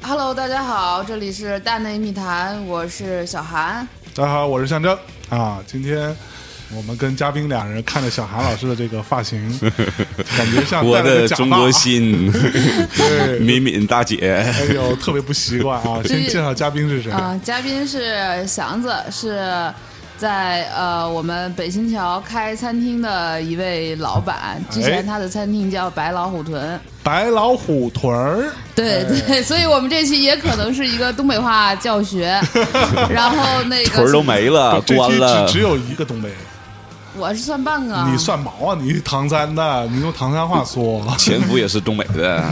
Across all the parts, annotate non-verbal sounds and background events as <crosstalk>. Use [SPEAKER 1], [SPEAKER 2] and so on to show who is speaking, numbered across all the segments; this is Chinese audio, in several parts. [SPEAKER 1] Hello，大家好，这里是大内密谈，我是小韩。
[SPEAKER 2] 大家好，我是象征啊。今天我们跟嘉宾俩人看着小韩老师的这个发
[SPEAKER 3] <laughs>
[SPEAKER 2] 型，感觉像
[SPEAKER 3] 我
[SPEAKER 2] 戴了
[SPEAKER 3] 的
[SPEAKER 2] 个假
[SPEAKER 3] 中
[SPEAKER 2] 发
[SPEAKER 3] 国， <laughs> 心，
[SPEAKER 2] 对
[SPEAKER 3] 敏敏大姐，
[SPEAKER 2] 哎呦，特别不习惯
[SPEAKER 3] <laughs>
[SPEAKER 2] 啊。先介绍嘉宾是谁？
[SPEAKER 1] 啊、嘉宾是祥子，是在呃我们北新桥开餐厅的一位老板，之前他的餐厅叫白老虎屯。
[SPEAKER 2] 白老虎屯儿，
[SPEAKER 1] 对对， <laughs> 所以我们这期也可能是一个东北话教学，然后那个
[SPEAKER 3] 腿儿都没 <laughs> 了，
[SPEAKER 2] 这期
[SPEAKER 3] 关啊了
[SPEAKER 2] 只只。有一个东北人，
[SPEAKER 1] 我是算半个啊，
[SPEAKER 2] 你
[SPEAKER 1] <laughs>
[SPEAKER 2] 算毛啊？你唐山的，你用唐山话
[SPEAKER 3] <laughs>
[SPEAKER 2] 说。
[SPEAKER 3] 前夫也是东北 <laughs> 的，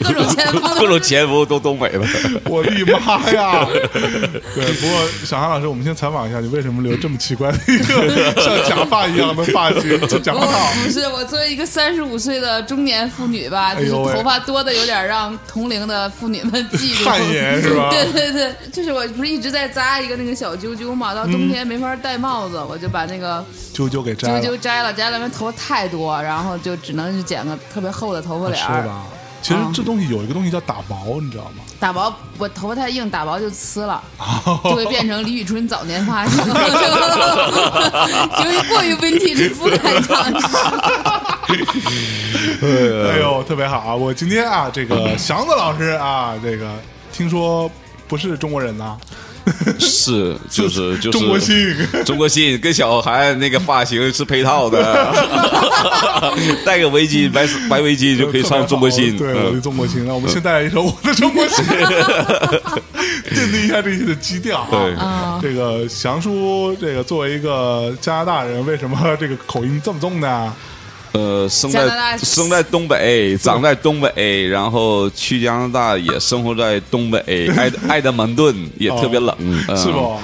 [SPEAKER 1] 各种前锋
[SPEAKER 3] 各种前夫都东北的。
[SPEAKER 2] 我的妈
[SPEAKER 3] <laughs>
[SPEAKER 2] 呀！对，不过小韩老师，我们先采访一下，你为什么留这么奇怪的一
[SPEAKER 3] <laughs>
[SPEAKER 2] 个像假发一样的发型，就
[SPEAKER 1] <laughs>
[SPEAKER 2] 假发 <laughs> 套？
[SPEAKER 1] 哦不是，我作为一个三十五岁的中年妇女吧，就是
[SPEAKER 2] 哎呦喂
[SPEAKER 1] 头发多的有点让同龄的妇女们嫉妒。
[SPEAKER 2] <laughs> 汗颜是吧
[SPEAKER 1] <laughs> 对对对，就是我不是一直在扎一个那个小揪揪嘛，到冬天没法戴帽子，我就把那个
[SPEAKER 2] 啾啾给嗯摘
[SPEAKER 1] 揪
[SPEAKER 2] 了，
[SPEAKER 1] 揪摘了，摘了，因为头发太多，然后就只能是剪个特别厚的头发帘
[SPEAKER 2] 啊是
[SPEAKER 1] 儿。
[SPEAKER 2] 吧？其实这东西有一个东西叫打薄，你知道吗？
[SPEAKER 1] 打薄，我头发太硬，打薄就呲
[SPEAKER 2] <laughs>
[SPEAKER 1] 了，
[SPEAKER 2] 哦
[SPEAKER 1] 就会变成李宇春早年发型， <laughs> 由于
[SPEAKER 2] <laughs>
[SPEAKER 1] 过于温体质不敢尝试。
[SPEAKER 3] 呃
[SPEAKER 2] 哎呦，特别好啊！我今天啊，这
[SPEAKER 3] <laughs>
[SPEAKER 2] 个祥子老师啊，这个听说不是中国人呐、
[SPEAKER 3] <laughs> 是，就是就是
[SPEAKER 2] 中国
[SPEAKER 3] <laughs>
[SPEAKER 2] 心，
[SPEAKER 3] 中国心跟小韩那个发型是配套 <laughs> 的，戴个围巾，白白围巾就可以唱中国 <laughs> 心。
[SPEAKER 2] <laughs> 对，我的
[SPEAKER 3] 嗯
[SPEAKER 2] 中国心。那我们先带来一首《我的中国
[SPEAKER 3] <laughs>
[SPEAKER 2] <laughs> 心》，奠定一下这期的基调
[SPEAKER 3] 对
[SPEAKER 2] 啊。这个祥叔，这个作为一个加拿大人，为什么这个口音这么重呢？
[SPEAKER 3] 呃，生
[SPEAKER 1] 加拿大
[SPEAKER 3] 在生在东北，长在东北，然后去加拿大也生活在东 <laughs> 北，爱爱德蒙顿也特别冷，嗯
[SPEAKER 2] 是不？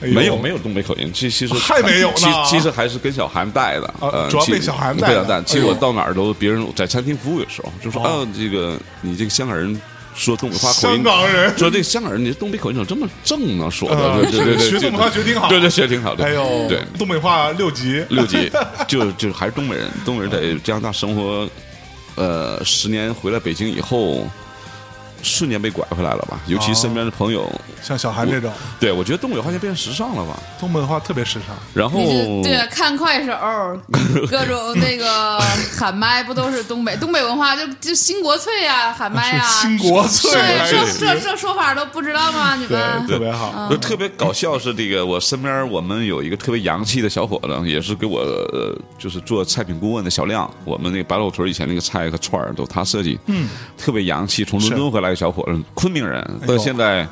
[SPEAKER 2] 哎呦哦
[SPEAKER 3] 没有没有东北口音，其其实
[SPEAKER 2] 还没有呢
[SPEAKER 3] 其其实还是跟小韩带的，
[SPEAKER 2] 啊
[SPEAKER 3] 呃
[SPEAKER 2] 主要被
[SPEAKER 3] 其
[SPEAKER 2] 小韩带
[SPEAKER 3] 被
[SPEAKER 2] 的
[SPEAKER 3] 小带。其实
[SPEAKER 2] 哎呦
[SPEAKER 3] 我到哪儿都别人在餐厅服务的时候就说：“
[SPEAKER 2] 哦
[SPEAKER 3] 啊，这个你这个香港人说东北话口音，
[SPEAKER 2] 香港人
[SPEAKER 3] 说这个香港人你这东北口音怎么这么正呢？说
[SPEAKER 2] 啊
[SPEAKER 3] 的对对对对，
[SPEAKER 2] 学东北话学挺好
[SPEAKER 3] 对对学挺好的。
[SPEAKER 2] 哎呦，
[SPEAKER 3] 对
[SPEAKER 2] 东北话六级，
[SPEAKER 3] 六级，就就还是东北人，东北人在加拿大生活，呃，十年回来北京以后，瞬间被拐回来了吧？尤其身边的朋友，
[SPEAKER 2] 像小韩这种
[SPEAKER 3] 对我觉得东北话现在变时尚了吧？
[SPEAKER 2] 东北话特别时尚。
[SPEAKER 3] 然后
[SPEAKER 2] 哦
[SPEAKER 1] 你是对啊看快手，各种那
[SPEAKER 2] <laughs>
[SPEAKER 1] 个喊麦，不都是东北东北文化？就就新国粹呀、喊麦哎呀、
[SPEAKER 2] 是新国粹
[SPEAKER 1] 对，
[SPEAKER 2] 还
[SPEAKER 1] 这
[SPEAKER 2] 是
[SPEAKER 1] 这这说法都不知道吗？你们
[SPEAKER 2] 对特别好
[SPEAKER 3] 就特别搞笑是这个，我身边我们有一个特别洋气的小伙子，也是给我呃就是做菜品顾问的小亮，我们那个白老屯以前那个菜和串儿都他设计，嗯，特别洋气。从伦敦回来的小伙子，昆明人，
[SPEAKER 2] 哎呦
[SPEAKER 3] 到现在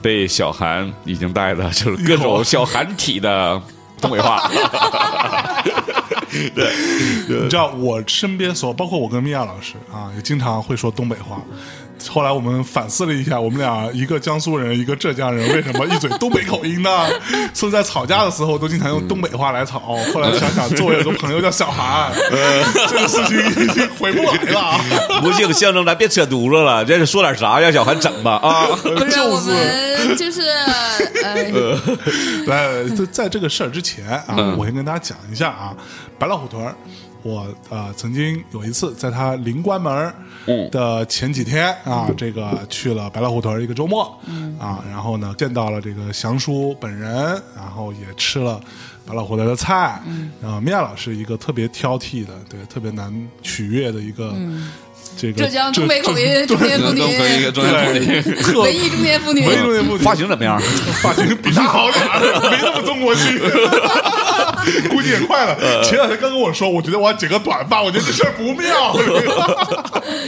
[SPEAKER 3] 被小韩已经带的就是各
[SPEAKER 2] 哎呦
[SPEAKER 3] 种小韩体的东北话，
[SPEAKER 2] 你知道我身边所，包括我跟米娅老师啊，也经常会说东北话。后来我们反思了一下，我们俩一个江苏人，一个浙江人，为什么一嘴东北口
[SPEAKER 3] <laughs>
[SPEAKER 2] 音呢？所以在吵架的时候都经常用东北话来吵。后来想想，我有个朋友叫小韩，
[SPEAKER 3] 嗯
[SPEAKER 2] 这个事情已经回不来了。
[SPEAKER 3] 不行，象征咱别扯犊子了，这是说点啥让小韩整吧啊！
[SPEAKER 1] 不是
[SPEAKER 2] 就
[SPEAKER 1] 我
[SPEAKER 2] 是
[SPEAKER 1] 们就是呃， <laughs>
[SPEAKER 2] 来，在在这个事儿之前啊，
[SPEAKER 1] 嗯
[SPEAKER 2] 我先跟大家讲一下啊，白老虎屯儿，我呃曾经有一次在它临关门
[SPEAKER 1] 嗯
[SPEAKER 2] 的前几天啊，这个去了白老虎屯儿一个周末
[SPEAKER 1] 嗯
[SPEAKER 2] 啊，然后呢见到了这个祥叔本人，然后也吃了白老虎屯的菜，
[SPEAKER 1] 嗯
[SPEAKER 2] 然后米娅老师一个特别挑剔的，对，特别难取悦的一个这
[SPEAKER 1] 嗯
[SPEAKER 2] 个
[SPEAKER 1] 浙江东北口音，
[SPEAKER 2] 浙
[SPEAKER 1] 中年妇
[SPEAKER 3] 中
[SPEAKER 1] 女，
[SPEAKER 3] 国中国
[SPEAKER 2] 对特
[SPEAKER 1] 文艺中年妇女，
[SPEAKER 2] 文艺中年妇女
[SPEAKER 3] 发型怎么样？
[SPEAKER 2] 发型比他好点儿，没那么中国心。 <laughs> 估计也快了。前两天刚跟我说，我觉得我要剪个短发，我觉得这事儿不妙。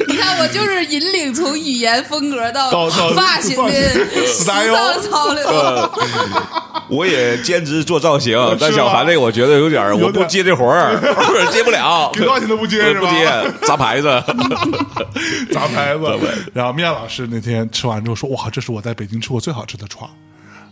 [SPEAKER 1] 你看我就是引领从语言风格
[SPEAKER 2] 到
[SPEAKER 1] 到
[SPEAKER 2] 到
[SPEAKER 1] 发型
[SPEAKER 2] 发
[SPEAKER 1] 的
[SPEAKER 2] 型
[SPEAKER 1] 时
[SPEAKER 2] 呃 style
[SPEAKER 1] 尚潮流。
[SPEAKER 2] 呃
[SPEAKER 3] 我也兼职做
[SPEAKER 2] <laughs>
[SPEAKER 3] 造型，
[SPEAKER 2] 吧
[SPEAKER 3] 但小韩这个我觉得有点儿，
[SPEAKER 2] 有点儿
[SPEAKER 3] 我不接这活儿， <laughs> 接不了，
[SPEAKER 2] 给多少钱都不接是吧
[SPEAKER 3] 呃不接，砸
[SPEAKER 1] <laughs>
[SPEAKER 3] 牌子。
[SPEAKER 2] <laughs> 砸牌子。然后米娅老师
[SPEAKER 1] 嗯
[SPEAKER 2] 那天吃完之后说：“哇，这是我在北京吃过最好吃的串儿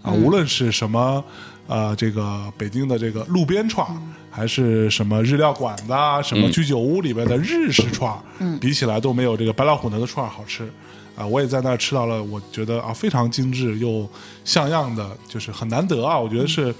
[SPEAKER 2] 啊！无论是什么呃这个北京的这个路边串儿，还是什么日料馆子啊，什么居酒屋里边的日式串儿，
[SPEAKER 1] 嗯
[SPEAKER 2] 比起来都没有这个白老虎那的串儿好吃。啊，我也在那儿吃到了，我觉得啊非常精致又像样的，就是很难得啊。我觉得
[SPEAKER 1] 嗯
[SPEAKER 2] 是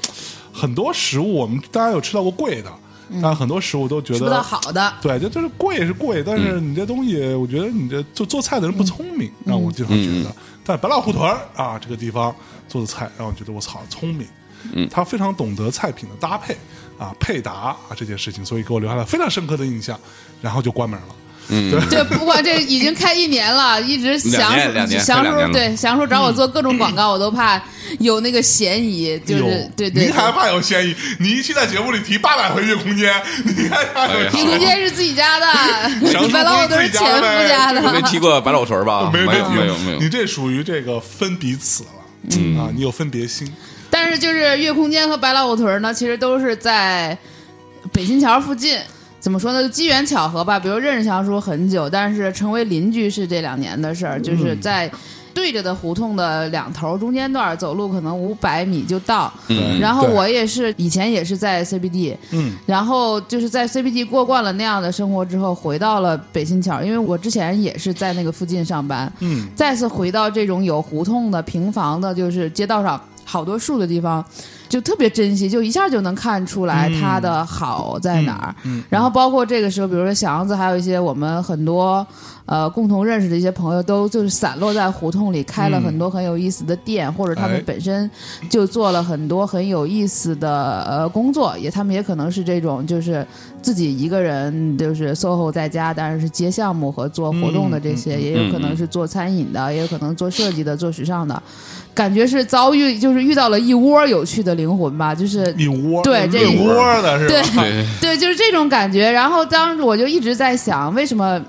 [SPEAKER 2] 很多食物，我们大家有吃到过贵的，但很多食物都
[SPEAKER 1] 嗯
[SPEAKER 2] 觉
[SPEAKER 1] 吃不到
[SPEAKER 2] 得
[SPEAKER 1] 好的，
[SPEAKER 2] 对，就就是贵是贵，但
[SPEAKER 3] 嗯
[SPEAKER 2] 是你这东西，我觉得你这做做菜的人不聪明，让我经常觉
[SPEAKER 3] 嗯
[SPEAKER 2] 得。但白老虎屯儿啊，这个地方做的菜让我觉得我操聪明，嗯，他非常懂得菜品的搭配啊配搭啊这件事情，所以给我留下了非常深刻的印象，然后就关门了。
[SPEAKER 3] 嗯
[SPEAKER 1] <laughs> 对，不管这已经开一年了，一直
[SPEAKER 3] 两
[SPEAKER 1] 祥
[SPEAKER 3] 年两
[SPEAKER 1] 叔
[SPEAKER 3] 年
[SPEAKER 1] 祥
[SPEAKER 3] 快两年
[SPEAKER 1] 叔
[SPEAKER 3] 了
[SPEAKER 1] 对祥叔
[SPEAKER 2] 嗯
[SPEAKER 1] 找我做各种广告，我都怕有那个嫌疑，就是
[SPEAKER 2] 哟
[SPEAKER 1] 对对。对
[SPEAKER 2] 您还怕有嫌疑？你一期在节目里提八百回月空间，你还怕有嫌
[SPEAKER 3] 哎呀
[SPEAKER 2] 疑？
[SPEAKER 1] 地空间是自己
[SPEAKER 2] <laughs>
[SPEAKER 1] 家的，
[SPEAKER 2] 祥
[SPEAKER 1] 你
[SPEAKER 2] 叔
[SPEAKER 1] 白老虎都
[SPEAKER 2] 不是
[SPEAKER 1] 是
[SPEAKER 2] 自己
[SPEAKER 1] 前
[SPEAKER 2] 家的呗
[SPEAKER 1] 夫家
[SPEAKER 3] 我没
[SPEAKER 1] 的。
[SPEAKER 3] 提过白老屯儿
[SPEAKER 2] <laughs>
[SPEAKER 3] 吧？
[SPEAKER 2] 没
[SPEAKER 3] 啊没有没有
[SPEAKER 2] 没
[SPEAKER 3] 没有
[SPEAKER 2] 你，这属于这个分彼此了。嗯啊，你有分别心，
[SPEAKER 1] 但是就是月空间和白老虎屯呢，其实都是在北新桥附近。怎么说呢？就机缘巧合吧，比如认识强叔很久，但是成为邻居是这两年的事儿，就是
[SPEAKER 2] 嗯
[SPEAKER 1] 在对着的胡同的两头中间段儿走路，可能五百米就到。
[SPEAKER 3] 嗯
[SPEAKER 1] 然后
[SPEAKER 2] 对
[SPEAKER 1] 我也是以前也是在 CBD，
[SPEAKER 2] 嗯，
[SPEAKER 1] 然后就是在 CBD 过惯了那样的生活之后，回到了北新桥，因为我之前也是在那个附近上班，
[SPEAKER 2] 嗯，
[SPEAKER 1] 再次回到这种有胡同的、平房的，就是街道上好多树的地方，就特别珍惜，就一下就能看出来它的好在哪儿。
[SPEAKER 2] 嗯嗯嗯
[SPEAKER 1] 然后包括这个时候，比如说祥子，还有一些我们很多呃共同认识的一些朋友，都就是散落在胡同里，开了很多很有意思的店，或者他
[SPEAKER 2] 哎
[SPEAKER 1] 们本身就做了很多很有意思的呃工作，也他们也可能是这种就是自己一个人就是 SOHO 在家，当然是接项目和做活动的
[SPEAKER 2] 嗯
[SPEAKER 1] 这些，也
[SPEAKER 3] 嗯
[SPEAKER 1] 有可能是做餐饮的，也有可能做设计的，做时尚的，感觉是遭遇就是遇到了一窝有趣的灵魂吧，就是
[SPEAKER 2] 一窝嗯
[SPEAKER 1] 对这
[SPEAKER 2] 一窝的是吧？
[SPEAKER 1] 对
[SPEAKER 3] 对，
[SPEAKER 1] 对，就是这种感觉。然后当时我就一直在想，为什么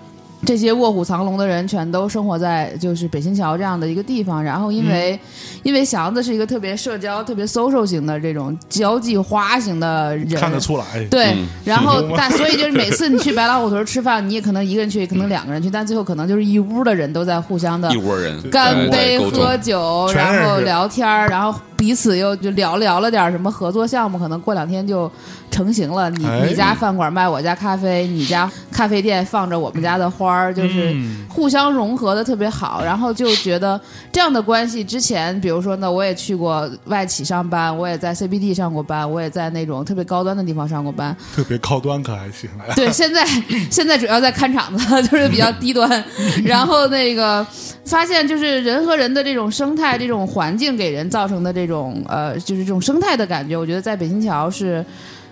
[SPEAKER 1] 这些卧虎藏龙的人全都生活在就是北新桥这样的一个地方？然后因为、
[SPEAKER 3] 嗯
[SPEAKER 1] 因为祥子是一个特别社交、特别 social 型的这种交际花型的人，
[SPEAKER 2] 看得出来。
[SPEAKER 1] 对，然后
[SPEAKER 2] 嗯
[SPEAKER 1] 但所以就是每次你去白老虎屯吃饭，你也可能一个人去，也可能两个人去，但最后可能就是一屋的人都在互相的
[SPEAKER 3] 嗯一窝人
[SPEAKER 1] 干
[SPEAKER 3] 在
[SPEAKER 1] 杯
[SPEAKER 3] 在沟通
[SPEAKER 1] 喝酒，
[SPEAKER 2] 全认识
[SPEAKER 1] 然后聊天儿，然后彼此又就聊聊了点儿什么合作项目，可能过两天就成型了。你
[SPEAKER 2] 哎
[SPEAKER 1] 你家饭馆卖我家咖啡，你家咖啡店放着我们家的花儿，就是
[SPEAKER 2] 嗯
[SPEAKER 1] 互相融合的特别好。然后就觉得这样的关系，之前比如说呢，我也去过外企上班，我也在 CBD 上过班，我也在那种特别高端的地方上过班，
[SPEAKER 2] 特别高端，可还行。哎
[SPEAKER 3] <laughs>
[SPEAKER 1] 对，现在现在主要在看场子， <laughs> 就是比较低端。然后那个发现，就是人和人的这种生态、这种环境给人造成的这种呃，就是这种生态的感觉，我觉得在北新桥是。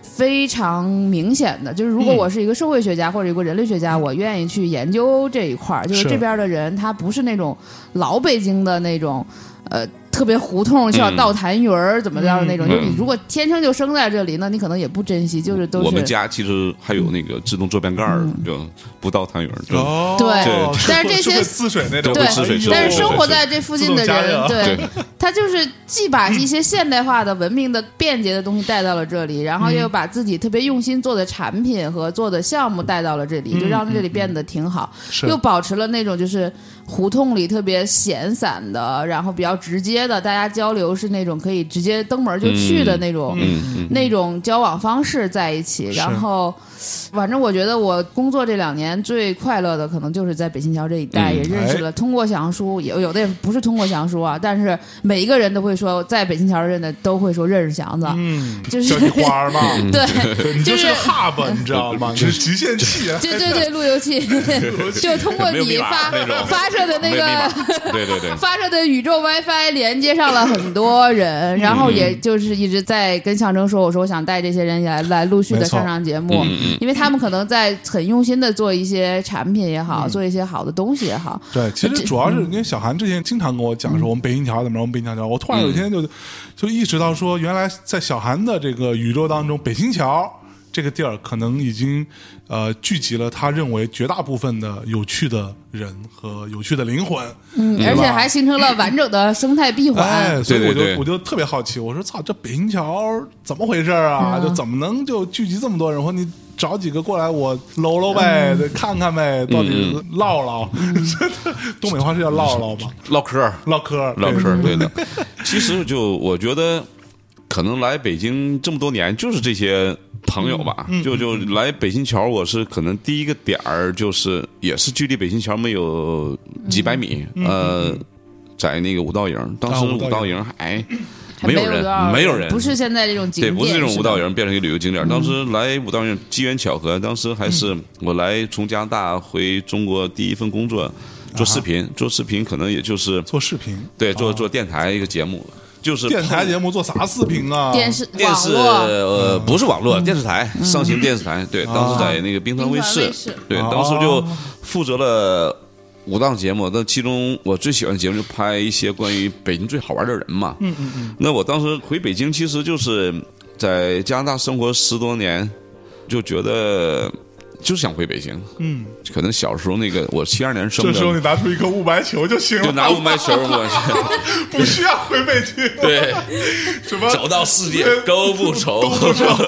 [SPEAKER 1] 非常明显的，就是如
[SPEAKER 3] 嗯
[SPEAKER 1] 果我是一个社会学家或者一个人类学家，我愿意去研究这一块儿。就是
[SPEAKER 2] 是
[SPEAKER 1] 这边的人，他不是那种老北京的那种，呃，特别胡同需要
[SPEAKER 3] 嗯
[SPEAKER 1] 倒痰盂儿怎么样的那种。
[SPEAKER 3] 嗯
[SPEAKER 1] 就是你如果天生就生在这里，那你可能也不珍惜，就是都是嗯
[SPEAKER 3] 我们家其实还有那个自动坐便盖儿，就不倒汤圆儿，就
[SPEAKER 2] 哦，
[SPEAKER 1] 对
[SPEAKER 2] 是
[SPEAKER 1] 但是
[SPEAKER 2] 会
[SPEAKER 1] 这些
[SPEAKER 2] 会滋水那种，
[SPEAKER 1] 对
[SPEAKER 3] 会滋水
[SPEAKER 2] 哎呦
[SPEAKER 1] 但是生活
[SPEAKER 3] 对
[SPEAKER 1] 在这附近的人，
[SPEAKER 2] 自
[SPEAKER 1] 对
[SPEAKER 3] 对
[SPEAKER 1] 他就是既把一些现代化的、文明的、便捷的东西带到了这里，然后又把自己特别用心做的产品和做的项目带到了这里，就让这里变得挺好，
[SPEAKER 2] 是
[SPEAKER 1] 又保持了那种就是胡同里特别闲散的，然后比较直接的，大家交流是那种可以直接登门就去的那种。
[SPEAKER 3] 嗯嗯，
[SPEAKER 1] 那种交往方式在一起，然后，反正我觉得我工作这两年最快乐的，可能就是在北新桥这一带，
[SPEAKER 3] 嗯
[SPEAKER 1] 也认识了。通过祥叔，有有的也不是通过祥叔啊，但是每一个人都会说，在北新桥认的都会说认识祥子，
[SPEAKER 2] 嗯，
[SPEAKER 1] 就是
[SPEAKER 2] 小地花儿嘛，
[SPEAKER 1] <laughs> 对，
[SPEAKER 2] 对你就
[SPEAKER 1] 嗯就是是
[SPEAKER 2] 个 hub，你知道 <laughs> 吗？你是极限器
[SPEAKER 1] <laughs>
[SPEAKER 2] 啊，
[SPEAKER 1] 对对对，路由器，就通过
[SPEAKER 3] <laughs> 没有
[SPEAKER 1] 你
[SPEAKER 3] 密码
[SPEAKER 1] 发
[SPEAKER 3] 那种
[SPEAKER 1] 发射的那
[SPEAKER 3] 没密码
[SPEAKER 1] 个。
[SPEAKER 3] 对
[SPEAKER 1] <laughs>
[SPEAKER 3] 对对，
[SPEAKER 1] 发射的宇宙 WiFi 连接上了很多人，然
[SPEAKER 3] 嗯
[SPEAKER 1] 后也就是一直在跟象征说，我说我想带这些人也来来陆续
[SPEAKER 2] 没
[SPEAKER 1] 的
[SPEAKER 2] 错
[SPEAKER 1] 上上节目，
[SPEAKER 3] 嗯
[SPEAKER 1] 因为他们可能在很用心的做一些产品也
[SPEAKER 3] 嗯
[SPEAKER 1] 好，做一些好的东西也好，
[SPEAKER 2] 对，其实主要
[SPEAKER 1] 嗯
[SPEAKER 2] 是因为小韩之前经常跟我讲说我们北新桥怎么着，我们北新桥，我突然有一天
[SPEAKER 1] 嗯
[SPEAKER 2] 就就意识到说，原来在小韩的这个宇宙当中，北新桥这个地儿可能已经呃聚集了他认为绝大部分的有趣的人和有趣的灵魂，嗯
[SPEAKER 1] 而且还形成了完整的生态闭环。
[SPEAKER 2] 哎，所以我就
[SPEAKER 3] 对对对
[SPEAKER 2] 我就特别好奇，我说操，这北新桥怎么回事儿
[SPEAKER 1] 嗯
[SPEAKER 2] 啊？就怎么能就聚集这么多人？我说你找几个过来，我搂搂
[SPEAKER 1] 嗯
[SPEAKER 2] 呗，看看呗，到
[SPEAKER 3] 嗯
[SPEAKER 2] 底唠唠。 <laughs> 东北话是叫唠唠吗？
[SPEAKER 3] 唠嗑儿
[SPEAKER 2] 唠嗑，
[SPEAKER 3] 唠
[SPEAKER 2] 对
[SPEAKER 3] 嗑儿，对的。其实就我觉得可能来北京这么多年，就是这些朋友吧，
[SPEAKER 2] 嗯
[SPEAKER 3] 就就来北新桥，我是可能第一个点儿就是也是距离北新桥没有几百米，呃，在那个五道营，当时
[SPEAKER 2] 嗯啊五道营
[SPEAKER 3] 五道营还
[SPEAKER 1] 还
[SPEAKER 3] 没有
[SPEAKER 1] 有多
[SPEAKER 3] 人，
[SPEAKER 1] 少
[SPEAKER 3] 没有人，
[SPEAKER 1] 不是现在这种景
[SPEAKER 3] 对，
[SPEAKER 1] 点，
[SPEAKER 3] 不是这种五
[SPEAKER 1] 吧
[SPEAKER 3] 道营变成一个旅游景点。当时
[SPEAKER 2] 嗯
[SPEAKER 3] 来五道营机缘巧合，当时还是我来从加拿大回中国第一份工作，做视
[SPEAKER 2] 啊
[SPEAKER 3] 频，做视频可能也就是
[SPEAKER 2] 做视频，
[SPEAKER 3] 对做做电台一个节目，就是
[SPEAKER 2] 啊电台
[SPEAKER 3] 碰
[SPEAKER 2] 节嗯目做啥视频啊？
[SPEAKER 1] 电视、
[SPEAKER 3] 电视
[SPEAKER 1] 网络，
[SPEAKER 3] 呃不是网络电视台上行电视台，对，当时在那个冰川卫
[SPEAKER 1] 冰川
[SPEAKER 3] 视
[SPEAKER 1] 卫视，
[SPEAKER 3] 对，
[SPEAKER 2] 嗯啊哦
[SPEAKER 3] 当时就负责了。五档节目，那其中我最喜欢的节目就拍一些关于北京最好玩的人嘛。嗯嗯嗯。那我当时回北京，其实就是在加拿大生活十多年，就觉得就是想回北京。
[SPEAKER 2] 嗯，
[SPEAKER 3] 可能小时候那个我七二年生
[SPEAKER 2] 这
[SPEAKER 3] 的，
[SPEAKER 2] 时候你拿出一个雾霾球就行
[SPEAKER 3] 就
[SPEAKER 2] 了，
[SPEAKER 3] 拿雾
[SPEAKER 2] <laughs>
[SPEAKER 3] 嗯霾球，我
[SPEAKER 2] 不需要回北京。 <laughs>
[SPEAKER 3] 去对。
[SPEAKER 2] 什么？
[SPEAKER 3] 找到世界都不愁。
[SPEAKER 2] <laughs>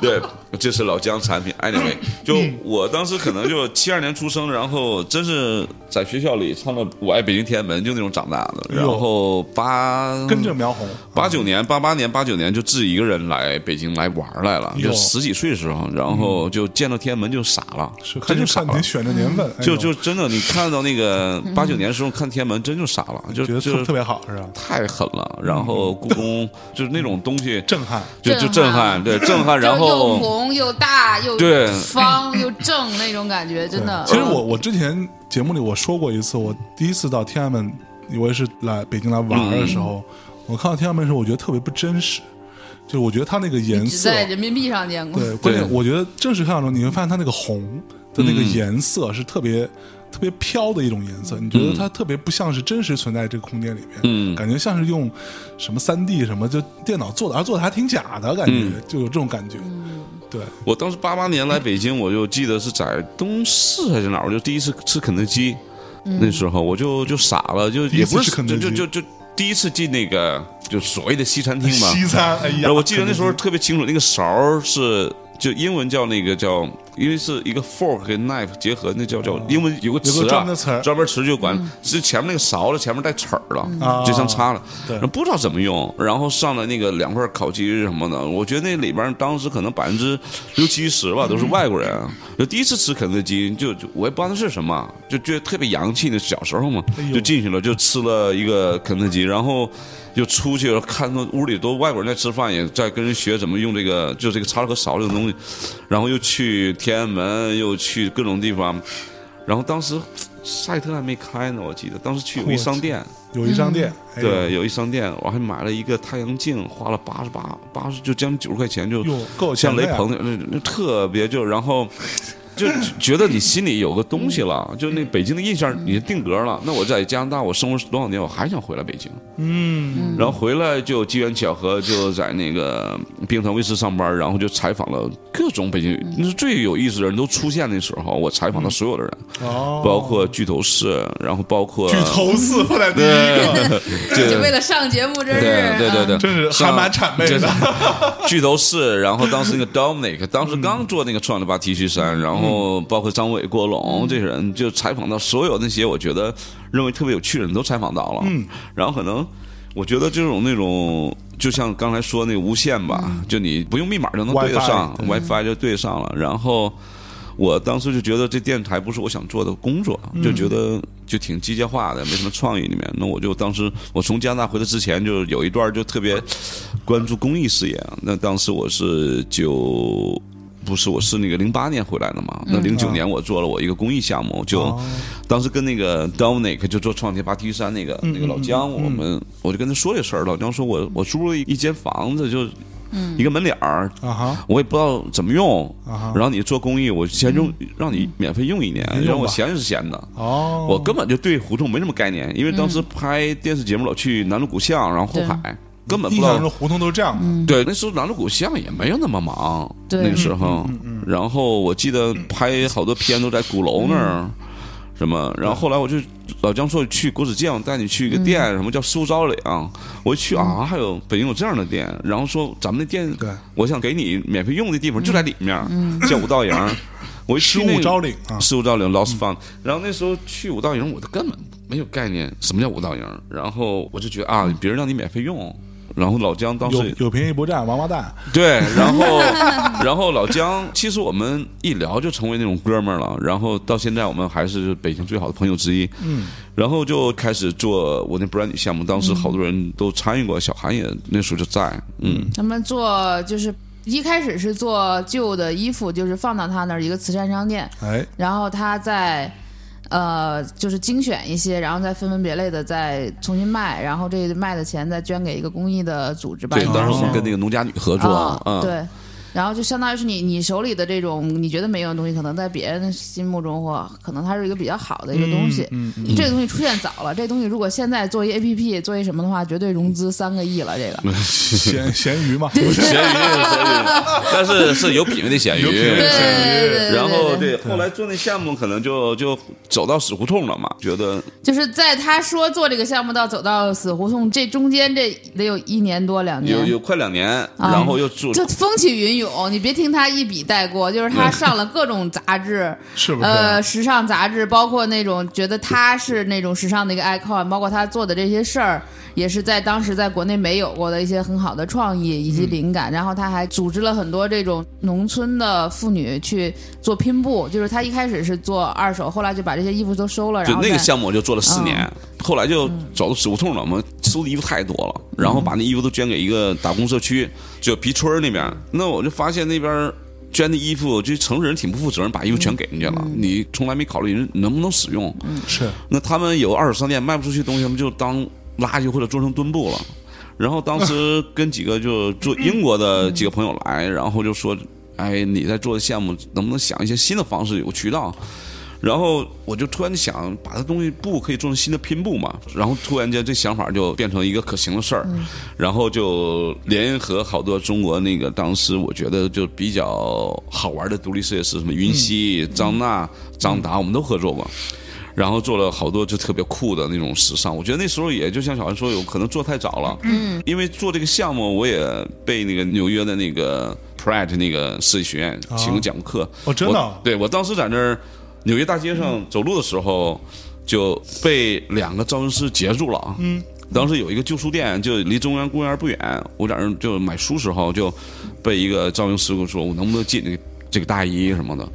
[SPEAKER 3] 对，这是老姜产品。Anyway，就
[SPEAKER 2] 嗯
[SPEAKER 3] 我当时可能就七二年出生，然后真是在学校里唱了《我爱北京天安门》，就那种长大的。
[SPEAKER 2] 哎呦
[SPEAKER 3] 然后八
[SPEAKER 2] 跟着苗红，
[SPEAKER 3] 八九年、八八年、八九年就自己一个人来北京来玩来了，
[SPEAKER 2] 哟
[SPEAKER 3] 就十几岁时候，然后就见到天安门就傻了，
[SPEAKER 2] 嗯是看
[SPEAKER 3] 真
[SPEAKER 2] 你
[SPEAKER 3] 就傻
[SPEAKER 2] 看你
[SPEAKER 3] 了。
[SPEAKER 2] 选的年份，哎
[SPEAKER 3] 就
[SPEAKER 2] 呦
[SPEAKER 3] 就真的，你看到那个八九年时候看天安门，真就傻了，就
[SPEAKER 2] 觉得
[SPEAKER 3] 就
[SPEAKER 2] 特特别好是吧？
[SPEAKER 3] 太狠了。然后故宫就是那种东西，
[SPEAKER 2] 震撼，
[SPEAKER 3] 就就震
[SPEAKER 1] 震
[SPEAKER 3] 撼，
[SPEAKER 1] 撼
[SPEAKER 3] 对震撼，
[SPEAKER 1] 就
[SPEAKER 3] 然
[SPEAKER 1] 又
[SPEAKER 3] 后
[SPEAKER 1] 红又大又
[SPEAKER 3] 对
[SPEAKER 1] 方又正那种感觉，真的。
[SPEAKER 2] 其实我我之前节目里我说过一次，我第一次到天安门，我也是来北京来玩的时
[SPEAKER 3] 嗯
[SPEAKER 2] 候，我看到天安门的时候，我觉得特别不真实，就是我觉得它那个颜
[SPEAKER 1] 嗯只
[SPEAKER 2] 色，
[SPEAKER 1] 在人民币上见过，
[SPEAKER 2] 对，关键
[SPEAKER 3] 对
[SPEAKER 2] 我觉得正式看到的时候，你会发现它那个红的那个
[SPEAKER 3] 嗯
[SPEAKER 2] 颜色是特别。特别飘的一种颜色，你觉得它特别不像是真实存在这个空间里面，
[SPEAKER 3] 嗯
[SPEAKER 2] 感觉像是用什么三 D 什么就电脑做的，而啊做的还挺假的感觉，
[SPEAKER 3] 嗯
[SPEAKER 2] 就有这种感觉。
[SPEAKER 1] 嗯
[SPEAKER 2] 对，
[SPEAKER 3] 我当时八八年来北京，我就记得是在东四还是哪儿，我就第一次吃肯德基，那时候我就就傻了，就
[SPEAKER 2] 一
[SPEAKER 3] 也
[SPEAKER 2] 次
[SPEAKER 3] 不是
[SPEAKER 2] 吃肯德基
[SPEAKER 3] 就就就就第一次进那个就所谓的西餐厅嘛。
[SPEAKER 2] <laughs> 西餐，哎
[SPEAKER 3] 然
[SPEAKER 2] 呀，
[SPEAKER 3] 后我记得那时候特别清楚，那个勺儿是就英文叫那个叫，因为是一个 fork 跟 knife 结合，那叫叫英文有个
[SPEAKER 2] 哦有
[SPEAKER 3] 词啊，
[SPEAKER 2] 个专门的词儿
[SPEAKER 3] 专门词就管是前面那个勺子前面带齿儿了，
[SPEAKER 2] 啊
[SPEAKER 3] 就像叉了，
[SPEAKER 2] 对
[SPEAKER 3] 然后不知道怎么用，然后上了那个两块烤鸡什么的，我觉得那里边当时可能百分之六七十
[SPEAKER 2] 嗯
[SPEAKER 3] 吧都是外国人，就第一次吃肯德基，就就我也不知道那是什么，就觉得特别洋气，那小时候嘛
[SPEAKER 2] 哎呦，
[SPEAKER 3] 就进去了就吃了一个肯德基，然后。就出去看到屋里都外国人在吃饭，也在跟人学怎么用这个，就这个叉子和勺这个东西，然后又去天安门，又去各种地方，然后当时赛特还没开呢，我记得当时去有一商店，
[SPEAKER 2] 有一商店，哎呦
[SPEAKER 3] 对，有一商店，我还买了一个太阳镜，花了八十八八十就将近九十块钱，就
[SPEAKER 2] 哟，够有钱
[SPEAKER 3] 像
[SPEAKER 2] 的
[SPEAKER 3] 雷
[SPEAKER 2] 呀
[SPEAKER 3] 鹏那那那特别就然后。就觉得你心里有个东西了，
[SPEAKER 2] 嗯
[SPEAKER 3] 就那北京的印象你定格了。那我在加拿大我生活多少年，我还想回来北京。
[SPEAKER 2] 嗯，
[SPEAKER 3] 然后回来就机缘巧合，就在那个冰川卫视上班，然后就采访了各种北京，那是最有意思的人都出现的时候，我采访了所有的人，
[SPEAKER 2] 哦，
[SPEAKER 3] 包括巨头市，然后包括
[SPEAKER 2] 举头四放在第一
[SPEAKER 3] 对
[SPEAKER 2] 个， <laughs>
[SPEAKER 3] 对
[SPEAKER 1] 就为了上节目，真是
[SPEAKER 3] 对对对
[SPEAKER 1] 嗯
[SPEAKER 3] 对，
[SPEAKER 2] 真是还蛮谄媚的。
[SPEAKER 3] <laughs> 巨头市，然后当时那个 Dominic，当时刚做那个创了吧 T 恤衫，然后包括张伟、郭龙这些人，就采访到所有那些我觉得认为特别有趣的人都采访到了。嗯，然后可能我觉得这种那种，就像刚才说那个无线吧，就你不用密码就能对得上嗯 WiFi 就对上了，然后。我当时就觉得这电台不是我想做的工作，就觉得就挺机械化的，没什么创意里面。那我就当时我从加拿大回来之前，就有一段就特别关注公益事业。啊那当时我是九，不是我是那个零八年回来的嘛。
[SPEAKER 2] 嗯
[SPEAKER 3] 那
[SPEAKER 2] 啊
[SPEAKER 3] 零九年我做了我一个公益项目，就
[SPEAKER 2] 哦
[SPEAKER 3] 当时跟那个 Dominic 就做创建八 T 三那
[SPEAKER 2] 嗯
[SPEAKER 3] 个那个老姜，我们我就跟他说这事儿，老姜说我我租了一间房子，就一个门脸儿，
[SPEAKER 2] 啊哈，
[SPEAKER 3] 我也不知道怎么用，
[SPEAKER 2] 啊哈嗯
[SPEAKER 3] 然后你做公益，我先用、让你免费用一年，
[SPEAKER 2] 用吧
[SPEAKER 3] 然后我闲是闲的。
[SPEAKER 2] 哦，嗯
[SPEAKER 3] 我根本就对胡同没什么概念，因为当时拍电视节目老去南锣鼓巷，然后后海，根本不
[SPEAKER 2] 印
[SPEAKER 3] 知
[SPEAKER 2] 象
[SPEAKER 3] 道
[SPEAKER 2] 中胡同都是这样
[SPEAKER 1] 嗯
[SPEAKER 2] 的，
[SPEAKER 3] 对，那时候南锣鼓巷也没有那么忙，
[SPEAKER 1] 对
[SPEAKER 3] 那个时候。
[SPEAKER 2] 嗯
[SPEAKER 3] 然后我记得拍好多片都在鼓楼那儿，什么。然后后来我就老姜说去国子监，我带你去一个店，什么叫苏招岭。我一去啊，还有北京有这样的店。然后说咱们那店，
[SPEAKER 2] 对
[SPEAKER 3] 我想给你免费用的地方就在里面，叫五道营。
[SPEAKER 2] 嗯
[SPEAKER 3] 我一去
[SPEAKER 2] 十
[SPEAKER 3] 那
[SPEAKER 2] 五
[SPEAKER 3] 个
[SPEAKER 2] 招领啊，
[SPEAKER 3] 十五道岭 Lost Fun，、然后那时候去五道营，我都根本没有概念什么叫五道营，然后我就觉得啊，别人让你免费用，然后老姜当
[SPEAKER 2] 有
[SPEAKER 3] 时
[SPEAKER 2] 有便宜不占，王八蛋。
[SPEAKER 3] <laughs> 对，然后然后老姜，其实我们一聊就成为那种哥们儿了，然后到现在我们还是北京最好的朋友之一。
[SPEAKER 2] 嗯，
[SPEAKER 3] 然后就开始做我那 brand 项目，当时好多人都参与过，小韩也那时候就在，嗯，
[SPEAKER 1] 他们做就是一开始是做旧的衣服，就是放到他那儿一个慈善商店，
[SPEAKER 3] <laughs>
[SPEAKER 2] 哎，
[SPEAKER 1] 然后他再呃就是精选一些，然后再分门别类的再重新卖，然后这卖的钱再捐给一个公益的组织吧。
[SPEAKER 3] 对，
[SPEAKER 1] 应该
[SPEAKER 3] 当时我
[SPEAKER 1] 是
[SPEAKER 3] 们跟那个农家女合作，
[SPEAKER 1] 啊、
[SPEAKER 3] 嗯，
[SPEAKER 1] 对。然后就相当于是你你手里的这种你觉得没用的东西，可能在别人心目中或可能它是一个比较好的一个东西。
[SPEAKER 2] 嗯嗯
[SPEAKER 1] 这个东西出现早了，这东西如果现在做一 A P P 做一什么的话，绝对融资三个亿了。这个
[SPEAKER 2] 嗯，咸咸鱼嘛，
[SPEAKER 3] 咸鱼，咸鱼，但是是有品位的咸鱼，
[SPEAKER 2] 有品位的咸鱼
[SPEAKER 1] 对对对
[SPEAKER 3] 然后对，后来做那项目可能就就走到死胡同了嘛，觉得
[SPEAKER 1] 就是在他说做这个项目到走到死胡同，这中间这得有一年多两年，
[SPEAKER 3] 有有快两年，然后又做
[SPEAKER 1] 啊就风起云涌。你别听他一笔带过，就是他上了各种杂
[SPEAKER 3] <laughs>
[SPEAKER 1] 志，
[SPEAKER 2] 是不是？
[SPEAKER 1] 呃，时尚杂志，包括那种觉得他是那种时尚的一个 icon，包括他做的这些事儿，也是在当时在国内没有过的一些很好的创意以
[SPEAKER 3] 嗯
[SPEAKER 1] 及灵感。然后他还组织了很多这种农村的妇女去做拼布，就是他一开始是做二手，后来就把这些衣服都收了，
[SPEAKER 3] 就
[SPEAKER 1] 然后嗯
[SPEAKER 3] 那个
[SPEAKER 1] 再
[SPEAKER 3] 项目我就做了四年，后来就走到死胡同了。我们收的衣服太多了，然后把那衣服都捐给一个打工社区，就皮村儿那边。那我就发现那边捐的衣服，就城市人挺不负责任，把衣服全给人家了，
[SPEAKER 1] 嗯
[SPEAKER 3] 你从来没考虑人能不能使用。
[SPEAKER 2] 是
[SPEAKER 3] 那他们有二手商店卖不出去东西，他们就当垃圾或者做成墩布了。然后当时跟几个就做英国的几个朋友来，然后就说：“哎，你在做的项目能不能想一些新的方式，有渠道？”然后我就突然想，把这东西布可以做成新的拼布嘛。然后突然间这想法就变成一个可行的事儿，然后就联合好多中国那个当时我觉得就比较好玩的独立设计师，什么云溪、张娜、张达，我们都合作过。然后做了好多就特别酷的那种时尚。我觉得那时候也就像小韩说，有可能做太早了。嗯，因为做这个项目，我也被那个纽约的那个 Pratt 那个设计学院请过讲过课。
[SPEAKER 2] 哦真的
[SPEAKER 3] 我对我当时在那儿纽约大街上走路的时候，就被两个造型师截住了。嗯。当时有一个旧书店，就离中央公园不远。我在那儿就买书时候，就被一个造型师跟我说：“我能不能进这个这个大衣什么的？”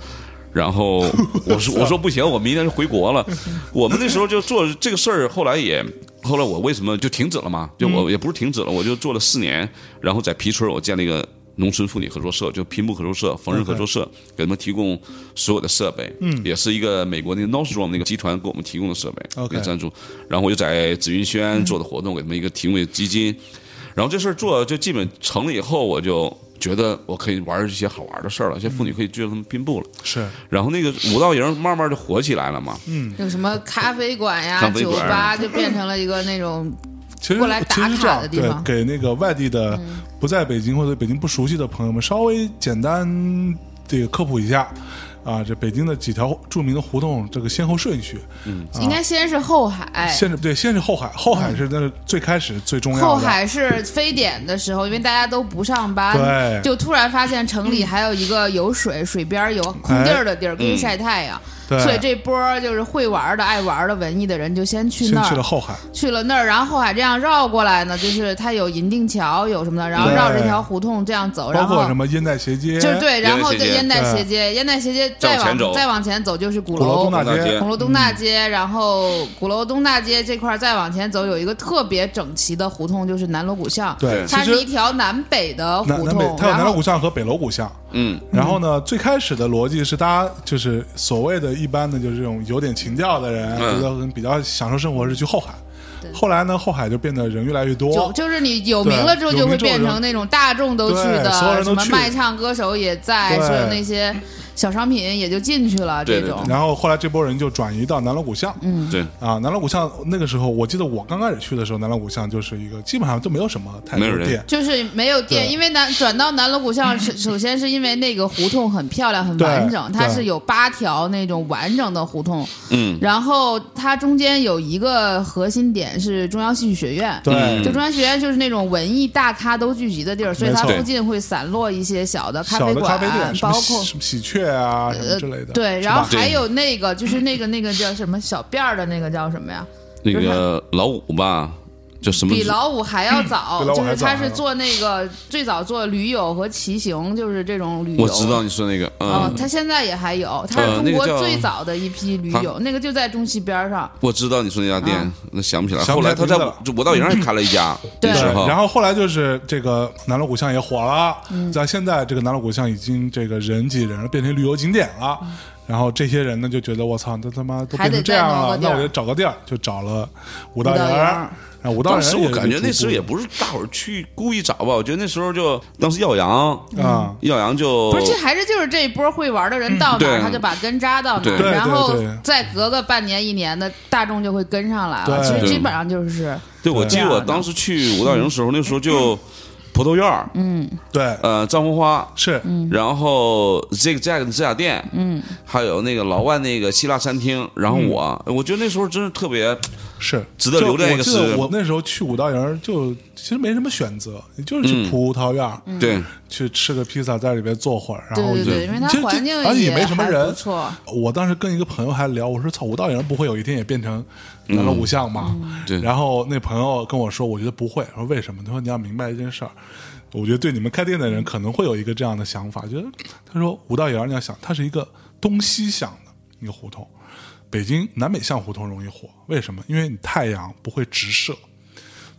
[SPEAKER 3] 然后我说我说不行，我明天就回国了。我们那时候就做这个事儿，后来也后来我为什么就停止了嘛？就我也不是停止了，我就做了四年，然后在皮村儿我建了一个农村妇女合作社，就拼布合作社、缝纫合作社，给他们提供所有的设备，嗯，也是一个美国那个 Nordstrom 那个集团给我们提供的设备，
[SPEAKER 2] OK 嗯
[SPEAKER 3] 给赞助。然后我就在紫云轩做的活动，给他们一个提供的基金。然后这事儿做就基本成了以后，我就觉得我可以玩儿一些好玩儿的事儿了，
[SPEAKER 2] 嗯
[SPEAKER 3] 现在妇女可以追着他们拼布了。
[SPEAKER 2] 是，
[SPEAKER 3] 然后那个五道营慢慢就火起来了嘛，
[SPEAKER 2] 嗯
[SPEAKER 1] 有什么咖啡馆呀、
[SPEAKER 3] 咖啡
[SPEAKER 1] 酒
[SPEAKER 3] 馆
[SPEAKER 1] 吧，就变成了一个那种
[SPEAKER 2] 其实
[SPEAKER 1] 过来打
[SPEAKER 2] 其实这
[SPEAKER 1] 卡
[SPEAKER 2] 样
[SPEAKER 1] 的地
[SPEAKER 2] 对
[SPEAKER 1] 方嗯
[SPEAKER 2] 给那个外地的不在北京或者北京不熟悉的朋友们稍微简单这个科普一下啊，这北京的几条著名的胡同这个先后顺序，
[SPEAKER 1] 应该先是后海。
[SPEAKER 2] 啊先是对先是后海，后海是那个最开始最重要的，
[SPEAKER 1] 嗯后海是非典的时候，因为大家都不上班
[SPEAKER 2] 对，
[SPEAKER 1] 就突然发现城里还有一个有水、水边儿有空地儿的地儿，可以晒太阳。
[SPEAKER 2] 哎嗯对
[SPEAKER 1] 所以这波儿就是会玩儿的、爱玩儿的文艺的人，就先去
[SPEAKER 2] 先
[SPEAKER 1] 那
[SPEAKER 2] 去了
[SPEAKER 1] 儿，
[SPEAKER 2] 后海，
[SPEAKER 1] 去了那儿，然后后海这样绕过来呢，就是它有银锭桥，有什么的，然后
[SPEAKER 2] 对
[SPEAKER 1] 绕着这条胡同这样走，
[SPEAKER 2] 包
[SPEAKER 1] 然
[SPEAKER 2] 括
[SPEAKER 1] 后
[SPEAKER 2] 什么烟袋斜街，
[SPEAKER 1] 就是对，然后
[SPEAKER 3] 烟袋斜
[SPEAKER 1] 就烟袋斜
[SPEAKER 3] 街
[SPEAKER 1] 街，烟袋斜街再
[SPEAKER 3] 再往前走
[SPEAKER 1] 往再往前走就是鼓
[SPEAKER 2] 鼓楼
[SPEAKER 1] 楼
[SPEAKER 2] 东大
[SPEAKER 3] 鼓楼大
[SPEAKER 2] 街
[SPEAKER 3] 街
[SPEAKER 1] 鼓楼东大街，然后鼓楼东大街这块儿再往前走，有一个特别整齐的胡同，就是南锣鼓巷。
[SPEAKER 2] 对
[SPEAKER 1] 它
[SPEAKER 2] 其
[SPEAKER 1] 是
[SPEAKER 2] 实
[SPEAKER 1] 一条南北的
[SPEAKER 2] 南
[SPEAKER 1] 胡
[SPEAKER 2] 南北
[SPEAKER 1] 同，，
[SPEAKER 2] 它有
[SPEAKER 1] 然
[SPEAKER 2] 南锣鼓
[SPEAKER 1] 后
[SPEAKER 2] 巷和北锣鼓巷。
[SPEAKER 3] 嗯，
[SPEAKER 2] 然后呢，最开始的逻辑是，大家就是所谓的一般的，就是这种有点情调的人，觉
[SPEAKER 3] 嗯
[SPEAKER 2] 得比较享受生活是去后海。后来呢，后海就变得人越来越
[SPEAKER 1] 就
[SPEAKER 2] 多，
[SPEAKER 1] 就是你有名了之后，
[SPEAKER 2] 对
[SPEAKER 1] 就会
[SPEAKER 2] 有名之后
[SPEAKER 1] 变成那种大众都去的
[SPEAKER 2] 对所有，人
[SPEAKER 1] 什
[SPEAKER 2] 都
[SPEAKER 1] 么
[SPEAKER 2] 去
[SPEAKER 1] 卖唱歌手也在，
[SPEAKER 2] 对
[SPEAKER 1] 所有那些小商品也就进去了这
[SPEAKER 3] 对
[SPEAKER 1] 种。
[SPEAKER 2] 然后后来这波人就转移到南锣鼓巷。嗯
[SPEAKER 3] 对，
[SPEAKER 2] 啊，南锣鼓巷那个时候，我记得我刚开始去的时候，南锣鼓巷就是一个基本上就没有什么太
[SPEAKER 3] 没
[SPEAKER 2] 多
[SPEAKER 3] 有人
[SPEAKER 2] 店，
[SPEAKER 1] 就是没有店，
[SPEAKER 2] 对
[SPEAKER 1] 因为南转到南锣鼓
[SPEAKER 2] <laughs>
[SPEAKER 1] 巷，是首先是因为那个胡同很漂亮、很完整，
[SPEAKER 2] 对
[SPEAKER 1] 它是有八条那种完整的胡同，
[SPEAKER 3] 嗯，
[SPEAKER 1] 然后它中间有一个核心点是中央戏剧学院。
[SPEAKER 2] 对，
[SPEAKER 3] 嗯
[SPEAKER 1] 就中央戏剧学院就是那种文艺大咖都聚集的地儿，所以它
[SPEAKER 2] 没错
[SPEAKER 1] 附近会散落一些小的咖
[SPEAKER 2] 小
[SPEAKER 1] 啡
[SPEAKER 2] 的
[SPEAKER 1] 馆，
[SPEAKER 2] 咖啡店，什
[SPEAKER 1] 包
[SPEAKER 2] 么
[SPEAKER 1] 括
[SPEAKER 2] 喜什么喜鹊啊什么
[SPEAKER 1] 呃
[SPEAKER 2] 之类的。
[SPEAKER 1] 对，
[SPEAKER 2] 是
[SPEAKER 1] 然后
[SPEAKER 2] 吧
[SPEAKER 1] 还有那个就是那个那个叫什么小辫儿的那个叫什么呀？
[SPEAKER 3] 那个老五吧，就什么嗯
[SPEAKER 1] 比老五还要早，
[SPEAKER 2] 比老五
[SPEAKER 1] 就
[SPEAKER 2] 还
[SPEAKER 1] 是
[SPEAKER 2] 早
[SPEAKER 1] 他是做那个最早做驴友和骑行，就是这种旅游。
[SPEAKER 3] 我知道你说那个，
[SPEAKER 1] 啊
[SPEAKER 2] 哦
[SPEAKER 3] 嗯，，
[SPEAKER 1] 他现在也还有，他
[SPEAKER 3] 呃
[SPEAKER 1] 是中
[SPEAKER 3] 那个
[SPEAKER 1] 国
[SPEAKER 3] 叫哦
[SPEAKER 1] 最早的一批驴友，那个就在中西边上。
[SPEAKER 3] 我知道你说那家店，那想不起来。
[SPEAKER 2] 啊想
[SPEAKER 3] 后
[SPEAKER 2] 不起来
[SPEAKER 3] 来他在
[SPEAKER 2] 名字了
[SPEAKER 3] 就五道营还开了一家，
[SPEAKER 1] 对
[SPEAKER 3] 那时候
[SPEAKER 2] 然后后来就是这个南锣鼓巷也火了，
[SPEAKER 1] 嗯
[SPEAKER 2] 在现在这个南锣鼓巷已经这个人挤人了，变成旅游景点了。然后这些人呢就觉得我操，他他妈
[SPEAKER 1] 嗯
[SPEAKER 2] 都
[SPEAKER 1] 还
[SPEAKER 2] 变
[SPEAKER 1] 得
[SPEAKER 2] 成这
[SPEAKER 1] 再
[SPEAKER 2] 样
[SPEAKER 1] 弄个，
[SPEAKER 2] 了
[SPEAKER 1] 地
[SPEAKER 2] 那
[SPEAKER 1] 儿
[SPEAKER 2] 我就找个地儿，就找了五道
[SPEAKER 1] 五道营
[SPEAKER 2] 营儿。然后五道
[SPEAKER 3] 当
[SPEAKER 2] 营
[SPEAKER 3] 时
[SPEAKER 2] 儿
[SPEAKER 3] 我
[SPEAKER 2] 也
[SPEAKER 3] 感觉
[SPEAKER 2] 是
[SPEAKER 3] 那时候
[SPEAKER 2] 徒
[SPEAKER 3] 也不是大伙儿去故意找吧，我觉得那时候就当时耀阳，
[SPEAKER 2] 步啊，
[SPEAKER 3] 耀阳就
[SPEAKER 1] 不是，这还是就是这一波会玩的人到哪
[SPEAKER 3] 对
[SPEAKER 1] 儿，他就把根扎到哪
[SPEAKER 3] 对
[SPEAKER 1] 儿，
[SPEAKER 3] 对
[SPEAKER 1] 然后
[SPEAKER 2] 对对
[SPEAKER 1] 再隔个半年一年的，大众就会跟上来了。
[SPEAKER 2] 对
[SPEAKER 1] 其实
[SPEAKER 3] 对
[SPEAKER 1] 基本上就是
[SPEAKER 3] 对我记得我当时去五道
[SPEAKER 2] 嗯
[SPEAKER 3] 营的时候，那时候就葡萄院儿，
[SPEAKER 1] 嗯
[SPEAKER 2] 对，
[SPEAKER 3] 呃，藏红花，
[SPEAKER 2] 是
[SPEAKER 3] 然后 Zig Zag 的指甲店，嗯，还有那个老外那个希腊餐厅，然后
[SPEAKER 2] 嗯
[SPEAKER 3] 我，我觉得那时候真是特别，
[SPEAKER 2] 是
[SPEAKER 3] 值得
[SPEAKER 2] 就
[SPEAKER 3] 留恋一个
[SPEAKER 2] 我记得
[SPEAKER 3] 是
[SPEAKER 2] 我那时候去五道营儿就其实没什么选择，你就是
[SPEAKER 3] 嗯
[SPEAKER 2] 去葡萄院儿
[SPEAKER 3] 对，
[SPEAKER 2] 去吃个披萨，在里边坐会儿，然后
[SPEAKER 1] 嗯对
[SPEAKER 2] 就
[SPEAKER 1] 对对，因为它
[SPEAKER 2] 其实这
[SPEAKER 1] 环境
[SPEAKER 2] 而且也没什么
[SPEAKER 1] 还
[SPEAKER 2] 人
[SPEAKER 1] 不错。
[SPEAKER 2] 我当时跟一个朋友还聊，我说：“操，五道营不会有一天也变成南锣鼓巷吗？”
[SPEAKER 3] 对
[SPEAKER 2] 然后那朋友跟我说：“我觉得不会。”说为什么？他说：“你要明白一件事儿，我觉得对你们开店的人可能会有一个这样的想法，觉得他说五道营你要想，它是一个东西向的一个胡同，北京南北向胡同容易火，为什么？因为你太阳不会直射。”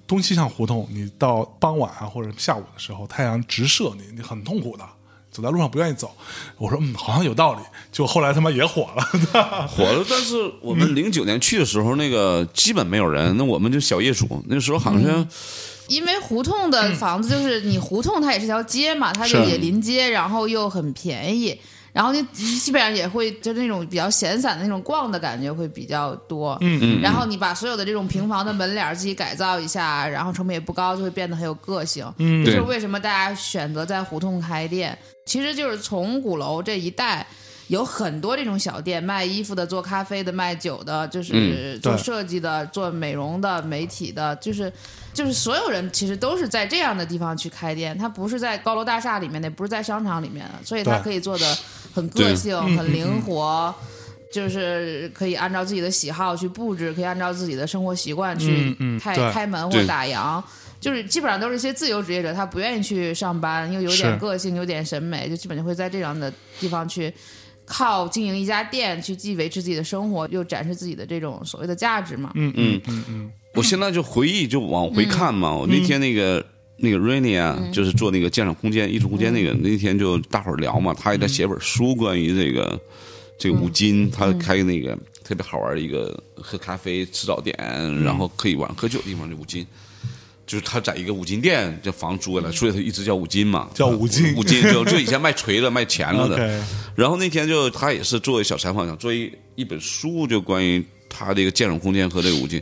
[SPEAKER 2] 东西向胡同，你到傍晚啊或者下午的时候，太阳直射你，你很痛苦的，走在路上不愿意走。我说嗯，好像有道理。就后来他妈也火了， <laughs>
[SPEAKER 3] 啊火了。但是我
[SPEAKER 2] 嗯
[SPEAKER 3] 们零九年去的时候，那个基本没有人，那我们就小业主，那时候好
[SPEAKER 1] 嗯
[SPEAKER 3] 像
[SPEAKER 1] 因为胡同的房子就是你胡同，它也是条街嘛，嗯它就是也临街，然后又很便宜，然后就基本上也会就那种比较闲散的那种逛的感觉会比较多。嗯嗯。然后你把所有的这种平房的门脸儿自己改造一下，然后成本也不高，就会变得很有个性。嗯，这
[SPEAKER 3] 对
[SPEAKER 1] 是为什么大家选择在胡同开店，其实就是从鼓楼这一带。有很多这种小店，卖衣服的、做咖啡的、卖酒的，
[SPEAKER 3] 嗯
[SPEAKER 1] 就是做
[SPEAKER 2] 对
[SPEAKER 1] 设计的、做美容的、媒体的，就是就是所有人其实都是在这样的地方去开店，它不是在高楼大厦里面的，也不是在商场里面的，所以它
[SPEAKER 2] 对嗯
[SPEAKER 1] 可以做的很个性、很灵活，就是可以按照自己的喜好去布置，可以按照自己的生活习惯去
[SPEAKER 2] 嗯嗯
[SPEAKER 1] 开、
[SPEAKER 2] 对
[SPEAKER 1] 开门
[SPEAKER 3] 对
[SPEAKER 1] 或打烊。就是基本上都是一些自由职业者，他不愿意去上班，又有
[SPEAKER 2] 是
[SPEAKER 1] 点个性，有点审美，就基本就会在这样的地方去靠经营一家店，去既维持自己的生活，又展示自己的这种所谓的价值嘛。
[SPEAKER 2] 嗯嗯嗯嗯，
[SPEAKER 3] 我现在就回忆，就往回看嘛。我那天那个那个 Rainy 啊，就是做那个鉴赏空间、艺术空间那个，那天就大伙儿聊嘛，他也在写本书关于这个这个五金，他开那个特别好玩的一个喝咖啡、吃早点，然后可以晚上喝酒的地方，这五金。就是他在一个五金店，这房租下来，所以他一直叫五金嘛，
[SPEAKER 2] 叫五金
[SPEAKER 3] 五金就就以前卖锤子、卖钳子的，
[SPEAKER 2] OK，
[SPEAKER 3] 然后那天就他也是做一小采访，想做一一本书，就关于他这个建筑空间和这个五金。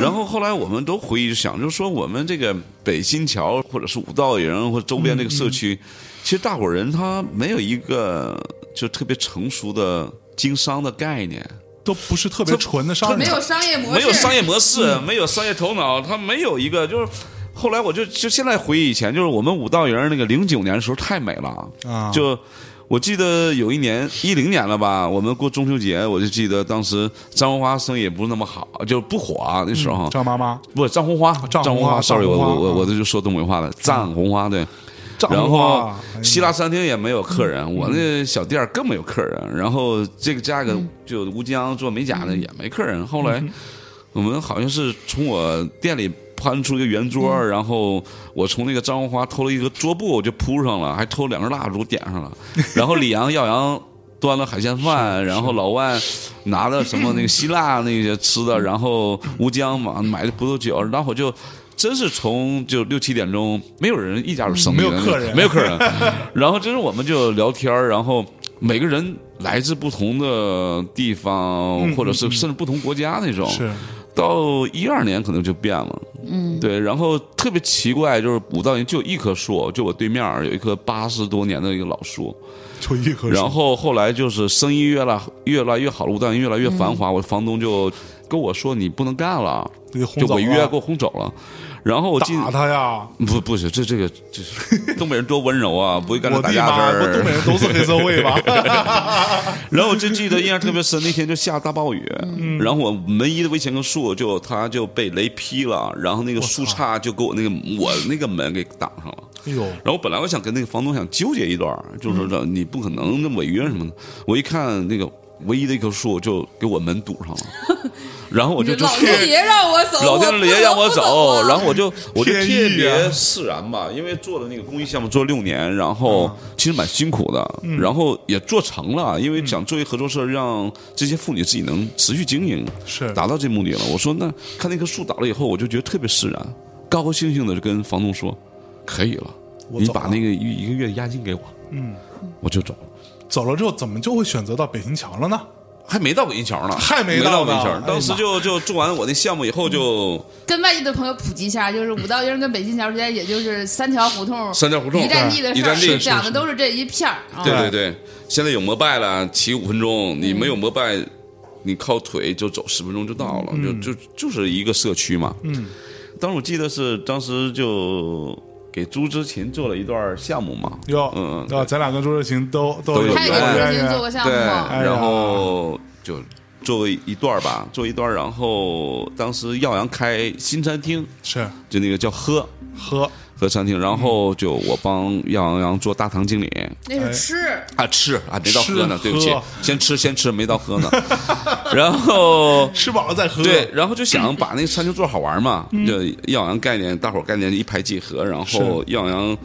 [SPEAKER 3] 然后后来我们都回忆想，就是说我们这个北新桥或者是五道营或者周边这个社区，其实大伙人他没有一个就特别成熟的经商的概念，
[SPEAKER 2] 都不是特别纯的商人，
[SPEAKER 1] 没有商业模式，
[SPEAKER 3] 没有商业模式，没有商业头脑，他没有一个就是。后来我就就现在回忆以前，就是我们五道营那个零九年的时候太美了，
[SPEAKER 2] 啊，
[SPEAKER 3] 就我记得有一年一零年了吧，我们过中秋节，我就记得当时张红花生意也不是那么好，就是不火啊那时候。
[SPEAKER 2] 嗯张妈妈，
[SPEAKER 3] 不，张红花，
[SPEAKER 2] 张
[SPEAKER 3] 红
[SPEAKER 2] 红花
[SPEAKER 3] ，sorry，我
[SPEAKER 2] 张
[SPEAKER 3] 我
[SPEAKER 2] 红花
[SPEAKER 3] 我
[SPEAKER 2] 啊
[SPEAKER 3] 我这就说东北话了，张红花对。
[SPEAKER 2] 张
[SPEAKER 3] 然
[SPEAKER 2] 妈
[SPEAKER 3] 后
[SPEAKER 2] 妈哎呀嗯
[SPEAKER 3] 希腊餐厅也没有客人，我那小店儿更没有客人。然后这个价
[SPEAKER 2] 嗯
[SPEAKER 3] 格就乌江做美甲的也没客人。后来我们好像是从我店里搬出一个圆桌，
[SPEAKER 2] 嗯
[SPEAKER 3] 然后我从那个张红花偷了一个桌布，我就铺上了，还偷两根蜡烛点上了。然后李阳、耀阳。端了海鲜饭，然后老万拿了
[SPEAKER 2] <clears throat>
[SPEAKER 3] 什么那个希腊那些吃的，然后乌江嘛买的葡萄酒，然后我就真是从就六七点钟，没有人一家有生意的，
[SPEAKER 2] 嗯没有客人
[SPEAKER 3] 没有
[SPEAKER 2] <laughs>
[SPEAKER 3] 客人。然后真是我们就聊天儿然后每个人来自不同的地方，或者是甚至不同国家那种。
[SPEAKER 2] 嗯是
[SPEAKER 3] 到一二年可能就变了，嗯，对。然后特别奇怪，就是五道营就一棵树，就我对面儿有一棵八十多年的一个老树，
[SPEAKER 2] 就一棵树，
[SPEAKER 3] 然后后来就是生意越来越来越好了，五道营越来越繁华，我房东就跟我说你不能干了，
[SPEAKER 2] 给轰
[SPEAKER 3] 就
[SPEAKER 2] 走
[SPEAKER 3] 违约
[SPEAKER 2] 了
[SPEAKER 3] 给我轰走了。然后我进
[SPEAKER 2] 打他呀！
[SPEAKER 3] 不不是这这个这是东北人多温柔啊，不会干这
[SPEAKER 2] 我
[SPEAKER 3] 打
[SPEAKER 2] 的
[SPEAKER 3] 架
[SPEAKER 2] 妈！不，东
[SPEAKER 3] 事
[SPEAKER 2] 北
[SPEAKER 3] 儿。
[SPEAKER 2] 人都是黑社会吧？
[SPEAKER 3] 然后我就记得印象特别深，那天就下大暴雨，然后我门一的围墙跟树就它就被雷劈了，然后那个树杈就给我那个我那个门给挡上了。
[SPEAKER 2] 哎呦，
[SPEAKER 3] 然后本来我想跟那个房东想纠结一段儿，就是说这你不可能那么违约什么的。我一看那个唯一的一棵树就给我门堵上了，然后我就就
[SPEAKER 1] 老天爷让我走，
[SPEAKER 3] 老天爷让我
[SPEAKER 1] 啊我
[SPEAKER 3] 走，然后我就我就
[SPEAKER 2] 天
[SPEAKER 3] 特
[SPEAKER 2] 意啊
[SPEAKER 3] 别释然吧，因为做的那个公益项目做六年，然后
[SPEAKER 2] 啊
[SPEAKER 3] 其实蛮辛苦的，
[SPEAKER 2] 嗯
[SPEAKER 3] 然后也做成了，因为想做一合作社，让这些妇女自己能持续经营，
[SPEAKER 2] 是
[SPEAKER 3] 达到这目的了。我说那看那棵树倒了以后，我就觉得特别释然，高高兴兴的就跟房东说，可以了，
[SPEAKER 2] 我
[SPEAKER 3] 你
[SPEAKER 2] 走
[SPEAKER 3] 把
[SPEAKER 2] 了
[SPEAKER 3] 那个一一个月的押金给我，
[SPEAKER 2] 嗯，
[SPEAKER 3] 我就走了。
[SPEAKER 2] 走了之后怎么就会选择到北新桥了呢？
[SPEAKER 3] 还没到北京桥呢，
[SPEAKER 2] 还没
[SPEAKER 3] 没
[SPEAKER 2] 到呢
[SPEAKER 3] 北京
[SPEAKER 2] 哎呀
[SPEAKER 3] 桥。
[SPEAKER 2] 妈
[SPEAKER 3] 当时就就做完我那项目以后，就
[SPEAKER 1] 跟外地的朋友普及一下，就是五道营跟北新桥之间，也就是三条胡同、
[SPEAKER 3] 三条胡同
[SPEAKER 1] 一站地的
[SPEAKER 3] 对一站
[SPEAKER 1] 事
[SPEAKER 3] 地
[SPEAKER 1] 儿，讲的都是这一片儿啊。
[SPEAKER 3] 对对对，现在有摩拜了，骑五分钟，你没有摩拜，你靠腿就走十分钟就到了，就就就是一个社区嘛。
[SPEAKER 2] 嗯，
[SPEAKER 3] 当时我记得是当时就给朱之琴做了一段项目嘛，
[SPEAKER 2] 哟，
[SPEAKER 3] 嗯，
[SPEAKER 2] 啊，咱俩跟朱哲琴都
[SPEAKER 3] 都有
[SPEAKER 2] 有
[SPEAKER 1] 他也给
[SPEAKER 3] 缘
[SPEAKER 1] 朱
[SPEAKER 2] 渊
[SPEAKER 1] 志清做
[SPEAKER 2] 源
[SPEAKER 1] 过项
[SPEAKER 3] 对，
[SPEAKER 1] 目，哎
[SPEAKER 2] 呀
[SPEAKER 3] 然后就做一段吧，做一段，然后当时耀阳开新餐厅，
[SPEAKER 2] 是
[SPEAKER 3] 就那个叫喝
[SPEAKER 2] 喝
[SPEAKER 3] 喝餐厅，然后就我帮耀阳做大堂经理，
[SPEAKER 1] 那是吃，
[SPEAKER 3] 啊，吃啊，没到喝呢，
[SPEAKER 2] 吃
[SPEAKER 3] 对不起
[SPEAKER 2] 喝，
[SPEAKER 3] 先吃先吃，没到喝呢。 <laughs> 然后
[SPEAKER 2] 吃饱了再喝，
[SPEAKER 3] 对，然后就想把那个餐厅做好玩嘛，就耀阳概念，大伙儿概念一拍即合，然后耀阳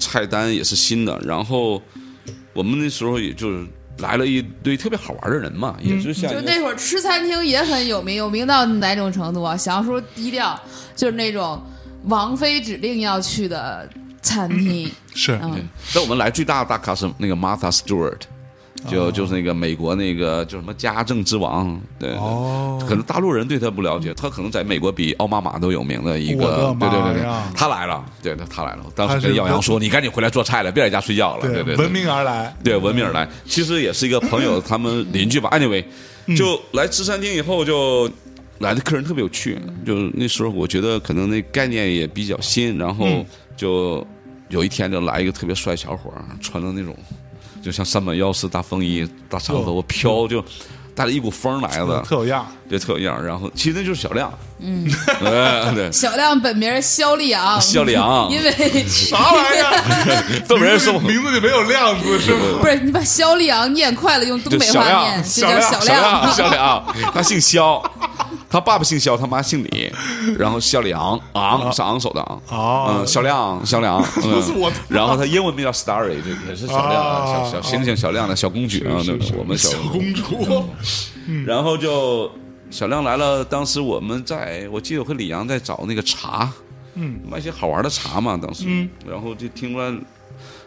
[SPEAKER 3] 菜单也是新的，然后我们那时候也就是来了一堆特别好玩的人嘛，也就像
[SPEAKER 1] 就
[SPEAKER 3] 一个
[SPEAKER 1] 那会儿吃餐厅也很有名，有名到哪种程度啊？小时候低调，就是那种王菲指定要去的餐厅，
[SPEAKER 2] 是
[SPEAKER 3] 对
[SPEAKER 1] 嗯，
[SPEAKER 3] 但我们来最大的大咖是那个 Martha Stewart。就
[SPEAKER 2] 哦
[SPEAKER 3] 就是那个美国那个叫什么家政之王，对，对
[SPEAKER 2] 哦
[SPEAKER 3] 可能大陆人对他不了解，他可能在美国比奥巴马都有名的一
[SPEAKER 2] 我的
[SPEAKER 3] 个，
[SPEAKER 2] 妈
[SPEAKER 3] 对
[SPEAKER 2] 呀
[SPEAKER 3] 对对对，他来了，对，他他来了，当
[SPEAKER 2] 他
[SPEAKER 3] 时
[SPEAKER 2] 是
[SPEAKER 3] 跟耀
[SPEAKER 2] 文
[SPEAKER 3] 阳说，你赶紧回来做菜了，别在家睡觉了，对对，
[SPEAKER 2] 闻名而来，
[SPEAKER 3] 对，闻名而来。其实也是一个朋友，他们邻 <laughs> 居吧。Anyway，就来吃餐厅以后就。来的客人特别有趣，就是那时候我觉得可能那概念也比较新，然后就有一天就来一个特别帅小伙儿，穿着那种就像山本耀司大风衣、大长头发飘，就带着一股风来的，
[SPEAKER 2] 特有样。
[SPEAKER 3] 对，特有样儿。然后其实那就是小亮，嗯， <laughs> 对，
[SPEAKER 1] 小亮本名肖丽昂，
[SPEAKER 3] 肖丽
[SPEAKER 1] <laughs>
[SPEAKER 3] 昂 <laughs>
[SPEAKER 1] 因为
[SPEAKER 2] 啥玩意儿？
[SPEAKER 3] 东北人说我
[SPEAKER 2] 名字里没有“亮”字是吗？
[SPEAKER 1] 不是你把肖丽昂念快了，用东
[SPEAKER 3] 就
[SPEAKER 1] 北
[SPEAKER 3] 小
[SPEAKER 1] 话
[SPEAKER 3] 亮，
[SPEAKER 1] 念，就叫
[SPEAKER 2] 小
[SPEAKER 1] 小啊
[SPEAKER 3] 亮，啊 <laughs> 小亮，他姓肖，他爸爸姓肖，他妈姓李，然后肖亮，昂啊是昂首的昂，
[SPEAKER 2] 哦
[SPEAKER 3] 嗯，小亮，
[SPEAKER 2] <laughs>
[SPEAKER 3] 小亮，嗯
[SPEAKER 2] 是啊我的，
[SPEAKER 3] 然后他英文名叫 Starry，这也是小亮啊，
[SPEAKER 2] 啊
[SPEAKER 3] 小小星星，小亮的小公举啊，对，我们小
[SPEAKER 2] 小公主，嗯
[SPEAKER 3] 然后就小亮来了，当时我们在，我记得我和李阳在找那个茶，
[SPEAKER 2] 嗯，
[SPEAKER 3] 卖一些好玩的茶嘛，当时，
[SPEAKER 2] 嗯
[SPEAKER 3] 然后就听出来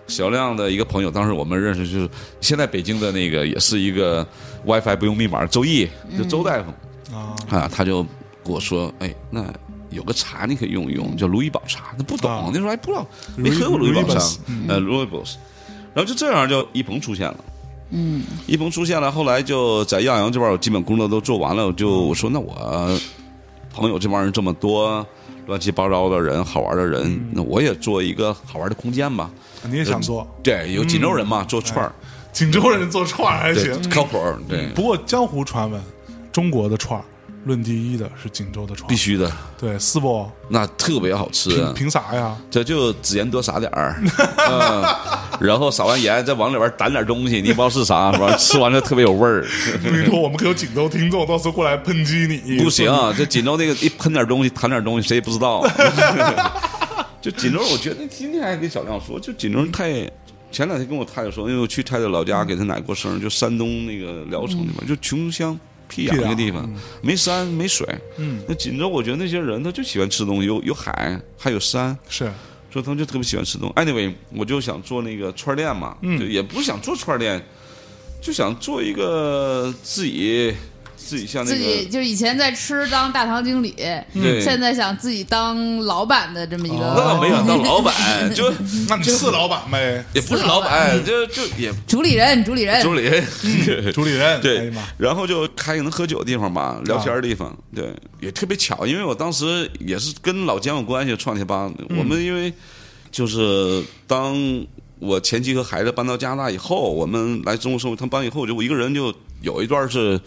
[SPEAKER 3] 小亮的一个朋友，当时我们认识，就是现在北京的那个也是一个 WiFi 不用密码，周易，就
[SPEAKER 2] 嗯
[SPEAKER 3] 周大夫、
[SPEAKER 2] 啊
[SPEAKER 3] 啊，他就跟我说，哎，那。有个茶你可以用一用，叫如意宝茶，那不懂，
[SPEAKER 2] 啊
[SPEAKER 3] 那时候还不知道，
[SPEAKER 2] 如意
[SPEAKER 3] 没喝过如意宝
[SPEAKER 2] 如意
[SPEAKER 3] 茶
[SPEAKER 2] 宝斯，
[SPEAKER 3] 呃，如意宝斯，然后就这样就一鹏出现了。
[SPEAKER 1] 嗯，
[SPEAKER 3] 一鹏出现了，后来就在耀阳这边，我基本工作都做完了，我
[SPEAKER 2] 嗯
[SPEAKER 3] 就我说那我朋友这帮人这么多，乱七八糟的人，好玩的人，
[SPEAKER 2] 嗯
[SPEAKER 3] 那我也做一个好玩的空间吧。
[SPEAKER 2] 你也想做？
[SPEAKER 3] 对，有锦州人嘛，做串儿，
[SPEAKER 2] 锦州人做串儿还
[SPEAKER 3] 对
[SPEAKER 2] 嗯哎行，，嗯
[SPEAKER 3] 靠谱儿，对，
[SPEAKER 2] 不过江湖传闻，中国的串儿论第一的是锦州的串儿，
[SPEAKER 3] 必须啊的，
[SPEAKER 2] 对，是不？
[SPEAKER 3] 那特别好吃。
[SPEAKER 2] 凭凭啥呀？
[SPEAKER 3] 这就只盐多撒点儿， <laughs> 嗯，然后撒完盐再往里边掸点东西，你也不知道是啥，完 <laughs> 吃完了特别有
[SPEAKER 2] <laughs>
[SPEAKER 3] 味儿。
[SPEAKER 2] 你说我们可有锦州听众，到时候过来抨击你，
[SPEAKER 3] 不行，啊这锦州那个一喷点东西，弹点东西，谁也不知道。 <laughs> 就锦州，我觉得今天还跟小亮说，就锦州人太。前两天跟我太太说，因为我去太太老家给她奶过生日，就山东那个聊城那边，就穷乡僻壤
[SPEAKER 2] 嗯僻壤
[SPEAKER 3] 那个地方，没山没水。
[SPEAKER 2] 嗯，
[SPEAKER 3] 那锦州，我觉得那些人他就喜欢吃东西，有有海，还有山，
[SPEAKER 2] 是
[SPEAKER 3] 所以他们就特别喜欢吃东西。Anyway，我就想做那个串儿店嘛，就也不是想做串儿店，就想做一个自己自己像那
[SPEAKER 1] 自己
[SPEAKER 3] 个。嗯
[SPEAKER 1] 就是以前在吃当大堂经理，
[SPEAKER 3] 对哦
[SPEAKER 1] 现在想自己当老板的这么一个，
[SPEAKER 3] 那倒没想到老板，
[SPEAKER 1] <laughs>
[SPEAKER 3] 就
[SPEAKER 2] 那你是老板呗，
[SPEAKER 3] 也不是老板，就就也
[SPEAKER 1] 主理人，主理人，
[SPEAKER 3] 助理，
[SPEAKER 1] 嗯
[SPEAKER 3] <laughs>
[SPEAKER 2] 主理人。哎
[SPEAKER 3] 对
[SPEAKER 2] 呀妈，，啊
[SPEAKER 3] 然后就开个能喝酒的地方吧，聊天的地方，对，也特别巧，因为我当时也是跟老姜有关系，创贴吧，
[SPEAKER 2] 嗯
[SPEAKER 3] 我们因为就是当我前妻和孩子搬到加拿大以后，我们来中国生活，他们搬以后，就我一个人就有一段是。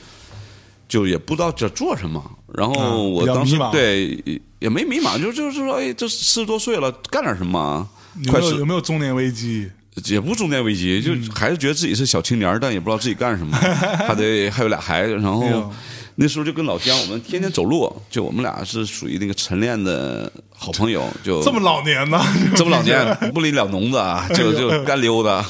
[SPEAKER 3] 就也不知道这做什么，然
[SPEAKER 2] 啊
[SPEAKER 3] 后我
[SPEAKER 2] 比较
[SPEAKER 3] 当时、
[SPEAKER 2] 迷茫
[SPEAKER 3] 对也没迷茫，就就是说，哎，这四十多岁了，干点什么啊、
[SPEAKER 2] 有
[SPEAKER 3] 快
[SPEAKER 2] 没
[SPEAKER 3] 十
[SPEAKER 2] 有有没有中年危机？
[SPEAKER 3] 也不是中年危机，就
[SPEAKER 2] 嗯
[SPEAKER 3] 还是觉得自己是小青年儿，但也不知道自己干
[SPEAKER 2] <laughs>
[SPEAKER 3] 什么，还得还有俩孩子，然
[SPEAKER 2] 哎
[SPEAKER 3] 后
[SPEAKER 2] 呦
[SPEAKER 3] 那时候就跟老姜，我们天天走路，就我们俩是属于那个晨练的好朋友，就
[SPEAKER 2] 这么老年呢？
[SPEAKER 3] 哦 <laughs> 这么老年不理了农子啊，就 <laughs> 就干溜达，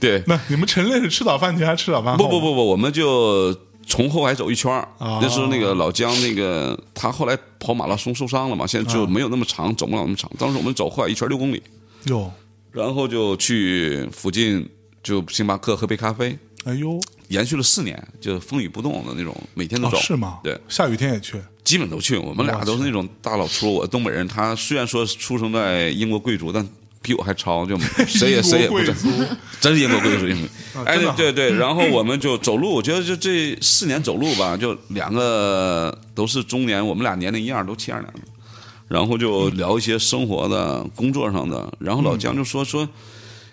[SPEAKER 3] 对，
[SPEAKER 2] <laughs> 哎那你们晨练是吃早饭前还是吃早饭后？
[SPEAKER 3] 不不不不，我们就从后海走一圈儿。
[SPEAKER 2] 啊
[SPEAKER 3] 那时候那个老姜，那个他后来跑马拉松受伤了嘛，现在就没有那么长，走不了那么长。当时我们走后海一圈六公里，
[SPEAKER 2] 不，哟，
[SPEAKER 3] 然后就去附近就星巴克喝杯咖啡，
[SPEAKER 2] 哎呦，
[SPEAKER 3] 延续了四年，就风雨不动的那种，每天都
[SPEAKER 2] 哦
[SPEAKER 3] 走。
[SPEAKER 2] 是吗？
[SPEAKER 3] 对，
[SPEAKER 2] 下雨天也去。
[SPEAKER 3] 基本都去。我
[SPEAKER 2] 我
[SPEAKER 3] 们俩
[SPEAKER 2] 去
[SPEAKER 3] 都是那种大老粗，我东北人，他虽然说出生在英国贵族，但比我还
[SPEAKER 2] <laughs>
[SPEAKER 3] 糙，就谁也谁也不
[SPEAKER 2] 英
[SPEAKER 3] 知
[SPEAKER 2] 国贵
[SPEAKER 3] 道 <laughs>
[SPEAKER 2] 族，
[SPEAKER 3] 真是英国贵族。英
[SPEAKER 2] 啊
[SPEAKER 3] 国哎
[SPEAKER 2] 真的，<laughs>
[SPEAKER 3] 对对，然后我们就走路，我觉得就这四年走路吧，就两个都是中年，我们俩年龄一样，都七二年了。然后就聊一些生活的、工作上的。然后老姜就
[SPEAKER 2] 嗯
[SPEAKER 3] 说说，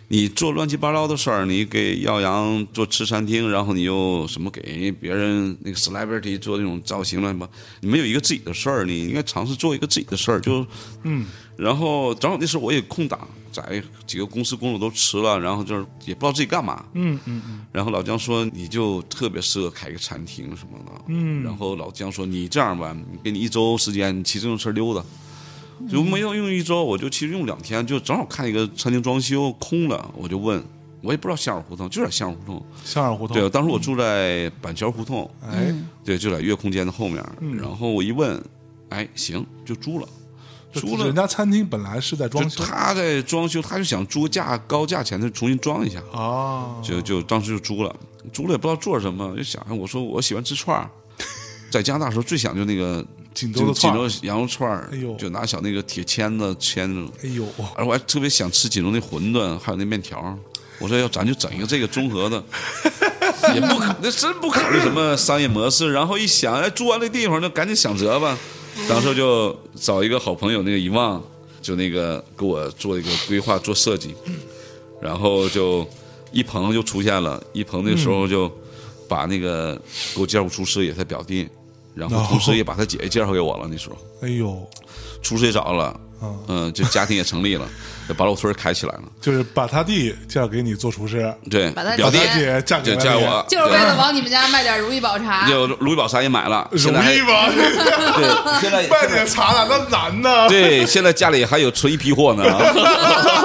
[SPEAKER 3] 你做乱七八糟的事儿，你给耀阳做吃餐厅，然后你又什么给别人那个 celebrity 做那种造型乱七八，你没有一个自己的事儿，你应该尝试做一个自己的事儿。就
[SPEAKER 2] 嗯，
[SPEAKER 3] 然后正好那时候我也空档，在几个公司工作都辞了，然后就是也不知道自己干嘛。
[SPEAKER 2] 嗯嗯嗯，
[SPEAKER 3] 然后老姜说你就特别适合开个餐厅什么的。嗯，然后老姜说你这样吧，给你一周时间，你骑自行车溜达。就没有用一周，我就其实用两天，就正好看一个餐厅装修空了，我就问，我也不知道香儿胡同，就在香儿胡同。
[SPEAKER 2] 香儿胡同。
[SPEAKER 3] 对，当时我住在板桥胡同，
[SPEAKER 2] 哎，
[SPEAKER 3] 对，就在月空间的后面。
[SPEAKER 2] 嗯
[SPEAKER 3] 然后我一问，哎，行，就租了，租
[SPEAKER 2] 就
[SPEAKER 3] 了
[SPEAKER 2] 人。家餐厅本来是在装
[SPEAKER 3] 就
[SPEAKER 2] 修
[SPEAKER 3] 他在装修，他就想租价高价钱的重新装一下，
[SPEAKER 2] 啊，
[SPEAKER 3] 就就当时就租了，租了也不知道做什么，就想哎我说我喜欢吃串儿，在加拿大时候最想就那个
[SPEAKER 2] 锦州
[SPEAKER 3] 就
[SPEAKER 2] 的
[SPEAKER 3] 锦
[SPEAKER 2] 串
[SPEAKER 3] 州
[SPEAKER 2] 儿。
[SPEAKER 3] 羊肉串儿
[SPEAKER 2] 哎呦，
[SPEAKER 3] 就拿小那个铁签子签着，
[SPEAKER 2] 哎呦，
[SPEAKER 3] 而我还特别想吃锦州那馄饨，还有那面条儿。我说要咱就整一个这个综合的，也不考那真不考虑什么商业模式。然后一想，哎，住完这地方就赶紧想辙吧。当时就找一个好朋友，那个遗忘，就那个给我做一个规划、做设计。然后就一鹏就出现了，一鹏那时候就把那个给我介绍厨师也他表弟，然后厨师也把他姐姐介绍给我了。那时候
[SPEAKER 2] 哎呦，
[SPEAKER 3] 厨师也找了，
[SPEAKER 2] 嗯
[SPEAKER 3] 嗯，就家庭也成立了，就把我村儿开起来了。
[SPEAKER 2] 就是把他弟介绍给你做厨师，
[SPEAKER 3] 对，
[SPEAKER 1] 把他
[SPEAKER 3] 表弟
[SPEAKER 1] 姐
[SPEAKER 2] 大姐嫁给
[SPEAKER 3] 就
[SPEAKER 2] 了
[SPEAKER 3] 嫁
[SPEAKER 2] 你
[SPEAKER 3] 我，
[SPEAKER 1] 就是为了往你们家卖点如意宝茶
[SPEAKER 3] 对。就如意宝茶也买了，现
[SPEAKER 2] 容
[SPEAKER 3] 在还
[SPEAKER 2] 易吗？ <laughs>
[SPEAKER 3] 对，现在
[SPEAKER 2] 卖点茶哪那难呢？
[SPEAKER 3] 对，现在家里还有存一批货呢。啊
[SPEAKER 1] <laughs>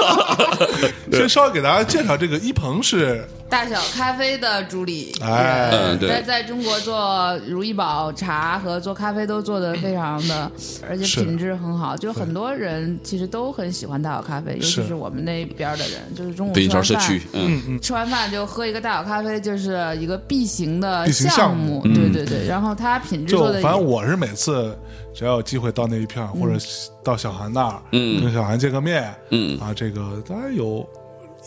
[SPEAKER 2] 先稍微给大家介绍这个一鹏是，
[SPEAKER 1] 大小咖啡的主理，
[SPEAKER 2] 哎
[SPEAKER 3] 嗯对
[SPEAKER 1] 在在中国做如意宝茶和做咖啡都做的非常的，而且
[SPEAKER 2] 是
[SPEAKER 1] 品质很好，就是很多人其实都很喜欢大小咖啡，尤
[SPEAKER 2] 是
[SPEAKER 1] 其是我们那边的人，就是中午
[SPEAKER 3] 北
[SPEAKER 1] 吃
[SPEAKER 3] 京桥
[SPEAKER 1] 完
[SPEAKER 3] 社
[SPEAKER 1] 饭
[SPEAKER 3] 区，，嗯，
[SPEAKER 1] 吃完饭就喝一个大小咖啡，就是一个必行的
[SPEAKER 2] 必行项目
[SPEAKER 1] 对对
[SPEAKER 3] 嗯
[SPEAKER 1] 对，然后它品质
[SPEAKER 2] 就
[SPEAKER 1] 做的
[SPEAKER 2] 反正我是每次只要有机会到那一片儿，或者
[SPEAKER 1] 嗯
[SPEAKER 2] 到小韩那儿，嗯，跟小韩见个面，
[SPEAKER 3] 嗯
[SPEAKER 2] 啊，这个大概有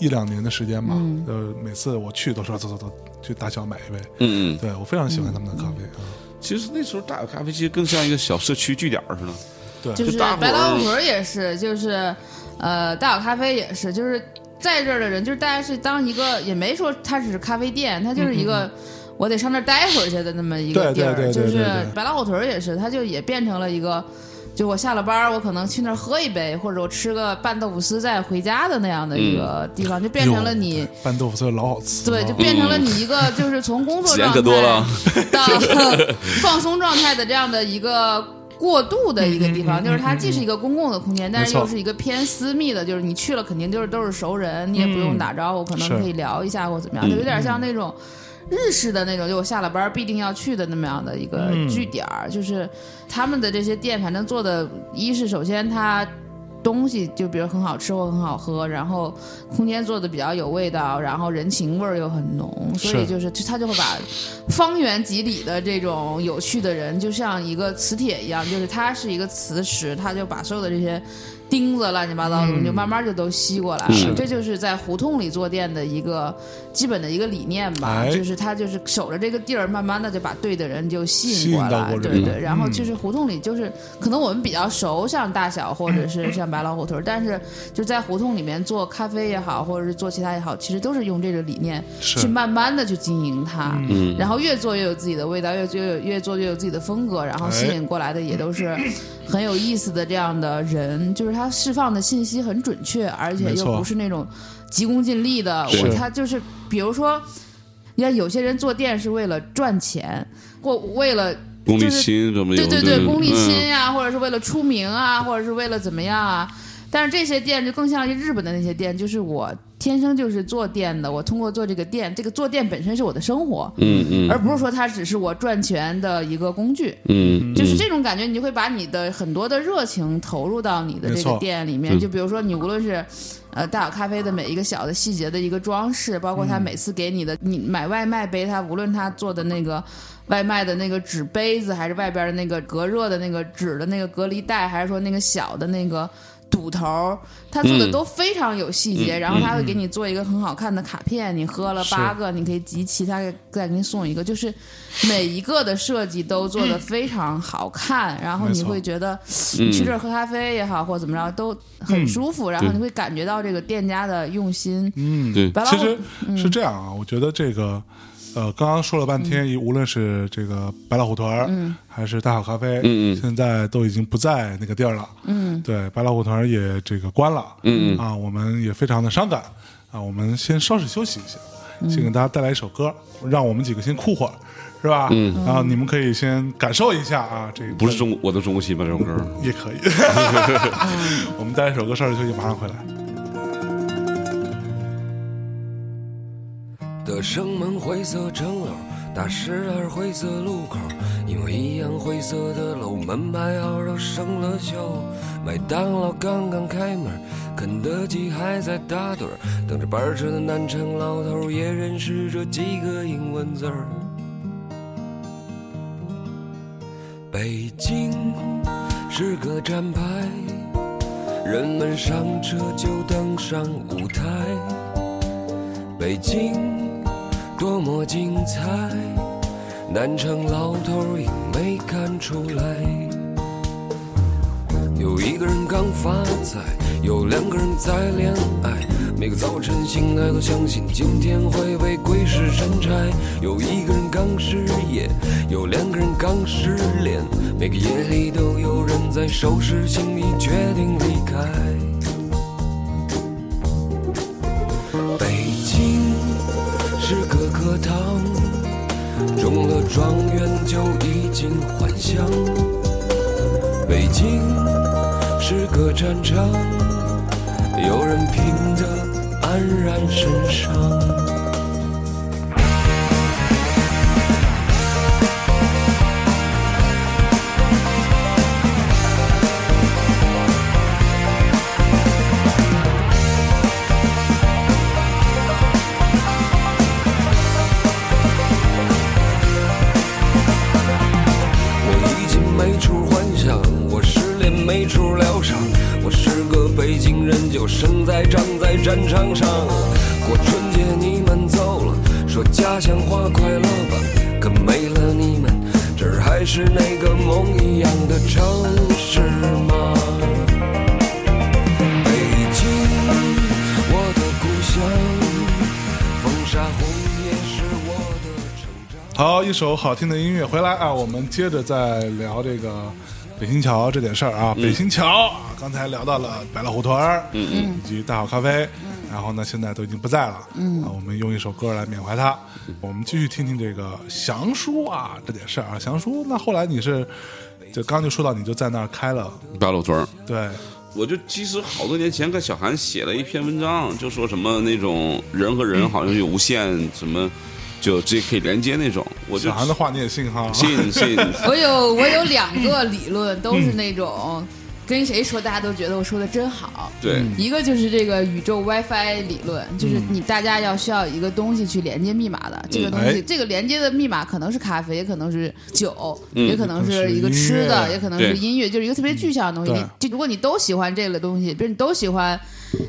[SPEAKER 2] 一两年的时间吧，
[SPEAKER 1] 嗯
[SPEAKER 2] 呃，每次我去都说走走走，去大小买一杯，
[SPEAKER 3] 嗯嗯。
[SPEAKER 2] 对我非常喜欢他们的咖啡啊，
[SPEAKER 3] 其实那时候大有咖啡其实更像一个小社区据点儿似的。
[SPEAKER 2] 对，
[SPEAKER 1] 就是
[SPEAKER 3] 就大伙儿
[SPEAKER 1] 白老虎也是，就是呃大小咖啡也是，就是在这儿的人，就是大家是当一个也没说它只是咖啡店，它就是一个。我得上那儿待会儿去的那么一个
[SPEAKER 2] 对
[SPEAKER 1] 地儿，
[SPEAKER 2] 嗯对对对
[SPEAKER 1] 就是
[SPEAKER 2] 对对
[SPEAKER 1] 白老虎屯儿也是，它就也变成了一个，就我下了班儿，我可能去那儿喝一杯，或者我吃个拌豆腐丝再回家的那样的一个地方，就变成了你
[SPEAKER 2] 嗯哎呦对拌豆腐丝老好吃了，
[SPEAKER 1] 对，就变成了你一个就是从工作
[SPEAKER 3] 子
[SPEAKER 1] 状
[SPEAKER 3] 言嗯可
[SPEAKER 1] 态
[SPEAKER 3] 多了
[SPEAKER 1] 到 <laughs> 放松状态的这样的一个过渡的一个地
[SPEAKER 2] 嗯
[SPEAKER 1] 方，就是它既是一个公共的空间，但是
[SPEAKER 2] 没错
[SPEAKER 1] 又是一个偏私密的，就是你去了肯定就是都是熟人，你也不用打招呼，可能
[SPEAKER 2] 嗯是
[SPEAKER 1] 可以聊一下或怎么样，就有点
[SPEAKER 3] 嗯
[SPEAKER 1] 像那种。日式的那种，就我下了班必定要去的那么样的一
[SPEAKER 2] 嗯
[SPEAKER 1] 个据点儿，就是他们的这些店，反正做的，一是首先它东西就比如很好吃或很好喝，然后空间做的比较有味道，然后人情味儿又很浓，所以
[SPEAKER 2] 是
[SPEAKER 1] 就是就他就会把方圆几里的这种有趣的人，就像一个磁铁一样，就是它是一个磁石，它就把所有的这些钉子、乱七八糟的东
[SPEAKER 2] 嗯
[SPEAKER 1] 西，就慢慢就都吸过来
[SPEAKER 3] 是
[SPEAKER 1] 了。这就是在胡同里做店的一个基本的一个理念吧
[SPEAKER 2] 哎，
[SPEAKER 1] 就是他就是守着这个地儿，慢慢的就把对的人就吸
[SPEAKER 2] 吸
[SPEAKER 1] 引
[SPEAKER 2] 引
[SPEAKER 1] 过
[SPEAKER 2] 到
[SPEAKER 1] 来，
[SPEAKER 2] 过来
[SPEAKER 1] 对
[SPEAKER 2] 了
[SPEAKER 1] 对。然后就是胡同里，就是可能我们比较熟，像大小或者是像白老虎屯儿，但是就在胡同里面做咖啡也好，或者是做其他也好，其实都是用这个理念去
[SPEAKER 2] 是
[SPEAKER 1] 慢慢的去经营它，嗯，然后越做越有自己的味道，越做越有越做越有自己的风格，然后
[SPEAKER 2] 哎
[SPEAKER 1] 吸引过来的也都是很有意思的这样的人，就是他释放的信息很准确，而且
[SPEAKER 2] 没
[SPEAKER 1] 又
[SPEAKER 2] 错
[SPEAKER 1] 不是那种急功近利的，
[SPEAKER 3] 是
[SPEAKER 1] 我他就是比如说，你看有些人做店是为了赚钱，或为了
[SPEAKER 3] 功利
[SPEAKER 1] 就是
[SPEAKER 3] 心什么有
[SPEAKER 1] 对对对，功利
[SPEAKER 3] 嗯
[SPEAKER 1] 心呀、或者是为了出名啊，或者是为了怎么样啊。但是这些店就更像日本的那些店，就是我天生就是做店的，我通过做这个店，这个做店本身是我的生活，
[SPEAKER 3] 嗯嗯
[SPEAKER 1] 而不是说它只是我赚钱的一个工具。
[SPEAKER 3] 嗯，
[SPEAKER 1] 就是这种感觉，你就会把你的很多的热情投入到你的这
[SPEAKER 2] 没
[SPEAKER 1] 个
[SPEAKER 2] 错
[SPEAKER 1] 店里
[SPEAKER 3] 嗯
[SPEAKER 1] 面。就比如说，你无论是呃大小咖啡的每一个小的细节的一个装饰，包
[SPEAKER 2] 嗯
[SPEAKER 1] 括他每次给你的，你买外卖杯，他无论他做的那个。外卖的那个纸杯子，还是外边的那个隔热的那个纸的那个隔离带，还是说那个小的那个堵头儿，他做的
[SPEAKER 3] 嗯
[SPEAKER 1] 都非常有细节。然后他会给你做一个很好看的卡片，你喝了
[SPEAKER 2] 嗯是
[SPEAKER 1] 八个，你可以集齐，他再给你送一个，就是每一个的设计都做
[SPEAKER 2] <clears throat>
[SPEAKER 1] 得非常好看，然后
[SPEAKER 2] 没
[SPEAKER 1] 你
[SPEAKER 2] 错
[SPEAKER 1] 会觉得你去这儿喝咖啡也好，或者怎么着都很舒服，然后
[SPEAKER 3] 对
[SPEAKER 1] 你会感觉到这个店家的用心。
[SPEAKER 2] 嗯，
[SPEAKER 3] 对
[SPEAKER 1] 白老
[SPEAKER 2] 其
[SPEAKER 1] 虎
[SPEAKER 2] 实是这样啊，我觉得这个，呃，刚刚说了半天，无论是这个白老虎屯儿，还是大好咖啡，
[SPEAKER 3] 嗯嗯
[SPEAKER 2] 现在都已经不在那个地儿了，嗯，对，白老虎屯儿也这个关了，
[SPEAKER 3] 嗯
[SPEAKER 2] 啊，我们也非常的伤感啊，我们先稍事休息一下，先给大家带来一首歌，让我们几个先哭会儿，是吧？嗯，然后你们可以先感受一下啊，这个
[SPEAKER 3] 不是中我的中国心吧这首歌。
[SPEAKER 2] 也可以， <laughs> 我们带来一首歌，稍事休息，马上回来。
[SPEAKER 4] 的生门灰色城楼，大石栏灰色路口，因为一样灰色的楼，门牌号都生了锈。麦当劳刚刚开门，肯德基还在打盹儿，等着班车的南城老头儿也认识这几个英文字儿。北京是个站牌，人们上车就登上舞台。北京多么精彩，南城老头儿也没看出来。有一个人刚发财，有两个人在恋爱，每个早晨醒来都相信今天会被鬼使神差。有一个人刚失业，有两个人刚失恋，每个夜里都有人在收拾行李决定离开。北京是个课堂，中了状元就衣锦还乡。北京是个战场，有人拼得黯然神伤。我已经没处幻想，我失恋没处疗伤，我是个北京人，就生在长在战场上。过春节你们走了，说家乡话快乐吧，可没了你们，这儿还是那个梦一样的城市吗？北京，我的故乡，风沙红叶是我的成长。
[SPEAKER 2] 好，一首好听的音乐回来啊，我们接着再聊这个北新桥这点事儿啊。北新桥啊，刚才聊到了百乐虎屯儿，嗯嗯，以及大好咖啡，然后呢，现在都已经不在了，嗯，啊，我们用一首歌来缅怀他。我们继续听听这个翔叔啊这点事儿啊，翔叔，那后来你是就刚就说到你就在那儿开了，
[SPEAKER 3] 白老屯儿，
[SPEAKER 2] 对，
[SPEAKER 3] 我就其实好多年前跟小韩写了一篇文章，就说什么那种人和人好像有无限什么，就这可以连接那种，我就
[SPEAKER 2] 小 <laughs> 韩的话你也信哈，
[SPEAKER 3] 信信。
[SPEAKER 1] 我有我有两个理论，都是那种跟谁说大家都觉得我说的真好。
[SPEAKER 3] 对，
[SPEAKER 1] 一个就是这个宇宙 WiFi 理论，就是
[SPEAKER 3] 嗯
[SPEAKER 1] 你大家要需要一个东西去连接密码的，这个东
[SPEAKER 3] 嗯
[SPEAKER 1] 西，
[SPEAKER 2] 哎
[SPEAKER 1] 这个连接的密码可能是咖啡，也可能是酒，
[SPEAKER 3] 嗯
[SPEAKER 1] 也可能是一个吃的，也
[SPEAKER 2] 也
[SPEAKER 1] 可能是
[SPEAKER 3] 对
[SPEAKER 1] 音乐，就是一个特别具象的东西。
[SPEAKER 2] 对
[SPEAKER 1] 你就如果你都喜欢这类东西，比如你都喜欢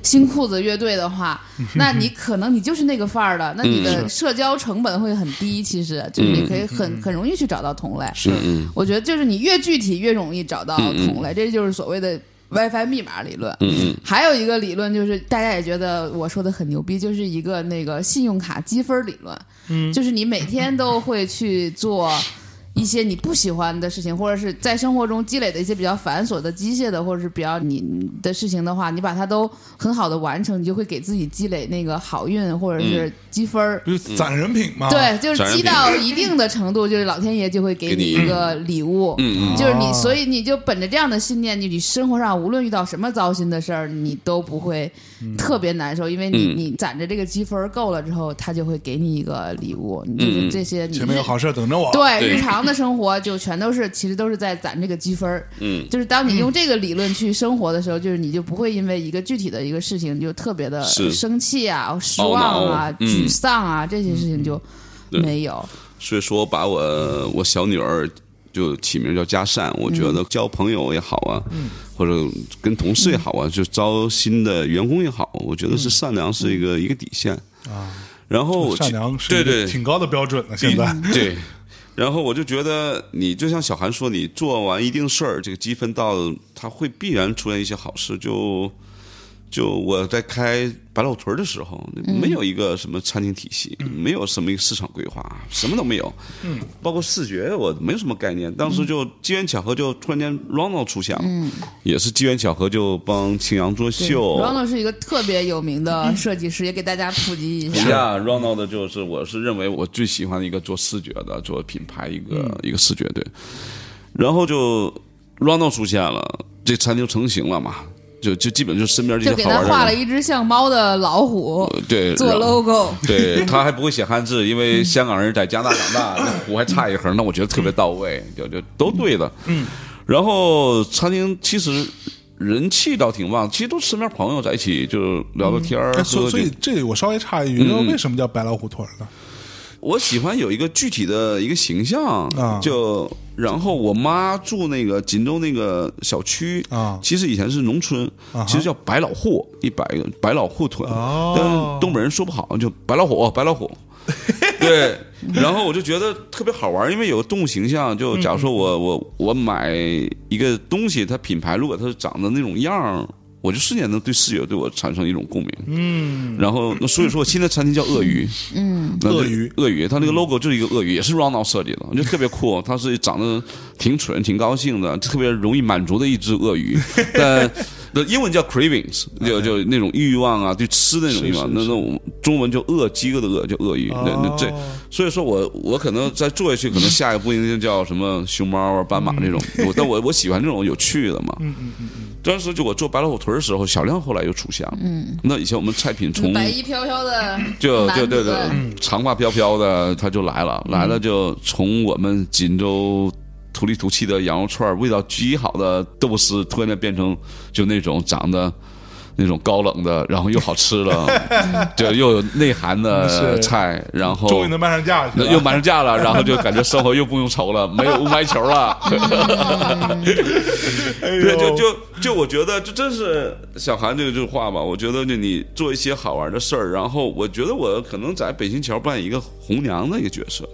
[SPEAKER 1] 新裤子乐队的话，那你可能你就是那个范儿的，那你的社交成本会很低。其实就是你可以很很容易去找到同类。
[SPEAKER 3] 是嗯
[SPEAKER 1] 我觉得就是你越具体越容易找到同类，这就是所谓的 WiFi 密码理论。
[SPEAKER 3] 嗯嗯，
[SPEAKER 1] 还有一个理论就是大家也觉得我说的很牛逼，就是一个那个信用卡积分理论，
[SPEAKER 2] 嗯
[SPEAKER 1] 就是你每天都会去做。一些你不喜欢的事情，或者是在生活中积累的一些比较繁琐的、机械的，或者是比较你的事情的话，你把它都很好的完成，你就会给自己积累那个好运或者是积分儿。
[SPEAKER 2] 不是攒人品嘛？
[SPEAKER 1] 对，就是
[SPEAKER 3] 攒人
[SPEAKER 1] 积
[SPEAKER 3] 品
[SPEAKER 1] 到一定的程度，就是老天爷就会给
[SPEAKER 3] 给
[SPEAKER 1] 你
[SPEAKER 3] 你
[SPEAKER 1] 一个礼物。
[SPEAKER 3] 嗯
[SPEAKER 1] 就是你，
[SPEAKER 2] 哦
[SPEAKER 1] 所以你就本着这样的信念，你你生活上无论遇到什么糟心的事儿，你都不会
[SPEAKER 2] 嗯
[SPEAKER 1] 特别难受，因为你
[SPEAKER 3] 嗯
[SPEAKER 1] 你攒着这个积分儿够了之后，他就会给你一个礼物，你就是
[SPEAKER 3] 嗯
[SPEAKER 1] 这些你
[SPEAKER 2] 前面有好事等着我。
[SPEAKER 1] 对
[SPEAKER 3] 对
[SPEAKER 1] 日常的生活就全都是其实都是在攒这个积分儿。
[SPEAKER 3] 嗯，
[SPEAKER 1] 就是当你用这个理论去生活的时候，就是你就不会因为一个具体的一个事情就特别的
[SPEAKER 3] 是
[SPEAKER 1] 生气啊、失望啊、
[SPEAKER 3] 嗯
[SPEAKER 1] 沮丧啊这些事情就
[SPEAKER 3] 对
[SPEAKER 1] 没有。
[SPEAKER 3] 所以说我把我我小女儿就起名叫佳善，我觉得交朋友也好啊，或者跟同事也好啊，就招新的员工也好，我觉得是善良是一个一个底线
[SPEAKER 2] 啊。
[SPEAKER 3] 然后我
[SPEAKER 2] 善良是
[SPEAKER 3] 对
[SPEAKER 2] 一个
[SPEAKER 3] 对
[SPEAKER 2] 挺高的标准的，现在
[SPEAKER 3] <laughs> 对，然后我就觉得你就像小韩说，你做完一定事儿，这个积分到它会必然出现一些好事。就就我在开白老屯儿的时候，没有一个什么餐厅体系，没有什么一个市场规划，什么都没有。嗯，包括视觉我没有什么概念。当时就机缘巧合，就突然间 Ronald 出现了，也是机缘巧合，就帮青阳做秀。
[SPEAKER 1] Ronald 是一个特别有名的设计师，也给大家普及一
[SPEAKER 3] 评
[SPEAKER 1] 下。
[SPEAKER 3] 价 Ronald 就是我是认为我最喜欢的一个做视觉的，做品牌一个、
[SPEAKER 1] 嗯
[SPEAKER 3] 一个视觉对。然后就 Ronald 出现了，这餐厅成型了嘛，就就基本就身边这
[SPEAKER 1] 就给
[SPEAKER 3] 些好
[SPEAKER 1] 他
[SPEAKER 3] 玩的人。
[SPEAKER 1] 画了一只像猫的老虎
[SPEAKER 3] 呃对
[SPEAKER 1] 做
[SPEAKER 3] 然后
[SPEAKER 1] logo，
[SPEAKER 3] 对他还不会写汉字，因为香港人在加拿大长大，那虎还差一横，那我觉得特别到位，就就都对的。嗯，然后餐厅其实人气倒挺旺，其实都身边朋友在一起就聊聊天儿，
[SPEAKER 1] 嗯
[SPEAKER 2] 哎
[SPEAKER 3] 喝
[SPEAKER 2] 所
[SPEAKER 3] 喝
[SPEAKER 2] 所
[SPEAKER 3] 酒
[SPEAKER 2] 以这里我稍微插一句，
[SPEAKER 3] 嗯
[SPEAKER 2] 为什么叫白老虎屯呢？
[SPEAKER 3] 我喜欢有一个具体的一个形象，
[SPEAKER 2] 啊
[SPEAKER 3] 就然后我妈住那个锦州那个小区
[SPEAKER 2] 啊
[SPEAKER 3] 其实以前是农村，其实叫百老户，一百个百老户屯，
[SPEAKER 2] 哦
[SPEAKER 3] 但是东北人说不好，就白老虎，白
[SPEAKER 2] <laughs>
[SPEAKER 3] 老虎。对，然后我就觉得特别好玩，因为有动物形象。就假如说
[SPEAKER 2] 嗯
[SPEAKER 3] 我我我买一个东西，它品牌如果它长得那种样儿，我就瞬间能对视觉对我产生一种共鸣。嗯，然后所以说我新的餐厅叫鳄鱼。嗯，
[SPEAKER 2] 鳄鱼
[SPEAKER 3] 鳄鱼，它那个 logo 就是一个鳄鱼，也是 Ronald 设计的，我觉得特别酷。它是长得挺蠢、挺高兴的，特别容易满足的一只鳄
[SPEAKER 2] <laughs>
[SPEAKER 3] 鱼。但那英文叫 cravings，就就那种欲望啊，对吃的那种欲望。那那我们中文就饿，饥饿的饿，叫鳄鱼。那那
[SPEAKER 2] 哦
[SPEAKER 3] 这，所以说我我可能再做下去，可能下一步一定叫什么熊猫啊、斑马
[SPEAKER 2] 嗯
[SPEAKER 3] 这种。我但我我喜欢这种有趣的嘛。嗯嗯嗯。当时就我做白老虎屯的时候，小亮后来又出现了。嗯。那以前我们菜品从
[SPEAKER 1] 白衣飘飘的
[SPEAKER 3] 就
[SPEAKER 1] 男
[SPEAKER 3] 就
[SPEAKER 1] 子
[SPEAKER 3] 对对，
[SPEAKER 2] 嗯
[SPEAKER 3] 嗯长发飘飘的他就来了，来了就从我们锦州土里土气的羊肉串儿，味道极好的豆腐丝，突然间变成就那种长得。那种高冷的，然后又好吃 <laughs> 了，就又有内涵的
[SPEAKER 2] 是
[SPEAKER 3] 菜，然后
[SPEAKER 2] 终于能卖上价去
[SPEAKER 3] 哦那
[SPEAKER 2] 了，
[SPEAKER 3] 又买上价了，然后就感觉生活又不用愁了，没有雾霾球
[SPEAKER 2] <laughs>
[SPEAKER 3] <laughs> 了。
[SPEAKER 2] 嗯哎
[SPEAKER 3] <laughs> 对，就就就我觉得，这真是小韩这个这话吧。我觉得就你做一些好玩的事儿，然后我觉得我可能在北新桥扮演一个红娘的一个角色，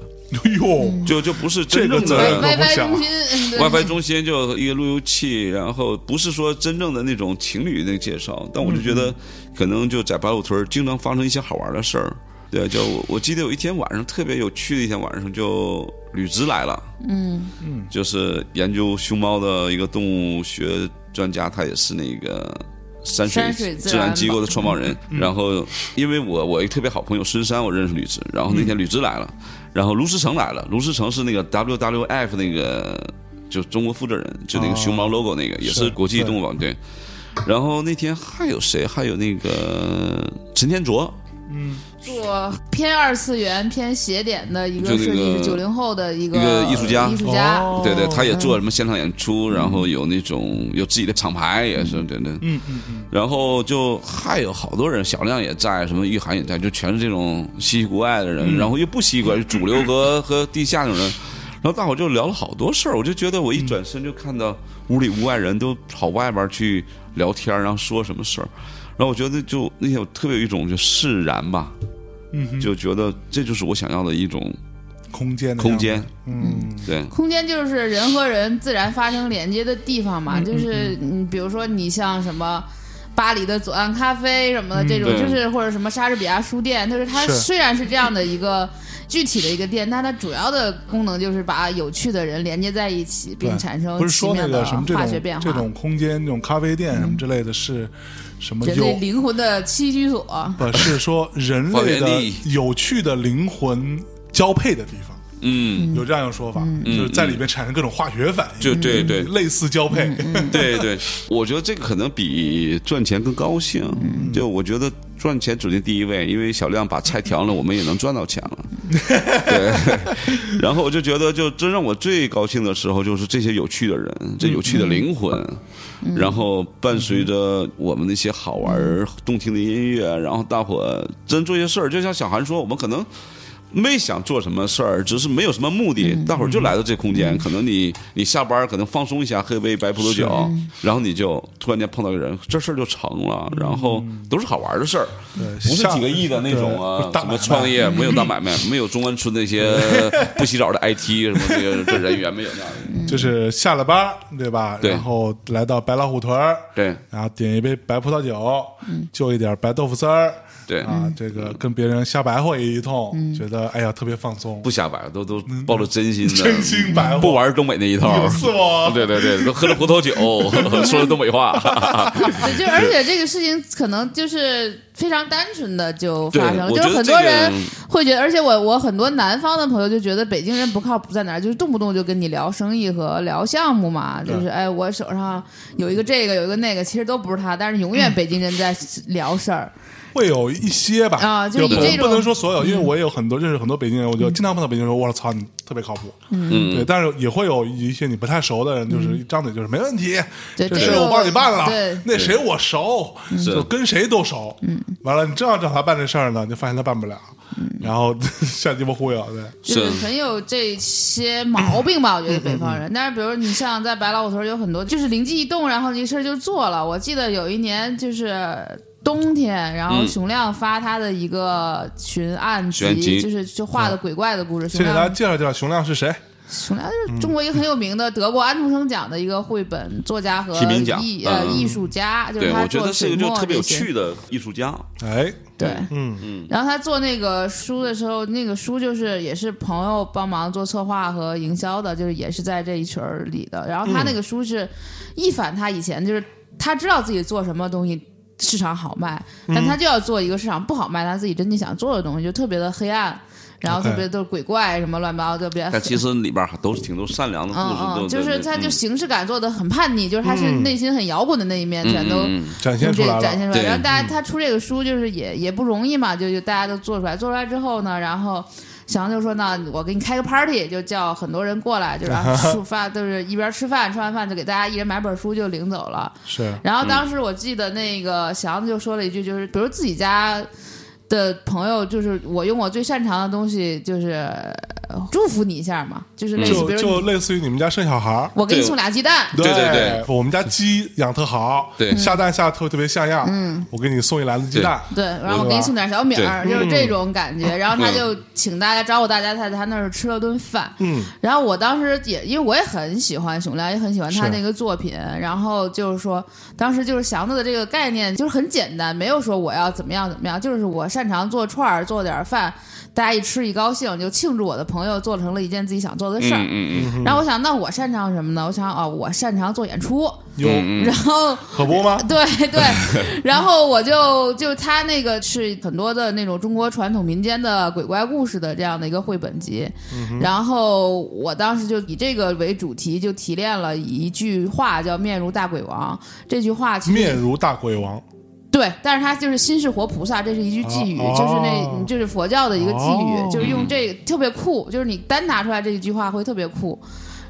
[SPEAKER 2] 哎呦，
[SPEAKER 3] 就就不是真正
[SPEAKER 2] 这个责任
[SPEAKER 3] 的
[SPEAKER 2] 可
[SPEAKER 1] WiFi
[SPEAKER 2] 不小
[SPEAKER 1] 中心嗯对
[SPEAKER 3] WiFi 中心，就一个路由器，然后不是说真正的那种情侣那个介绍，但我就觉
[SPEAKER 1] 嗯
[SPEAKER 3] 得可能就在白鹿屯儿经常发生一些好玩的事儿。对，就我我记得有一天晚上特别有趣的一天晚上，就吕植来了。
[SPEAKER 1] 嗯
[SPEAKER 3] 就是研究熊猫的一个动物学专家，他也是那个山水
[SPEAKER 1] 山水自然
[SPEAKER 3] 自然机构的创办人。
[SPEAKER 2] 嗯
[SPEAKER 3] 然后，因为我我一个特别好朋友孙山，我认识吕植，然
[SPEAKER 2] 嗯
[SPEAKER 3] 后那天吕植来了，然后卢思成来了，卢思成是那个 WWF 那个就中国负责人，就那个
[SPEAKER 2] 哦
[SPEAKER 3] 熊猫 logo 那个，也是
[SPEAKER 2] 是
[SPEAKER 3] 国际动物网对。然后那天还有谁？还有那个陈天卓，
[SPEAKER 2] 嗯，
[SPEAKER 1] 做偏二次元、偏邪典的一个
[SPEAKER 3] 就那
[SPEAKER 1] 设计
[SPEAKER 3] 个
[SPEAKER 1] 是九零后的一个
[SPEAKER 3] 一个艺术家
[SPEAKER 1] 艺术家，
[SPEAKER 2] 哦
[SPEAKER 3] 对对，他也做什么现场演出，然后有那种有自己的厂牌，也是对对。
[SPEAKER 2] 嗯嗯嗯，
[SPEAKER 3] 然后就还有好多人，小亮也在，什么玉涵也在，就全是这种稀奇古怪的
[SPEAKER 2] 嗯
[SPEAKER 3] 人，然后又不稀奇古怪，就主流和和地下那种人。然后大伙就聊了好多事儿，我就觉得我一转身就看到屋里屋外人都跑外边去聊天，然后说什么事儿，然后我觉得就那天我特别有一种就释然吧，
[SPEAKER 2] 嗯哼
[SPEAKER 3] 就觉得这就是我想要的一种
[SPEAKER 2] 空间的
[SPEAKER 3] 空
[SPEAKER 2] 样子，
[SPEAKER 3] 间，
[SPEAKER 2] 嗯
[SPEAKER 3] 对，
[SPEAKER 1] 空间就是人和人自然发生连接的地方
[SPEAKER 2] 嗯
[SPEAKER 1] 嘛，就是你比如说你像什么。巴黎的左岸咖啡什么的，这种、
[SPEAKER 3] 对
[SPEAKER 1] 就是或者什么莎士比亚书店，就是它
[SPEAKER 2] 嗯是
[SPEAKER 1] 虽然是这样的一个具体的一个店，但它主要的功能就是把有趣的人连接在一起，
[SPEAKER 2] 对
[SPEAKER 1] 并产生
[SPEAKER 2] 不是
[SPEAKER 1] 奇
[SPEAKER 2] 说
[SPEAKER 1] 妙
[SPEAKER 2] 那个
[SPEAKER 1] 的
[SPEAKER 2] 什么这
[SPEAKER 1] 化学
[SPEAKER 2] 种
[SPEAKER 1] 变
[SPEAKER 2] 这
[SPEAKER 1] 化。
[SPEAKER 2] 种空间、这种咖啡店什么之类的，是什么
[SPEAKER 1] 人类
[SPEAKER 2] 有？
[SPEAKER 1] 灵魂的栖居所，
[SPEAKER 2] 不是说人
[SPEAKER 3] 发
[SPEAKER 2] 类
[SPEAKER 3] 源地
[SPEAKER 2] 的有趣的灵魂交配的地方，
[SPEAKER 3] 嗯，
[SPEAKER 2] 有这样一个说法，就是在里面产生各种化学反应，
[SPEAKER 3] 就对对，
[SPEAKER 2] 类似交配。
[SPEAKER 1] 嗯
[SPEAKER 3] <laughs> 对对，我觉得这个可能比赚钱更高兴。就我觉得赚钱指定第一位，因为小亮把菜调了，我们也能赚到钱了。对，然后我就觉得，就真让我最高兴的时候，就是这些有趣的人，这有趣的灵魂，然后伴随着我们那些好玩儿、动听的音乐，然后大伙真做些事儿，就像小韩说，我们可能。没想做什么事儿，只是没有什么目的，大伙儿就来到这空间。可能你你下班儿可能放松一下，喝一杯白葡萄酒，然后你就突然间碰到一个人，这事儿就成了。然后都是好玩儿的事儿，
[SPEAKER 2] 不
[SPEAKER 3] 不是几个亿的那种啊，
[SPEAKER 2] 大
[SPEAKER 3] 什
[SPEAKER 2] 买卖
[SPEAKER 3] 么创业没有大买
[SPEAKER 2] <laughs>
[SPEAKER 3] 卖，没有中关村那些不洗澡的 IT 什么这个这人员没有那样的。
[SPEAKER 2] 就是下了班儿对吧？
[SPEAKER 3] 嗯对
[SPEAKER 2] 然后来到白老虎屯儿，
[SPEAKER 3] 对嗯
[SPEAKER 2] 然后点一杯白葡萄酒，就一点白豆腐丝儿。
[SPEAKER 3] 对，嗯
[SPEAKER 2] 啊，这个跟别人瞎白活也一通，觉得哎呀特别放松，
[SPEAKER 3] 不瞎摆，都都抱着真心的，
[SPEAKER 2] 嗯真心白活
[SPEAKER 3] 不玩东北那一套。
[SPEAKER 2] 是吗？
[SPEAKER 3] 对对对，都喝了葡
[SPEAKER 2] <laughs>
[SPEAKER 3] 萄酒，说了东北话。
[SPEAKER 1] 对，就而且这个事情可能就是非常单纯的就
[SPEAKER 3] 对
[SPEAKER 1] 发生了，
[SPEAKER 3] 我
[SPEAKER 1] 就是
[SPEAKER 3] 觉得
[SPEAKER 1] 很
[SPEAKER 3] 这
[SPEAKER 1] 多
[SPEAKER 3] 个
[SPEAKER 1] 人会觉得，而且我我很多南方的朋友就觉得北京人不靠谱在哪儿，就是动不动就跟你聊生意和聊项目嘛，就是哎我手上有一个这个有一个那个，其实都不是他，但是永
[SPEAKER 3] 嗯
[SPEAKER 1] 远北京人在聊事儿，
[SPEAKER 2] 会有一些吧，
[SPEAKER 1] 啊就
[SPEAKER 2] 有
[SPEAKER 1] 以
[SPEAKER 2] 不
[SPEAKER 1] 这种嗯
[SPEAKER 2] 不能说所有，因为我也有很多认识很多北京人，我就经常碰到北京人说，我操，你特别靠谱，嗯，对，但是也会有一些你不太熟的人，就是一张嘴就是没问题，
[SPEAKER 1] 嗯对
[SPEAKER 2] 这
[SPEAKER 1] 这
[SPEAKER 2] 事
[SPEAKER 1] 个
[SPEAKER 2] 我帮你办了
[SPEAKER 1] 对，嗯
[SPEAKER 2] 那谁我熟，就跟谁都熟，嗯，完了你正要找他办这事儿呢，你就发现他办不了，
[SPEAKER 1] 嗯
[SPEAKER 2] 然后 <laughs> 瞎鸡巴忽悠，对，
[SPEAKER 1] 就是
[SPEAKER 3] 是嗯
[SPEAKER 1] 很有这些毛病吧，我觉得北方人。但是，比如你像在白老虎屯儿有很多，就是灵机一动，然后这事儿就做了。我记得有一年就是。冬天，然后
[SPEAKER 3] 嗯
[SPEAKER 1] 熊亮发他的一个巡案集，
[SPEAKER 3] 巡集嗯
[SPEAKER 1] 就是就画的鬼怪的故事。熊
[SPEAKER 2] 先给大家嗯
[SPEAKER 1] 亮，
[SPEAKER 2] 介绍介绍熊亮是谁，
[SPEAKER 1] 熊亮就是中国一个很有名的德国安徒生奖的一个绘本作家和
[SPEAKER 3] 提名奖
[SPEAKER 1] 艺呃
[SPEAKER 3] 嗯
[SPEAKER 1] 艺术家，就是
[SPEAKER 3] 对，
[SPEAKER 1] 他
[SPEAKER 3] 我觉
[SPEAKER 1] 做
[SPEAKER 3] 得这
[SPEAKER 1] 水
[SPEAKER 3] 个就
[SPEAKER 1] 墨
[SPEAKER 3] 特别有
[SPEAKER 1] 这些
[SPEAKER 3] 趣的艺术家。
[SPEAKER 2] 哎，
[SPEAKER 1] 对，
[SPEAKER 2] 嗯
[SPEAKER 1] 嗯。然后他做那个书的时候，那个书就是也是朋友帮忙做策划和营销的，就是也是在这一群儿里的。然后他那个书是一反他以前，就是他知道自己做什么东西。市场好卖，
[SPEAKER 2] 嗯
[SPEAKER 1] 但他就要做一个市场不好卖，他自己真正想做的东西，就特别的黑暗，然后
[SPEAKER 2] OK
[SPEAKER 1] 特别都是鬼怪什么乱七八糟，就比较
[SPEAKER 3] 嗯但其实里边儿都是挺多善良的
[SPEAKER 1] 嗯
[SPEAKER 3] 故
[SPEAKER 1] 嗯，
[SPEAKER 3] 事，
[SPEAKER 1] 就
[SPEAKER 3] 都
[SPEAKER 1] 是他就形式感做的很叛逆，就是他是
[SPEAKER 2] 嗯
[SPEAKER 1] 内心很摇滚的那一面，全都
[SPEAKER 3] 嗯嗯
[SPEAKER 2] 展现
[SPEAKER 1] 用
[SPEAKER 2] 出
[SPEAKER 1] 这
[SPEAKER 2] 来
[SPEAKER 1] 个
[SPEAKER 2] 了
[SPEAKER 1] 展，现出来。
[SPEAKER 3] 对
[SPEAKER 1] 然后大家
[SPEAKER 2] 嗯
[SPEAKER 1] 他出这个书就是也也不容易嘛，就就大家都做出来，做出来之后呢，然后。翔就说呢，我给你开个 party，就叫很多人过来，就
[SPEAKER 2] <laughs>
[SPEAKER 1] 然后出发，就是一边吃饭，吃完饭就给大家一人买本书就领走了。
[SPEAKER 2] 是
[SPEAKER 1] 然后当时我记得那个祥子就说了一句，就是比如自己家的朋友，就是我用我最擅长的东西，就是呃祝福你一下嘛，就是类似，
[SPEAKER 2] 就
[SPEAKER 1] 比如
[SPEAKER 2] 嗯就
[SPEAKER 1] 你
[SPEAKER 2] 类似于你们家生小孩儿，
[SPEAKER 1] 我给你
[SPEAKER 3] 对
[SPEAKER 1] 送俩鸡
[SPEAKER 2] <laughs>
[SPEAKER 1] 蛋，
[SPEAKER 3] 对对对
[SPEAKER 2] 我们家鸡养特好，
[SPEAKER 3] 对
[SPEAKER 2] 下蛋下得特特别像样，嗯，我给你送一篮子鸡蛋， <laughs>
[SPEAKER 1] 对，然后我给你送点小米儿，就是这种感觉。然后他就请大家找我，大家在他那儿吃了顿饭。
[SPEAKER 2] 嗯，
[SPEAKER 1] 然后我当时也因为我也很喜欢熊亮，也很喜欢他那个作品。然后就是说，当时就是祥子的这个概念就是很简单，没有说我要怎么样怎么样，就是我擅长做串儿，做点儿饭，大家一吃一高兴，就庆祝我的朋友做成了一件自己想做的事儿。
[SPEAKER 3] 嗯嗯
[SPEAKER 1] 然后我想，那我擅长什么呢？我想啊、我擅长做演出。
[SPEAKER 2] 有
[SPEAKER 3] 嗯
[SPEAKER 1] 然后
[SPEAKER 2] 可不吗？
[SPEAKER 1] <laughs> 对对，然后我就就他那个是很多的那种中国传统民间的鬼怪故事的这样的一个绘本集，然后我当时就以这个为主题，就提炼了一句话叫“面如大鬼王”。这句话其实
[SPEAKER 2] 面如大鬼王，
[SPEAKER 1] 对，但是他就是心是活菩萨，这是一句寄语，
[SPEAKER 2] 哦
[SPEAKER 1] 就是那就是佛教的一个寄语，
[SPEAKER 2] 哦
[SPEAKER 1] 就是用这个特别酷，就是你单拿出来这一句话会特别酷。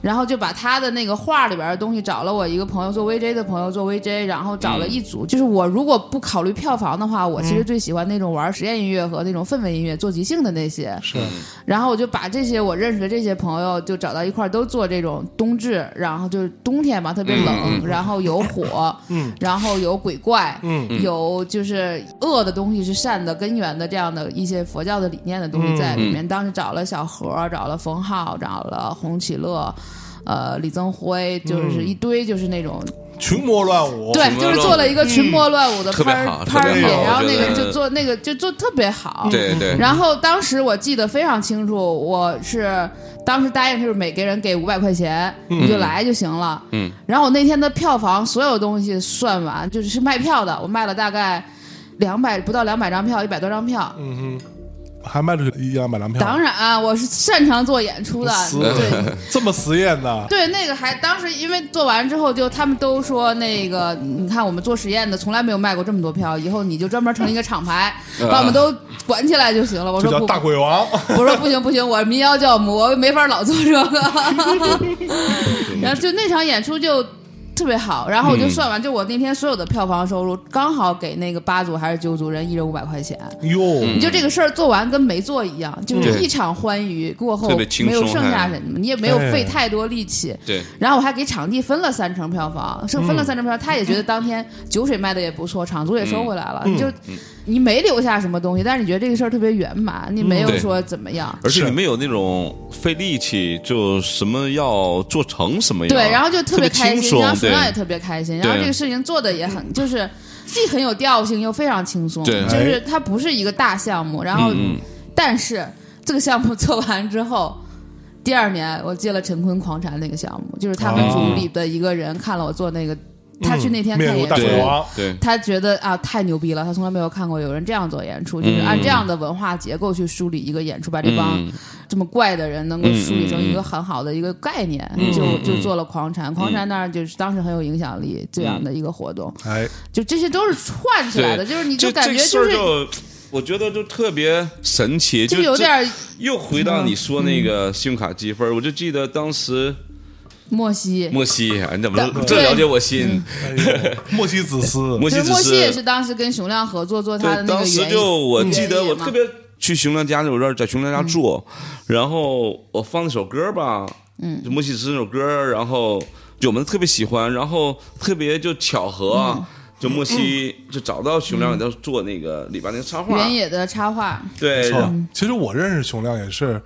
[SPEAKER 1] 然后就把他的那个画里边的东西找了我一个朋友做 VJ 的朋友做 VJ，然后找了一组。就是我如果不考虑票房的话，我其实最喜欢那种玩实验音乐和那种氛围音乐、做即兴的那些。
[SPEAKER 2] 是
[SPEAKER 1] 然后我就把这些我认识的这些朋友就找到一块儿，都做这种冬至，然后就是冬天嘛，特别冷，
[SPEAKER 3] 嗯
[SPEAKER 1] 然后有
[SPEAKER 3] <laughs>
[SPEAKER 1] 火，
[SPEAKER 2] 嗯，
[SPEAKER 1] 然后有鬼怪，
[SPEAKER 2] 嗯，
[SPEAKER 1] 有就是恶的东西是善的根源的这样的一些佛教的理念的东西在
[SPEAKER 3] 嗯
[SPEAKER 1] 里面。当时找了小何，啊找了冯浩，找了洪启乐。呃，李增辉
[SPEAKER 3] 嗯
[SPEAKER 1] 就是一堆就是那种，
[SPEAKER 2] 群魔乱舞，
[SPEAKER 1] 对，
[SPEAKER 3] 魔
[SPEAKER 1] 就是
[SPEAKER 3] 乱
[SPEAKER 1] 做了一个群魔乱舞的
[SPEAKER 3] 嗯特别
[SPEAKER 1] par-
[SPEAKER 3] 好特别
[SPEAKER 1] party，
[SPEAKER 3] 好
[SPEAKER 1] 然后
[SPEAKER 3] 我
[SPEAKER 1] 那
[SPEAKER 3] 觉
[SPEAKER 1] 个
[SPEAKER 3] 得
[SPEAKER 1] 就做那个就做特别好，
[SPEAKER 3] 对
[SPEAKER 2] <laughs>
[SPEAKER 3] 对，
[SPEAKER 1] 然后当时我记得非常清楚，我是当时答应就是每个人给五百块钱，
[SPEAKER 2] 嗯
[SPEAKER 1] 你就来就行了。
[SPEAKER 3] 嗯，
[SPEAKER 1] 然后我那天的票房所有东西算完，就是是卖票的，我卖了大概两百不到两百张票，一百多张票。
[SPEAKER 2] 嗯哼，还卖出去一两百张票，
[SPEAKER 1] 当然、啊，我是擅长做演出的，
[SPEAKER 2] 死
[SPEAKER 1] 对。
[SPEAKER 2] <laughs> 这么实验的，
[SPEAKER 1] 对，那个还当时因为做完之后，就他们都说那个，你看我们做实验的从来没有卖过这么多票，以后你就专门成一个厂牌，把我们都管起来就行了。我
[SPEAKER 2] 嗯这
[SPEAKER 1] 说
[SPEAKER 2] 叫
[SPEAKER 1] 不，
[SPEAKER 2] 大鬼王，
[SPEAKER 1] <laughs> 我说不行不行，我民谣教母，我没法老做
[SPEAKER 3] <laughs>
[SPEAKER 1] 这个。然后就那场演出就特别好，然
[SPEAKER 3] 嗯
[SPEAKER 1] 后我就算完，就我那天所有的票房收入，刚好给那个八组还是九组人一人五百块钱。
[SPEAKER 2] 哟，
[SPEAKER 1] 你就这个事儿做完跟没做一样，就是
[SPEAKER 3] 嗯对
[SPEAKER 1] 一场欢愉过后
[SPEAKER 3] 特别轻
[SPEAKER 1] 没有
[SPEAKER 3] 松
[SPEAKER 1] 剩下
[SPEAKER 3] 还
[SPEAKER 1] 什么，你也没有
[SPEAKER 2] 对
[SPEAKER 1] 费太多力气。
[SPEAKER 3] 对，
[SPEAKER 1] 然后我还给场地分了三成票房，剩分了三成票房，他也觉得当天酒水卖的也不错，场租也收回来了，
[SPEAKER 3] 嗯
[SPEAKER 1] 你就你没留下什么东西，但是你觉得这个事儿特别圆满，你没有
[SPEAKER 3] 对
[SPEAKER 1] 说怎么样。
[SPEAKER 3] 而且
[SPEAKER 2] 是
[SPEAKER 3] 你没有那种费力气，就什么要做成什么样，
[SPEAKER 1] 对，然后就特别开
[SPEAKER 3] 啊轻
[SPEAKER 1] 心，然
[SPEAKER 3] 松
[SPEAKER 1] 后，冯
[SPEAKER 3] 对
[SPEAKER 1] 亮也特别开心，然后
[SPEAKER 3] 对
[SPEAKER 1] 这个事情做的也很就是既很有调性又非常轻松，
[SPEAKER 3] 对
[SPEAKER 1] 就是它不是一个大项目，然后、
[SPEAKER 3] 嗯嗯
[SPEAKER 1] 但是这个项目做完之后。 <laughs> 第二年，我接了陈坤狂禅那个项目，就是他们
[SPEAKER 3] 哦
[SPEAKER 1] 组里的一个人看了我做那个，他去那天看
[SPEAKER 2] 面如
[SPEAKER 1] 演
[SPEAKER 2] 大
[SPEAKER 1] <laughs> 出，
[SPEAKER 2] 鬼王，
[SPEAKER 3] 嗯对，
[SPEAKER 1] 他觉得啊太牛逼了，他从来没有看过有人这样做演出，就是按这样的文化结构去梳理一个演出，把这帮
[SPEAKER 3] 嗯
[SPEAKER 1] 这么怪的人能够梳理成一个很好的一个概念，
[SPEAKER 3] 嗯
[SPEAKER 1] 就就做了狂禅。狂禅当然就是当时很有影响力这样的一个活动，
[SPEAKER 2] 哎，
[SPEAKER 1] 就这些都是串起来的，就是你
[SPEAKER 3] 嗯这
[SPEAKER 1] 感觉
[SPEAKER 3] 这事
[SPEAKER 1] 就
[SPEAKER 3] 儿
[SPEAKER 1] 是
[SPEAKER 3] 就我觉得就特别神奇，
[SPEAKER 1] 就有
[SPEAKER 3] 这
[SPEAKER 1] 点嗯
[SPEAKER 3] 又回到你说那个信用卡积分儿，我就记得当时
[SPEAKER 1] 莫西。
[SPEAKER 3] 莫西，哎你怎么
[SPEAKER 1] 对
[SPEAKER 3] 这了解我心？
[SPEAKER 2] 哎呦莫西子
[SPEAKER 3] <laughs>
[SPEAKER 2] 思，
[SPEAKER 3] 莫西
[SPEAKER 1] 就是
[SPEAKER 3] 只
[SPEAKER 1] 莫西也是当时跟熊亮合作做他的
[SPEAKER 3] 对，
[SPEAKER 1] 那个
[SPEAKER 3] 当时
[SPEAKER 1] 原
[SPEAKER 3] 就我
[SPEAKER 1] 原
[SPEAKER 3] 记得
[SPEAKER 1] 野
[SPEAKER 3] 我
[SPEAKER 1] 嘛嗯
[SPEAKER 3] 特别去熊亮家那，我这儿在熊亮家住，然后我放那首歌吧，嗯，就莫西斯那首歌，然后就我们特别喜欢，然后特别就巧合啊，
[SPEAKER 1] 嗯
[SPEAKER 3] 就莫西就找到熊亮给他做那个里边那个插画，
[SPEAKER 1] 原野的插画，
[SPEAKER 3] 对，
[SPEAKER 2] 错
[SPEAKER 3] 然后
[SPEAKER 2] 其实我认识熊亮也是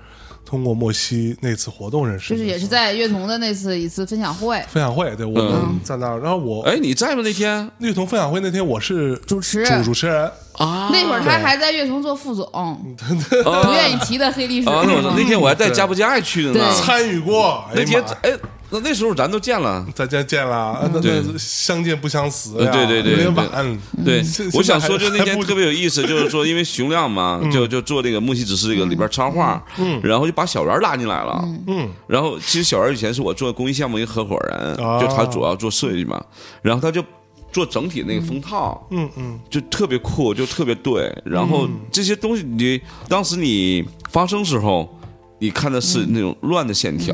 [SPEAKER 2] 通过莫西那次活动认识
[SPEAKER 1] 就
[SPEAKER 2] 的，
[SPEAKER 1] 是也是在乐童的那次一次分享会
[SPEAKER 2] 分享会，对我们在那儿，然后我
[SPEAKER 3] 嗯哎，你在吗那天
[SPEAKER 2] 乐童分享会那天我是主
[SPEAKER 1] 主持，
[SPEAKER 2] 主持人，哦
[SPEAKER 1] <laughs>
[SPEAKER 3] 啊？
[SPEAKER 1] 那会儿他还在乐童做副总，
[SPEAKER 2] 嗯
[SPEAKER 1] 不愿意提的黑历史。
[SPEAKER 3] 哦
[SPEAKER 1] 嗯
[SPEAKER 3] 啊，那我那天我还带加不加也去的呢，
[SPEAKER 1] 对
[SPEAKER 2] 参与过
[SPEAKER 3] 那天
[SPEAKER 2] 哎呀妈呀
[SPEAKER 3] 哎，那那时候咱都见了。
[SPEAKER 2] 再见见了，啊那
[SPEAKER 3] 嗯对
[SPEAKER 2] 那相见不相识哎呀，
[SPEAKER 3] 对对对
[SPEAKER 2] 有点
[SPEAKER 3] 对
[SPEAKER 2] 晚，
[SPEAKER 3] 对
[SPEAKER 2] <laughs> 现，
[SPEAKER 3] 我想说，就
[SPEAKER 2] 现在
[SPEAKER 3] 那
[SPEAKER 2] 还
[SPEAKER 3] 天
[SPEAKER 2] 还不嗯
[SPEAKER 3] 特别有意思，就是说，因为熊亮嘛，就就做这个木西指示这个里边插画，然后就把小袁拉进来了，嗯，然后其实小袁以前是我做公益项目一个合伙人，
[SPEAKER 2] 啊
[SPEAKER 3] 就他主要做设计嘛，然后他就做整体那个封套，
[SPEAKER 2] 嗯嗯，
[SPEAKER 3] 就特别酷，就特别对，然后这些东西你当时你发生时候，你看的是那种乱的线条，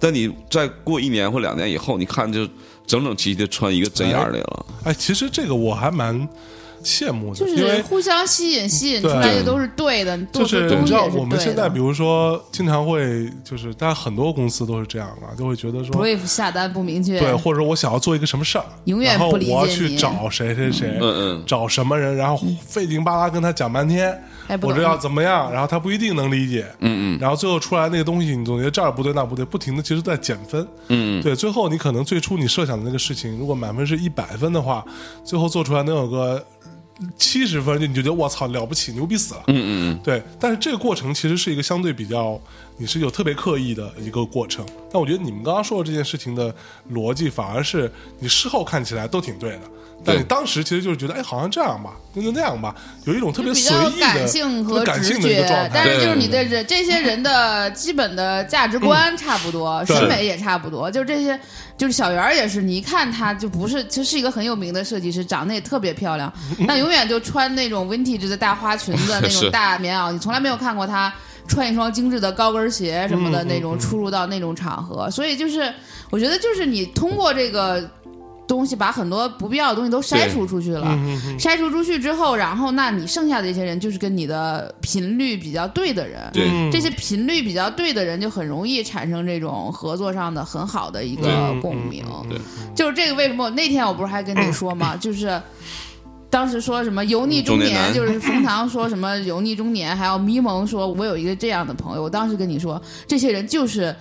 [SPEAKER 3] 但你再过一年或两年以后，你看就整整齐齐的穿一个针眼儿里了。
[SPEAKER 2] 哎，其实这个我还蛮羡慕的，
[SPEAKER 1] 就
[SPEAKER 2] 因
[SPEAKER 1] 是
[SPEAKER 2] 为
[SPEAKER 1] 互相吸引，吸引出
[SPEAKER 2] 对
[SPEAKER 1] 来的都是对的，你做
[SPEAKER 2] 就
[SPEAKER 1] 出
[SPEAKER 2] 是
[SPEAKER 1] 东
[SPEAKER 2] 你
[SPEAKER 1] 西
[SPEAKER 2] 知
[SPEAKER 1] 也
[SPEAKER 2] 道，
[SPEAKER 1] 是
[SPEAKER 2] 我们
[SPEAKER 1] 对
[SPEAKER 2] 现在
[SPEAKER 1] 的
[SPEAKER 2] 比。如说经常会就是，大家很多公司都是这样啊，就会觉得说。
[SPEAKER 1] Brave 下单不明确，啊
[SPEAKER 2] 对，或者我想要做一个什么事儿，
[SPEAKER 1] 永远
[SPEAKER 2] 然后
[SPEAKER 1] 不理解
[SPEAKER 2] 我要去
[SPEAKER 1] 你
[SPEAKER 2] 找谁谁谁，
[SPEAKER 3] 嗯嗯
[SPEAKER 2] 找什么人，然后费劲巴拉跟他讲半天，
[SPEAKER 1] 哎不
[SPEAKER 2] 我这
[SPEAKER 1] 懂
[SPEAKER 2] 要怎么样，然后他不一定能理解，嗯嗯，然后最后出来那个东西，你总觉得这儿不对那不对，不停的其实在减分，嗯，对，最后你可能最初你设想的那个事情，如果满分是一百分的话，最后做出来能有个七十分，就你就觉得我操了不起，牛逼死了。
[SPEAKER 3] 嗯嗯
[SPEAKER 2] 对，但是这个过程其实是一个相对比较，你是有特别刻意的一个过程。但我觉得你们刚刚说的这件事情的逻辑，反而是你事后看起来都挺对的，但
[SPEAKER 3] 对，
[SPEAKER 2] 你当时其实就是觉得，哎，好像这样吧，那就那样吧，有一种特别
[SPEAKER 1] 比
[SPEAKER 2] 随
[SPEAKER 1] 较
[SPEAKER 2] 意的、
[SPEAKER 1] 感性
[SPEAKER 2] 特别
[SPEAKER 1] 和
[SPEAKER 2] 感
[SPEAKER 1] 直
[SPEAKER 2] 性的一个
[SPEAKER 1] 觉
[SPEAKER 2] 状，
[SPEAKER 1] 但
[SPEAKER 2] 态。
[SPEAKER 1] 是就是你的人这些人的基本的价值观差不多，
[SPEAKER 2] 嗯对
[SPEAKER 1] 审美也差不多，就这些，就是小圆儿也是，你一看她就不是，其实是一个很有名的设计师，长得也特别漂亮，
[SPEAKER 2] 嗯
[SPEAKER 1] 但永远就穿那种 vintage 的大花裙子
[SPEAKER 2] <laughs>
[SPEAKER 1] 那
[SPEAKER 3] 是
[SPEAKER 1] 种大棉袄，你从来没有看过她。穿一双精致的高跟鞋什
[SPEAKER 2] 嗯
[SPEAKER 1] 么的那种，出入到那种场合，所以就是我觉得就是你通过这个东西把很多不必要的东西都筛除出去
[SPEAKER 2] 嗯
[SPEAKER 1] 了，筛除出去之后，然后那你剩下的一些人就是跟你的频率比较对的人，
[SPEAKER 3] 对
[SPEAKER 2] 嗯
[SPEAKER 1] 这些频率比较对的人就很容易产生这种合作上的很好的一个
[SPEAKER 2] 对
[SPEAKER 1] 共鸣。
[SPEAKER 3] 嗯对嗯
[SPEAKER 1] 就是这个为什么我那天我不是还跟你说嘛，就是。当时说什么油腻中
[SPEAKER 3] 中年
[SPEAKER 1] 年，
[SPEAKER 3] 男
[SPEAKER 1] 就是冯
[SPEAKER 3] <laughs>
[SPEAKER 1] 唐说什么油腻中年，还有咪蒙说，我有一个这样的朋友。我当时跟你说，这些人就是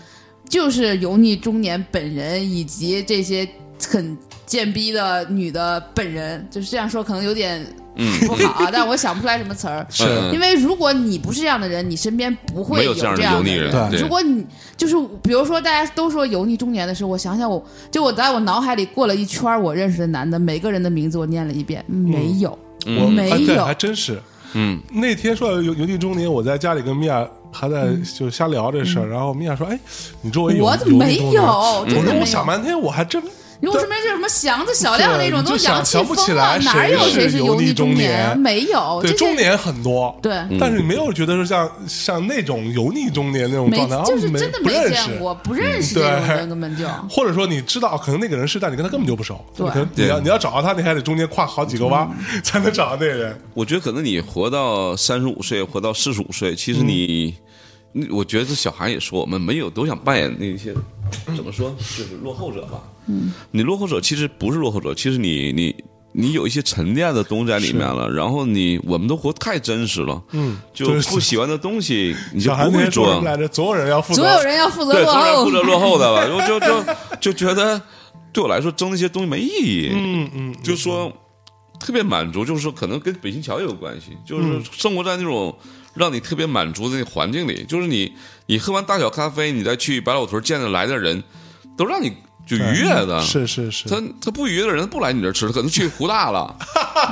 [SPEAKER 1] 就是油腻中年本人以及这些很贱逼的女的本人，就是这样说可能有点
[SPEAKER 3] 嗯
[SPEAKER 1] 不好
[SPEAKER 3] <laughs>
[SPEAKER 1] 啊，但我想不出来什么词儿。
[SPEAKER 2] 是
[SPEAKER 3] 嗯
[SPEAKER 1] 因为如果你不是这样的人，你身边不会
[SPEAKER 3] 没有
[SPEAKER 1] 这
[SPEAKER 3] 这样的油腻人
[SPEAKER 2] 对
[SPEAKER 3] 对
[SPEAKER 1] 如果你就是比如说，大家都说油腻中年的时候，我想想我，就我在我脑海里过了一圈儿我认识的男的，每个人的名字我念了一遍，没有。
[SPEAKER 2] 我
[SPEAKER 1] 没
[SPEAKER 2] 哎对
[SPEAKER 1] 有
[SPEAKER 2] 还真是。
[SPEAKER 3] 嗯，
[SPEAKER 2] 那天说到油油腻中年，我在家里跟米娅还在就瞎聊这事儿，然后米娅说：“哎，你周围有
[SPEAKER 1] 嗯我
[SPEAKER 2] 油
[SPEAKER 1] 怎么
[SPEAKER 2] 腻
[SPEAKER 1] 没
[SPEAKER 2] 中
[SPEAKER 1] 有
[SPEAKER 2] 年？”
[SPEAKER 1] 真的
[SPEAKER 2] 我说
[SPEAKER 1] 没
[SPEAKER 2] 我
[SPEAKER 1] 有
[SPEAKER 2] 想半天，我还真
[SPEAKER 1] 如果身边就是什么祥子、小亮那种，
[SPEAKER 2] 对
[SPEAKER 1] 都
[SPEAKER 2] 你就想
[SPEAKER 1] 洋气
[SPEAKER 2] 想不起
[SPEAKER 1] 疯
[SPEAKER 2] 来
[SPEAKER 1] 了，
[SPEAKER 2] 谁
[SPEAKER 1] 哪有谁
[SPEAKER 2] 是油
[SPEAKER 1] 油
[SPEAKER 2] 腻
[SPEAKER 1] 腻
[SPEAKER 2] 中年
[SPEAKER 1] 年？没有，
[SPEAKER 2] 对
[SPEAKER 1] 这些
[SPEAKER 2] 中年很多，
[SPEAKER 1] 对
[SPEAKER 3] 嗯
[SPEAKER 2] 但是你没有觉得说像像那种油腻中年那种
[SPEAKER 1] 没
[SPEAKER 2] 状态，啊
[SPEAKER 1] 就是
[SPEAKER 2] 没
[SPEAKER 1] 真的
[SPEAKER 2] 不
[SPEAKER 1] 没
[SPEAKER 2] 认识嗯
[SPEAKER 1] 见，过，不认识这
[SPEAKER 2] 对
[SPEAKER 1] 种人根
[SPEAKER 2] <laughs>
[SPEAKER 1] 本就。
[SPEAKER 2] 或者说你知道可能那个人是，但你跟他根本就不熟，
[SPEAKER 1] 对嗯
[SPEAKER 2] 你可能你要你要找到他，你还得中间跨好几个弯、 <laughs> 才能找到那人。
[SPEAKER 3] 我觉得可能你活到三十五岁，活到四十五岁，其实你，你我觉得这小孩也说，我们没有都想扮演那些怎么说，就是落后者吧。嗯，你落后者其实不是落后者，其实你你你有一些沉淀的东西在里面了。然后你我们都活太真实了，嗯，就
[SPEAKER 2] 对
[SPEAKER 3] 不喜欢的东西你就
[SPEAKER 2] 小韩
[SPEAKER 3] 不
[SPEAKER 2] 那
[SPEAKER 3] 会
[SPEAKER 2] 天说什
[SPEAKER 3] 做
[SPEAKER 2] 么。来着？总有人要负责，
[SPEAKER 1] 总有人要负责
[SPEAKER 3] 对，
[SPEAKER 1] 落
[SPEAKER 3] 当然
[SPEAKER 1] 后
[SPEAKER 3] 负，责落后的吧，然后就就就觉得对我来说争那些东西没意义。
[SPEAKER 2] 嗯嗯，
[SPEAKER 3] 就说特别满足，就是说可能跟北新桥也有关系，
[SPEAKER 2] 嗯
[SPEAKER 3] 就是生活在那种让你特别满足的那个环境里，就是你你喝完大小咖啡，你再去白老屯见的来的人，都让你就愉悦的。
[SPEAKER 2] 嗯是是是，
[SPEAKER 3] 他他不愉悦的人不来你这儿吃，他可能去湖大了。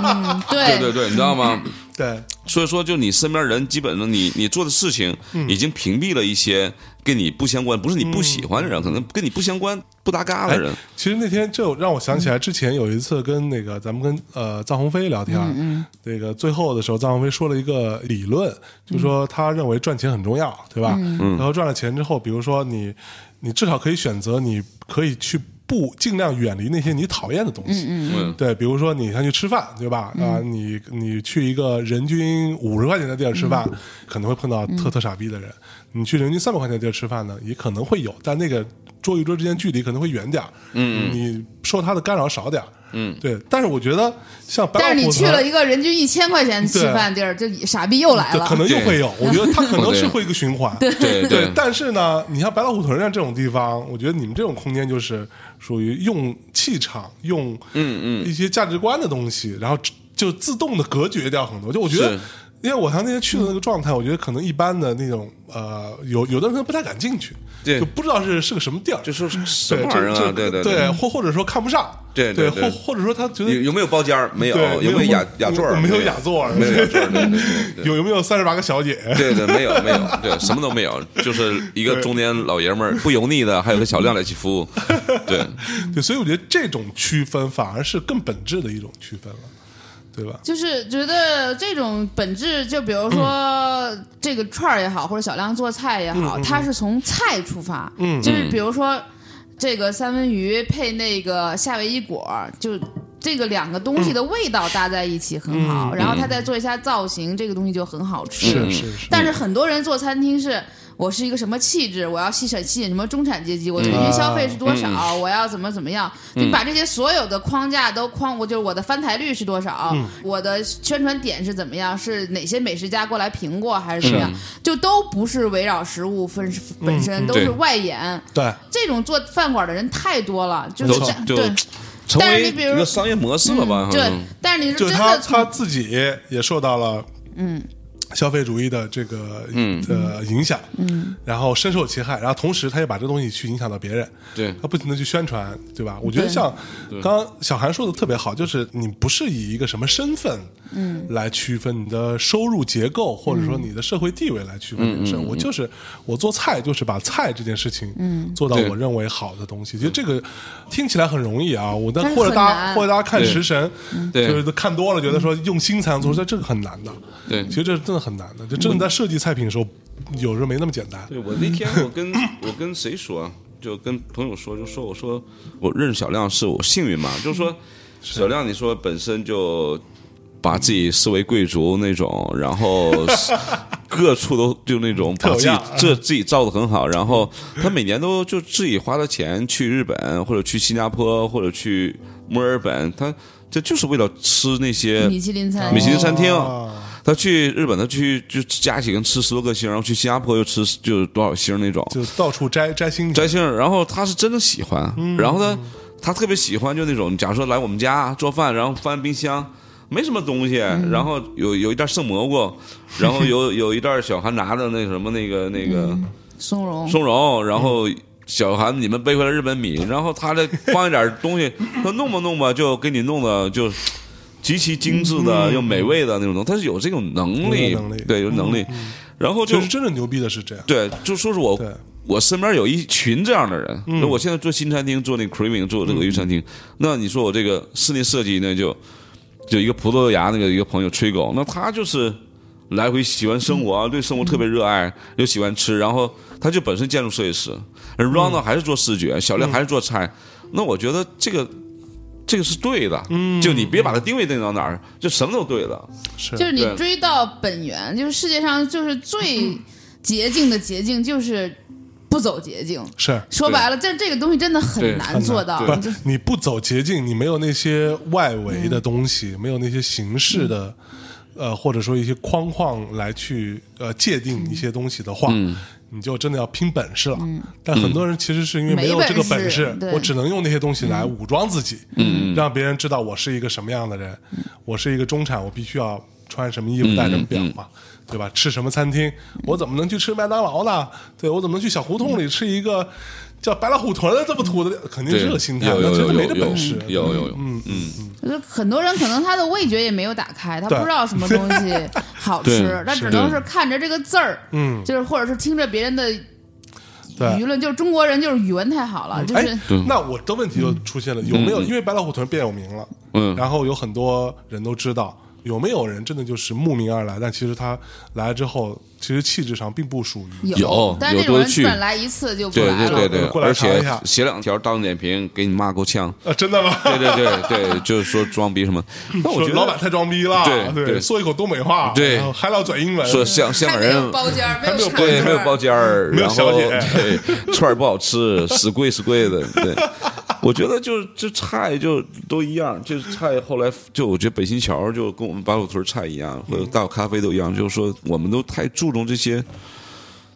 [SPEAKER 1] 嗯，
[SPEAKER 3] 对
[SPEAKER 1] 对
[SPEAKER 3] 对对，你知道吗？
[SPEAKER 2] 对，
[SPEAKER 3] 所以说，就你身边人，基本上你你做的事情，
[SPEAKER 2] 嗯
[SPEAKER 3] 已经屏蔽了一些跟你不相关，不是你不喜欢的人，可能跟你不相关、不搭嘎
[SPEAKER 2] 哎
[SPEAKER 3] 的人。
[SPEAKER 2] 其实那天这让我想起来，之前有一次跟那个咱们跟呃臧鸿飞聊天，
[SPEAKER 3] 嗯
[SPEAKER 2] 那个最后的时候，臧鸿飞说了一个理论，就说他认为赚钱很重要，对吧？
[SPEAKER 3] 嗯
[SPEAKER 2] 然后赚了钱之后，比如说你，你至少可以选择，你可以去不尽量远离那些你讨厌的东西。
[SPEAKER 3] 嗯
[SPEAKER 2] 对，比如说你想去吃饭，对吧？啊，你你去一个人均五十块钱的地儿吃饭，可能会碰到特特傻逼的人；你去人均三百块钱的地儿吃饭呢，也可能会有，但那个桌与桌之间距离可能会远点儿，嗯，你受他的干扰少点儿，嗯，对。但是我觉得像白老虎
[SPEAKER 1] 但是你去
[SPEAKER 2] 团
[SPEAKER 1] 了一个人均一千块钱吃
[SPEAKER 2] 对
[SPEAKER 1] 饭地儿，就傻逼又来
[SPEAKER 2] 对
[SPEAKER 1] 了，
[SPEAKER 2] 可能又 <laughs> 会有，我觉得它可能是
[SPEAKER 3] 对
[SPEAKER 2] 会一个循环，
[SPEAKER 3] 对
[SPEAKER 2] 对，但是呢，你像白老虎屯上这种地方，我觉得你们这种空间就是属于用气场、用嗯嗯一些价值观的东西，然后就自动的隔绝掉很多。就我觉得
[SPEAKER 3] 是，
[SPEAKER 2] 因为我像那天去的那个状态，我觉得可能一般的那种呃，有有的人可能不太敢进去，
[SPEAKER 3] 对
[SPEAKER 2] 就不知道是是个什么地儿，
[SPEAKER 3] 就说什
[SPEAKER 2] 对
[SPEAKER 3] 么玩意儿
[SPEAKER 2] 这
[SPEAKER 3] 啊？
[SPEAKER 2] 这
[SPEAKER 3] 对
[SPEAKER 2] 对
[SPEAKER 3] 对，
[SPEAKER 2] 或或者说看不上，
[SPEAKER 3] 对
[SPEAKER 2] 对
[SPEAKER 3] 对
[SPEAKER 2] 或
[SPEAKER 3] 对
[SPEAKER 2] 或者说他觉得
[SPEAKER 3] 有有没有包间儿？没有，
[SPEAKER 2] 对
[SPEAKER 3] 有
[SPEAKER 2] 没
[SPEAKER 3] 没
[SPEAKER 2] 有
[SPEAKER 3] 有雅雅座儿？
[SPEAKER 2] 没有雅座儿
[SPEAKER 3] 没有雅座儿。对对对对
[SPEAKER 2] 有有没有三十八个小姐，
[SPEAKER 3] 对对，没有没有，对，什么都没有，就是一个中年老爷们儿，不油腻的，还有个小亮来去服务，
[SPEAKER 1] <laughs>
[SPEAKER 3] 对，
[SPEAKER 2] 对，所以我觉得这种区分反而是更本质的一种区分了，对吧？
[SPEAKER 1] 就是觉得这种本质，就比如说这个串儿也好，或者小亮做菜也好，它是从菜出发，嗯，就是比如说这个三文鱼配那个夏威夷果儿，就这个两个东西的味道搭在一起很好，然后他再做一下造型，这个东西就很好吃。
[SPEAKER 2] 是是是，
[SPEAKER 1] 但是很多人做餐厅是。我是一个什么气质？我要吸引吸引什么中产阶级？
[SPEAKER 3] 嗯
[SPEAKER 1] 我的人均消费是多少？我要怎么怎么样？你把这些所有的框架都框，我就是我的翻台率是多少？
[SPEAKER 3] 嗯
[SPEAKER 1] 我的宣传点是怎么样？是哪些美食家过来评过还是怎么样？就都不是围绕食物分本身，都
[SPEAKER 3] 嗯对
[SPEAKER 1] 是外延。
[SPEAKER 2] 对，
[SPEAKER 1] 这种做饭馆的人太多了，就是
[SPEAKER 3] 都
[SPEAKER 1] 这
[SPEAKER 3] 就
[SPEAKER 1] 对，
[SPEAKER 3] 成
[SPEAKER 1] 但是
[SPEAKER 3] 为
[SPEAKER 1] 你
[SPEAKER 3] 一
[SPEAKER 1] 比如
[SPEAKER 3] 个商业模式了吧？
[SPEAKER 1] 对
[SPEAKER 3] 嗯，
[SPEAKER 1] 但是你是
[SPEAKER 2] 就
[SPEAKER 1] 真
[SPEAKER 2] 是他
[SPEAKER 1] 的
[SPEAKER 2] 他
[SPEAKER 1] 从
[SPEAKER 2] 自己也受到了
[SPEAKER 1] 嗯
[SPEAKER 2] 消费主义的这个
[SPEAKER 3] 嗯
[SPEAKER 2] 呃影响，
[SPEAKER 1] 嗯，
[SPEAKER 2] 然后深受其害，然后同时他也把这东西去影响到别人，
[SPEAKER 3] 对
[SPEAKER 2] 他不停的去宣传，对吧？我觉得
[SPEAKER 1] 对
[SPEAKER 2] 像刚刚小韩说的特别好，就是你不是以一个什么身份，嗯，来区分你的收入结构，或者
[SPEAKER 1] 嗯
[SPEAKER 2] 说你的社会地位来区分这
[SPEAKER 3] 嗯
[SPEAKER 2] 个事儿。我就是我做菜，就是把菜这件事情，嗯，做到
[SPEAKER 3] 对
[SPEAKER 2] 我认为好的东西。其实这个听起来很容易啊，我但
[SPEAKER 1] 但是
[SPEAKER 2] 或者大
[SPEAKER 1] 很
[SPEAKER 2] 家
[SPEAKER 1] 难嗯
[SPEAKER 2] 或者大家看
[SPEAKER 3] 对
[SPEAKER 2] 食神，
[SPEAKER 3] 对嗯
[SPEAKER 2] 就是看多了觉得说用心才能做出来，这个很难的。
[SPEAKER 3] 对
[SPEAKER 2] 其实这是真的很难的，就真的在设计菜品的时候，有时候没那么简单。
[SPEAKER 3] 对我那天我跟我跟谁说，啊就跟朋友说，就说我说我认识小亮是我幸运嘛，就是说小亮你说本身就把自己视为贵族那种，然后是各处都就那种
[SPEAKER 2] 特
[SPEAKER 3] 把
[SPEAKER 2] 有
[SPEAKER 3] 自己
[SPEAKER 2] 样
[SPEAKER 3] 这自己造的很好，然后他每年都就自己花的钱去日本或者去新加坡或者去墨尔本，他这就是为了吃那些
[SPEAKER 1] 米其林餐
[SPEAKER 3] 米其林餐厅
[SPEAKER 2] 哦
[SPEAKER 3] 他去日本，他去就加起跟吃十多个星，然后去新加坡又吃就是多少星那种
[SPEAKER 2] 就到处摘摘星
[SPEAKER 3] 摘星，然后他是真的喜欢，然后他他特别喜欢就那种，假如说来我们家做饭，然后翻冰箱。没什么东西，然后有有一袋剩蘑菇，然后有有一袋小韩拿的那什么那个那个
[SPEAKER 1] 松茸，
[SPEAKER 2] 嗯
[SPEAKER 3] 松茸，然后小韩你们背回来日本米，然后他再放一点
[SPEAKER 2] <laughs>
[SPEAKER 3] 东西，他弄吧弄吧就给你弄的就极其精致的又美味的那种东西，他是有这种能力，
[SPEAKER 2] 嗯有能力嗯
[SPEAKER 3] 对，有能力。然后就
[SPEAKER 2] 就是真的牛逼的是这样。
[SPEAKER 3] 对，就说是我
[SPEAKER 2] 对
[SPEAKER 3] 我身边有一群这样的人，那我现在做新餐厅，做那 creaming，做这个鱼餐厅，那你说我这个室内设计那就就一个葡萄牙那个一个朋友吹狗，那他就是来回喜欢生活啊，对生活特别热爱，又喜欢吃，然后他就本身建筑设计师，而 Ronald 还是做视觉，小亮还是做菜，那我觉得这个。这个是对的，就你别把它定位定到哪儿，就什么都对的，
[SPEAKER 2] 是
[SPEAKER 1] 就是你
[SPEAKER 3] 对
[SPEAKER 1] 追到本源，就是世界上就是最捷径的捷径，就是不走捷径。
[SPEAKER 2] 是，
[SPEAKER 1] 说白了，这这个东西真的很
[SPEAKER 3] 对
[SPEAKER 1] 难
[SPEAKER 2] 很
[SPEAKER 1] 做
[SPEAKER 2] 难
[SPEAKER 1] 到。
[SPEAKER 2] 不
[SPEAKER 1] 就是
[SPEAKER 2] 你不走捷径，你没有那些外围的东西，没有那些形式的，
[SPEAKER 1] 嗯
[SPEAKER 2] 呃，或者说一些框框来去呃界定一些东西的话。
[SPEAKER 1] 嗯
[SPEAKER 2] 你就真的要拼本事了，但很多人其实是因为没有这个本
[SPEAKER 1] 没嗯
[SPEAKER 2] 事
[SPEAKER 1] 本事，对嗯
[SPEAKER 2] 我只能用那些东西来武装自己，让别人知道我是一个什么样的人，我是一个中产，我必须要穿什么衣服，戴什么表嘛，
[SPEAKER 1] 嗯
[SPEAKER 2] 对吧？吃什么餐厅，我怎么能去吃麦当劳呢？对我怎么能去小胡同里吃一个叫白老虎屯的这么土的？肯定
[SPEAKER 3] 对，
[SPEAKER 2] 是这
[SPEAKER 3] 有
[SPEAKER 2] 个心态，
[SPEAKER 3] 有
[SPEAKER 2] 那真
[SPEAKER 3] 有
[SPEAKER 2] 的
[SPEAKER 3] 有
[SPEAKER 2] 没这
[SPEAKER 3] 有
[SPEAKER 2] 本事。
[SPEAKER 3] 有有有，
[SPEAKER 1] 我觉得很多人可能他的味觉也没有打开，他不
[SPEAKER 2] 对
[SPEAKER 1] 知道什么东西好吃
[SPEAKER 3] <laughs> 对，
[SPEAKER 1] 他
[SPEAKER 3] 是
[SPEAKER 1] 只能
[SPEAKER 3] 对
[SPEAKER 1] 是看着这个字儿，
[SPEAKER 2] 嗯
[SPEAKER 1] 就是或者是听着别人的舆
[SPEAKER 2] 对。
[SPEAKER 1] 论，就是中国人就是语文太好
[SPEAKER 3] 嗯
[SPEAKER 1] 了，就
[SPEAKER 2] 哎
[SPEAKER 1] 是，
[SPEAKER 2] 那我的问题就出现了，有没有因为白老虎屯变有名了，
[SPEAKER 3] 嗯
[SPEAKER 2] 然后有很多人都知道，有没有人真的就是慕名而来？但其实他来之后，其实气质上并不属于
[SPEAKER 3] 有
[SPEAKER 1] 但是
[SPEAKER 3] 有
[SPEAKER 1] 这种人
[SPEAKER 3] 多
[SPEAKER 1] 基
[SPEAKER 3] 去
[SPEAKER 1] 本来一次就不
[SPEAKER 3] 对
[SPEAKER 1] 来了。
[SPEAKER 3] 对对对，
[SPEAKER 2] 过来
[SPEAKER 3] 而
[SPEAKER 2] 尝一
[SPEAKER 3] 且
[SPEAKER 2] 下
[SPEAKER 3] 写两条大众点评给你骂够呛。
[SPEAKER 2] 啊，真的吗？ <laughs>
[SPEAKER 3] 对对对对，就是说装逼什么。那我
[SPEAKER 2] 说
[SPEAKER 3] 觉得
[SPEAKER 2] 老板太装逼了，
[SPEAKER 3] 对
[SPEAKER 2] 对，
[SPEAKER 3] 对
[SPEAKER 2] 说一口东北话，
[SPEAKER 3] 对
[SPEAKER 2] 然后还老转英文，
[SPEAKER 3] 说香香
[SPEAKER 1] 还
[SPEAKER 3] 港
[SPEAKER 1] 没
[SPEAKER 3] 人
[SPEAKER 1] 有包间儿，
[SPEAKER 2] 还没有
[SPEAKER 1] 有
[SPEAKER 2] 包间
[SPEAKER 3] 对
[SPEAKER 2] 儿
[SPEAKER 3] 没有包间儿，
[SPEAKER 2] 没有
[SPEAKER 3] 然后
[SPEAKER 2] 小姐
[SPEAKER 3] 对串儿不好吃，死贵死贵的。对，我觉得就这菜就都一样，这菜后来就我觉得北新桥就跟我们八路屯菜一样，或者大小咖啡都一样，就是说我们都太注重这些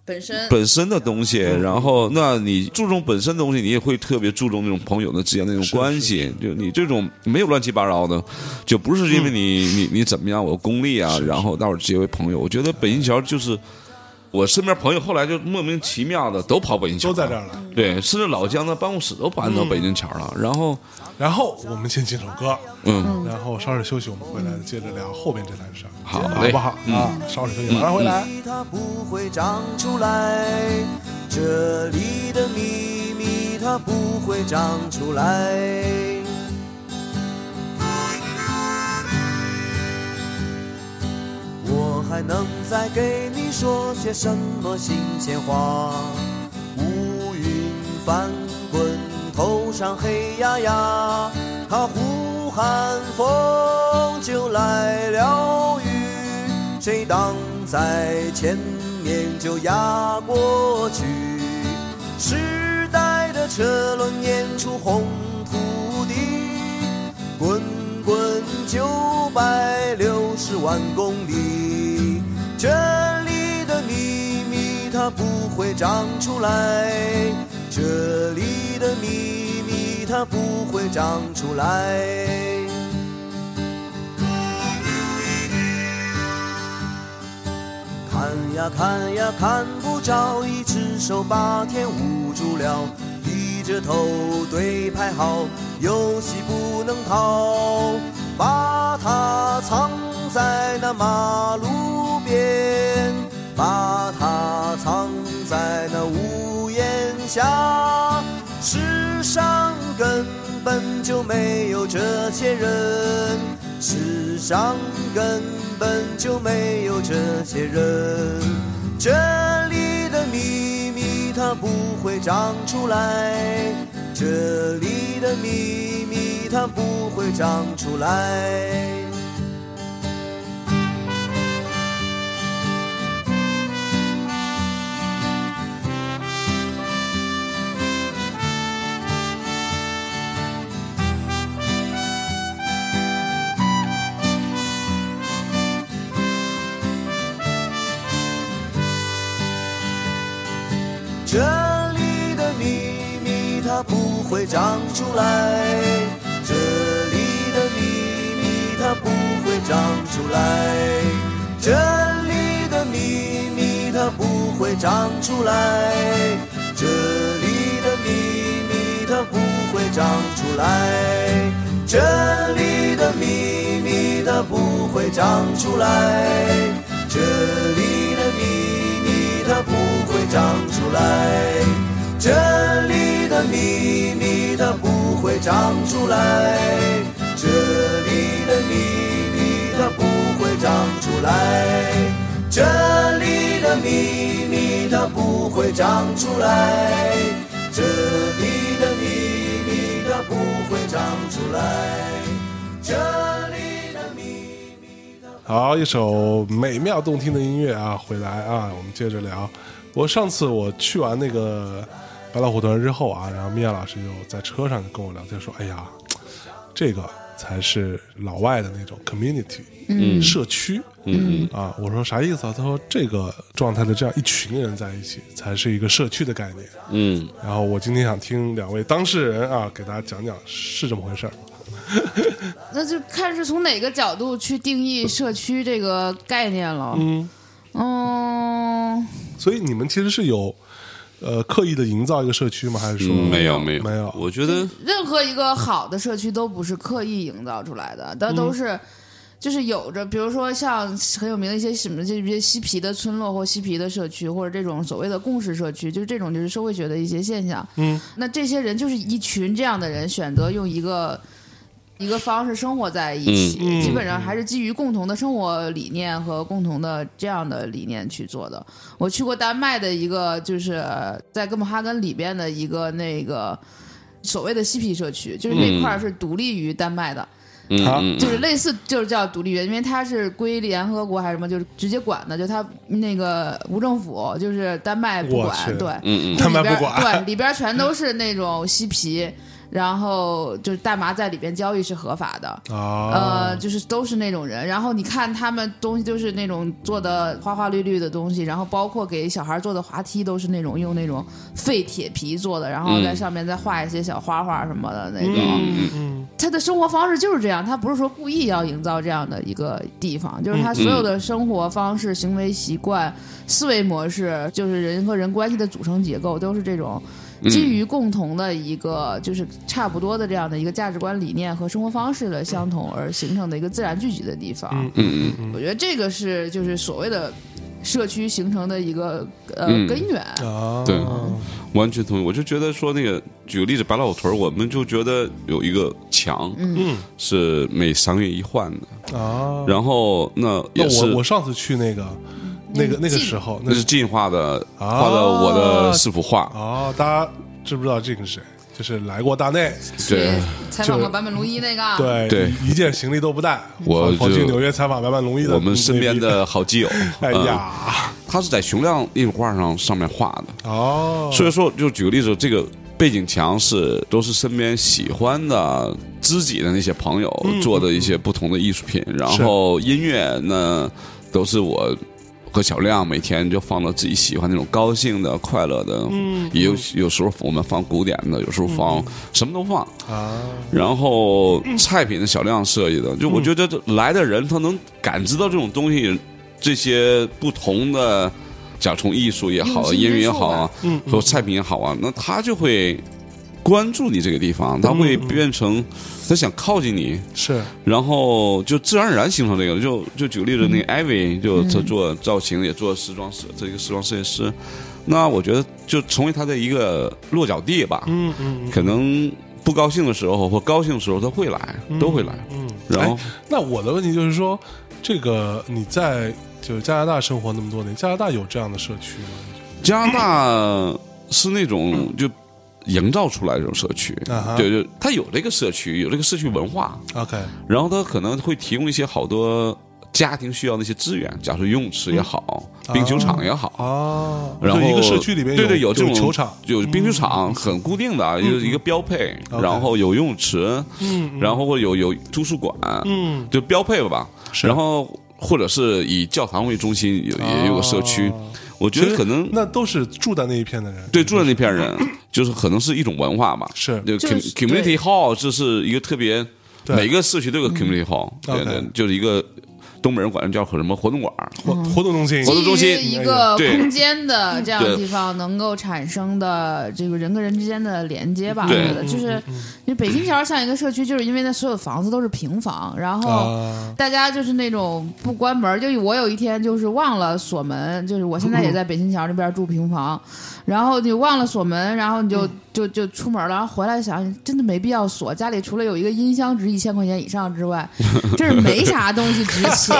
[SPEAKER 1] 本身
[SPEAKER 3] <laughs> 本身的东西，然后那你注重本身的东西，你也会特别注重那种朋友的之间的那种关系。就你这种没有乱七八糟的，就不是因为你、
[SPEAKER 2] 嗯
[SPEAKER 3] 你你怎么样，我功利啊，然后大伙儿结为朋友。我觉得北新桥就是我身边朋友后来就莫名其妙的都跑北新桥，
[SPEAKER 2] 都在这儿。了。
[SPEAKER 3] 对，甚至老姜的办公室都搬到北京桥了。然后，
[SPEAKER 2] 然后我们先进首歌，
[SPEAKER 3] 嗯，
[SPEAKER 2] 然后稍事休息，我们回来接着聊后边这摊事儿，
[SPEAKER 3] 好
[SPEAKER 2] 好
[SPEAKER 3] 嘞嗯
[SPEAKER 2] 不好啊？稍事休息，马上回来。
[SPEAKER 5] 它不会长出来，这里的秘密它不会长出来。我还能再给你说些什么新鲜话？乌云翻滚，头上黑压压，它呼喊风就来了雨，谁挡在前面就压过去。时代的车轮碾出红土地，滚滚九百六十万公里，这里的秘密它不会长出来，这里的秘密它不会长出来。看呀看呀看不着，一只手把天捂住了，低着头对牌好，游戏不能逃，把它藏在那马路边，把它藏在那屋檐下。世上根本就没有这些人，世上根本就没有这些人。这里的秘密它不会长出来，这里的秘密它不会长出来。这里的秘密它不会长出来，这里的秘密它不会长出来，这里的秘密它不会长出来，这里的秘密它不会长出来，这里的秘密它不会长出来，这里的秘密它不会长出来，这里的秘密它不会长出来，这里的秘密它不会长出来，这里的秘密它不会长出来，这里的秘密它不会长出来，这里的秘密它。
[SPEAKER 2] 好，一首美妙动听的音乐啊，回来啊，我们接着聊。我上次我去完那个白老虎团之后啊，然后米娅老师就在车上就跟我聊天说：“哎呀，这个才是老外的那种 community，嗯，社区，嗯啊。”我说啥意思啊？他说这个状态的这样一群人在一起，才是一个社区的概念。
[SPEAKER 3] 嗯，
[SPEAKER 2] 然后我今天想听两位当事人啊，给大家讲讲是这么回事儿。
[SPEAKER 1] 那就看是从哪个角度去定义社区这个概念了。
[SPEAKER 2] 嗯，
[SPEAKER 1] 嗯，
[SPEAKER 2] 所以你们其实是有呃刻意的营造一个社区吗？还是说、
[SPEAKER 3] 嗯没有没有
[SPEAKER 2] 没有
[SPEAKER 3] 我觉得
[SPEAKER 1] 任何一个好的社区都不是刻意营造出来的，它
[SPEAKER 2] 嗯
[SPEAKER 1] 都是。就是有着，比如说像很有名的一些什么这些嬉皮的村落或嬉皮的社区，或者这种所谓的共识社区，就是这种就是社会学的一些现象。
[SPEAKER 2] 嗯，
[SPEAKER 1] 那这些人就是一群这样的人选择用一个一个方式生活在一起，
[SPEAKER 2] 嗯嗯
[SPEAKER 1] 基本上还是基于共同的生活理念和共同的这样的理念去做的。我去过丹麦的一个，就是在哥本哈根里边的一个那个所谓的嬉皮社区，就是那块儿是独立于丹麦的。
[SPEAKER 3] 嗯
[SPEAKER 2] 好
[SPEAKER 3] 嗯
[SPEAKER 1] 就是类似，就是叫独立园，因为它是归联合国还是什么，就是直接管的，就它那个无政府，就是丹麦不
[SPEAKER 2] 我去
[SPEAKER 1] 管，对，
[SPEAKER 3] 嗯嗯
[SPEAKER 2] 丹麦
[SPEAKER 1] 里边
[SPEAKER 2] 不管
[SPEAKER 1] 对，里边全都是那种嬉皮，然后就是大麻在里边交易是合法的。
[SPEAKER 2] 啊
[SPEAKER 3] 哦
[SPEAKER 1] 呃，，就是都是那种人，然后你看他们东西就是那种做的花花绿绿的东西，然后包括给小孩做的滑梯都是那种用那种废铁皮做的，然后在
[SPEAKER 3] 嗯
[SPEAKER 1] 上面再画一些小花花什么的那种。
[SPEAKER 3] 嗯
[SPEAKER 2] 嗯
[SPEAKER 1] 他的生活方式就是这样，他不是说故意要营造这样的一个地方，就是他所有的生活方式、行为习惯、思维模式，就是人和人关系的组成结构，都是这种
[SPEAKER 3] 嗯
[SPEAKER 1] 基于共同的一个，就是差不多的这样的一个价值观理念和生活方式的相同而形成的一个自然聚集的地方。
[SPEAKER 2] 嗯
[SPEAKER 3] 嗯嗯，
[SPEAKER 1] 我觉得这个是就是所谓的社区形成的一个呃、
[SPEAKER 3] 嗯
[SPEAKER 1] 根源。
[SPEAKER 2] 啊，
[SPEAKER 3] 对完全同意。我就觉得说那个，举个例子，白老屯儿，我们就觉得有一个墙
[SPEAKER 2] 嗯
[SPEAKER 3] 是每三个月一换的，
[SPEAKER 2] 啊。
[SPEAKER 3] 然后那
[SPEAKER 2] 那
[SPEAKER 3] 也
[SPEAKER 2] 我
[SPEAKER 3] 是
[SPEAKER 2] 我上次去那个那个那个时候，那
[SPEAKER 3] 那是
[SPEAKER 2] 是
[SPEAKER 3] 进化的，
[SPEAKER 2] 啊
[SPEAKER 3] 画的我的四幅画，
[SPEAKER 2] 哦，大家知不知道这个是谁？就是来过大内，
[SPEAKER 3] 对
[SPEAKER 1] 去采访
[SPEAKER 2] 就
[SPEAKER 1] 过坂本龙一那个，，
[SPEAKER 2] 对
[SPEAKER 3] 对
[SPEAKER 2] 一件行李都不带，
[SPEAKER 3] 我
[SPEAKER 2] 跑跑
[SPEAKER 3] 就
[SPEAKER 2] 去纽约采访白板龙一的，
[SPEAKER 3] 我们身边，的好基友。
[SPEAKER 2] 哎
[SPEAKER 3] 嗯，
[SPEAKER 2] 呀，
[SPEAKER 3] 他是在熊亮那幅画上上面画的，
[SPEAKER 2] 哦，
[SPEAKER 3] 所以说，就举个例子，这个背景墙是都是身边喜欢的、知己的那些朋友做的一些不同的艺术品，然后音乐呢都是我和小亮每天就放到自己喜欢那种高兴的、快乐的，也有有时候我们放古典的，有时候放什么都放。
[SPEAKER 2] 啊，
[SPEAKER 3] 然后菜品是小亮设计的，就
[SPEAKER 2] 嗯
[SPEAKER 3] 我觉得这来的人他能感知到这种东西，这些不同的，甲虫艺术也好，
[SPEAKER 1] 有机
[SPEAKER 3] 音乐也
[SPEAKER 1] 因素
[SPEAKER 3] 好啊
[SPEAKER 1] 吧，
[SPEAKER 2] 嗯
[SPEAKER 3] 和菜品也好啊，那他就会关注你这个地方，他会变成他想靠近你，
[SPEAKER 2] 是
[SPEAKER 3] 然后就自然而然形成这个。就就举个例子，那个
[SPEAKER 2] 嗯
[SPEAKER 3] 艾薇，就她做造型，也做时装设，这一个时装设计师。那我觉得就成为他的一个落脚地吧。
[SPEAKER 2] 嗯嗯
[SPEAKER 3] 可能不高兴的时候或高兴的时候，他会来，都会来。
[SPEAKER 2] 嗯。
[SPEAKER 3] 然后
[SPEAKER 2] 哎，那我的问题就是说，这个你在就是加拿大生活那么多年，加拿大有这样的社区吗？
[SPEAKER 3] 加拿大是那
[SPEAKER 2] <clears throat>
[SPEAKER 3] 种就营造出来这种社区
[SPEAKER 2] 啊哈，
[SPEAKER 3] 对对，他有这个社区，有这个社区文化，
[SPEAKER 2] ？OK，
[SPEAKER 3] 然后他可能会提供一些好多家庭需要的一些资源，假如游泳池也好，
[SPEAKER 2] 啊
[SPEAKER 3] 冰球场也好。
[SPEAKER 2] 哦，
[SPEAKER 3] 然
[SPEAKER 2] 就
[SPEAKER 3] 后
[SPEAKER 2] 一个社区里面
[SPEAKER 3] 对对
[SPEAKER 2] 有
[SPEAKER 3] 这种
[SPEAKER 2] 球场，嗯
[SPEAKER 3] 有冰球场很固定的，有一个标配，
[SPEAKER 2] OK
[SPEAKER 3] 然后有游泳池，
[SPEAKER 2] 嗯
[SPEAKER 3] 然后或者有有图书馆，
[SPEAKER 2] 嗯，
[SPEAKER 3] 就标配吧。
[SPEAKER 2] 是
[SPEAKER 3] 然后或者是以教堂为中心，有也有个社区
[SPEAKER 2] 哦。
[SPEAKER 3] 我觉
[SPEAKER 2] 其
[SPEAKER 3] 得
[SPEAKER 2] 实
[SPEAKER 3] 可能
[SPEAKER 2] 那都是住在那一片的人，
[SPEAKER 3] 对住在那片人，就是可能是一种文化吧。
[SPEAKER 2] 是
[SPEAKER 3] 就
[SPEAKER 1] 就是
[SPEAKER 3] com- community
[SPEAKER 1] 对
[SPEAKER 3] hall，这是一个特别
[SPEAKER 2] 对嗯
[SPEAKER 3] 每个社区都有个 community hall，对
[SPEAKER 2] OK
[SPEAKER 3] 对，就是一个东北人管它叫什么活动馆儿。
[SPEAKER 2] 活
[SPEAKER 1] 嗯
[SPEAKER 2] 活动中心，
[SPEAKER 3] 活动中心
[SPEAKER 1] 基于一个
[SPEAKER 3] 对
[SPEAKER 1] 空间的这样的
[SPEAKER 3] 对
[SPEAKER 1] 地方，能够产生的这个人跟人之间的连接吧，我
[SPEAKER 3] 对嗯
[SPEAKER 1] 觉得就是，就北京桥像一个社区，就是因为那所有房子都是平房，然后
[SPEAKER 2] 啊，
[SPEAKER 1] 大家就是那种不关门，就我有一天就是忘了锁门，就是我现在也在北京桥那边住平房，然后你忘了锁门，然后你就就就出门了，然后回来想真的没必要锁，家里除了有一个音箱值一千块钱以上之外，这是没啥东西值钱，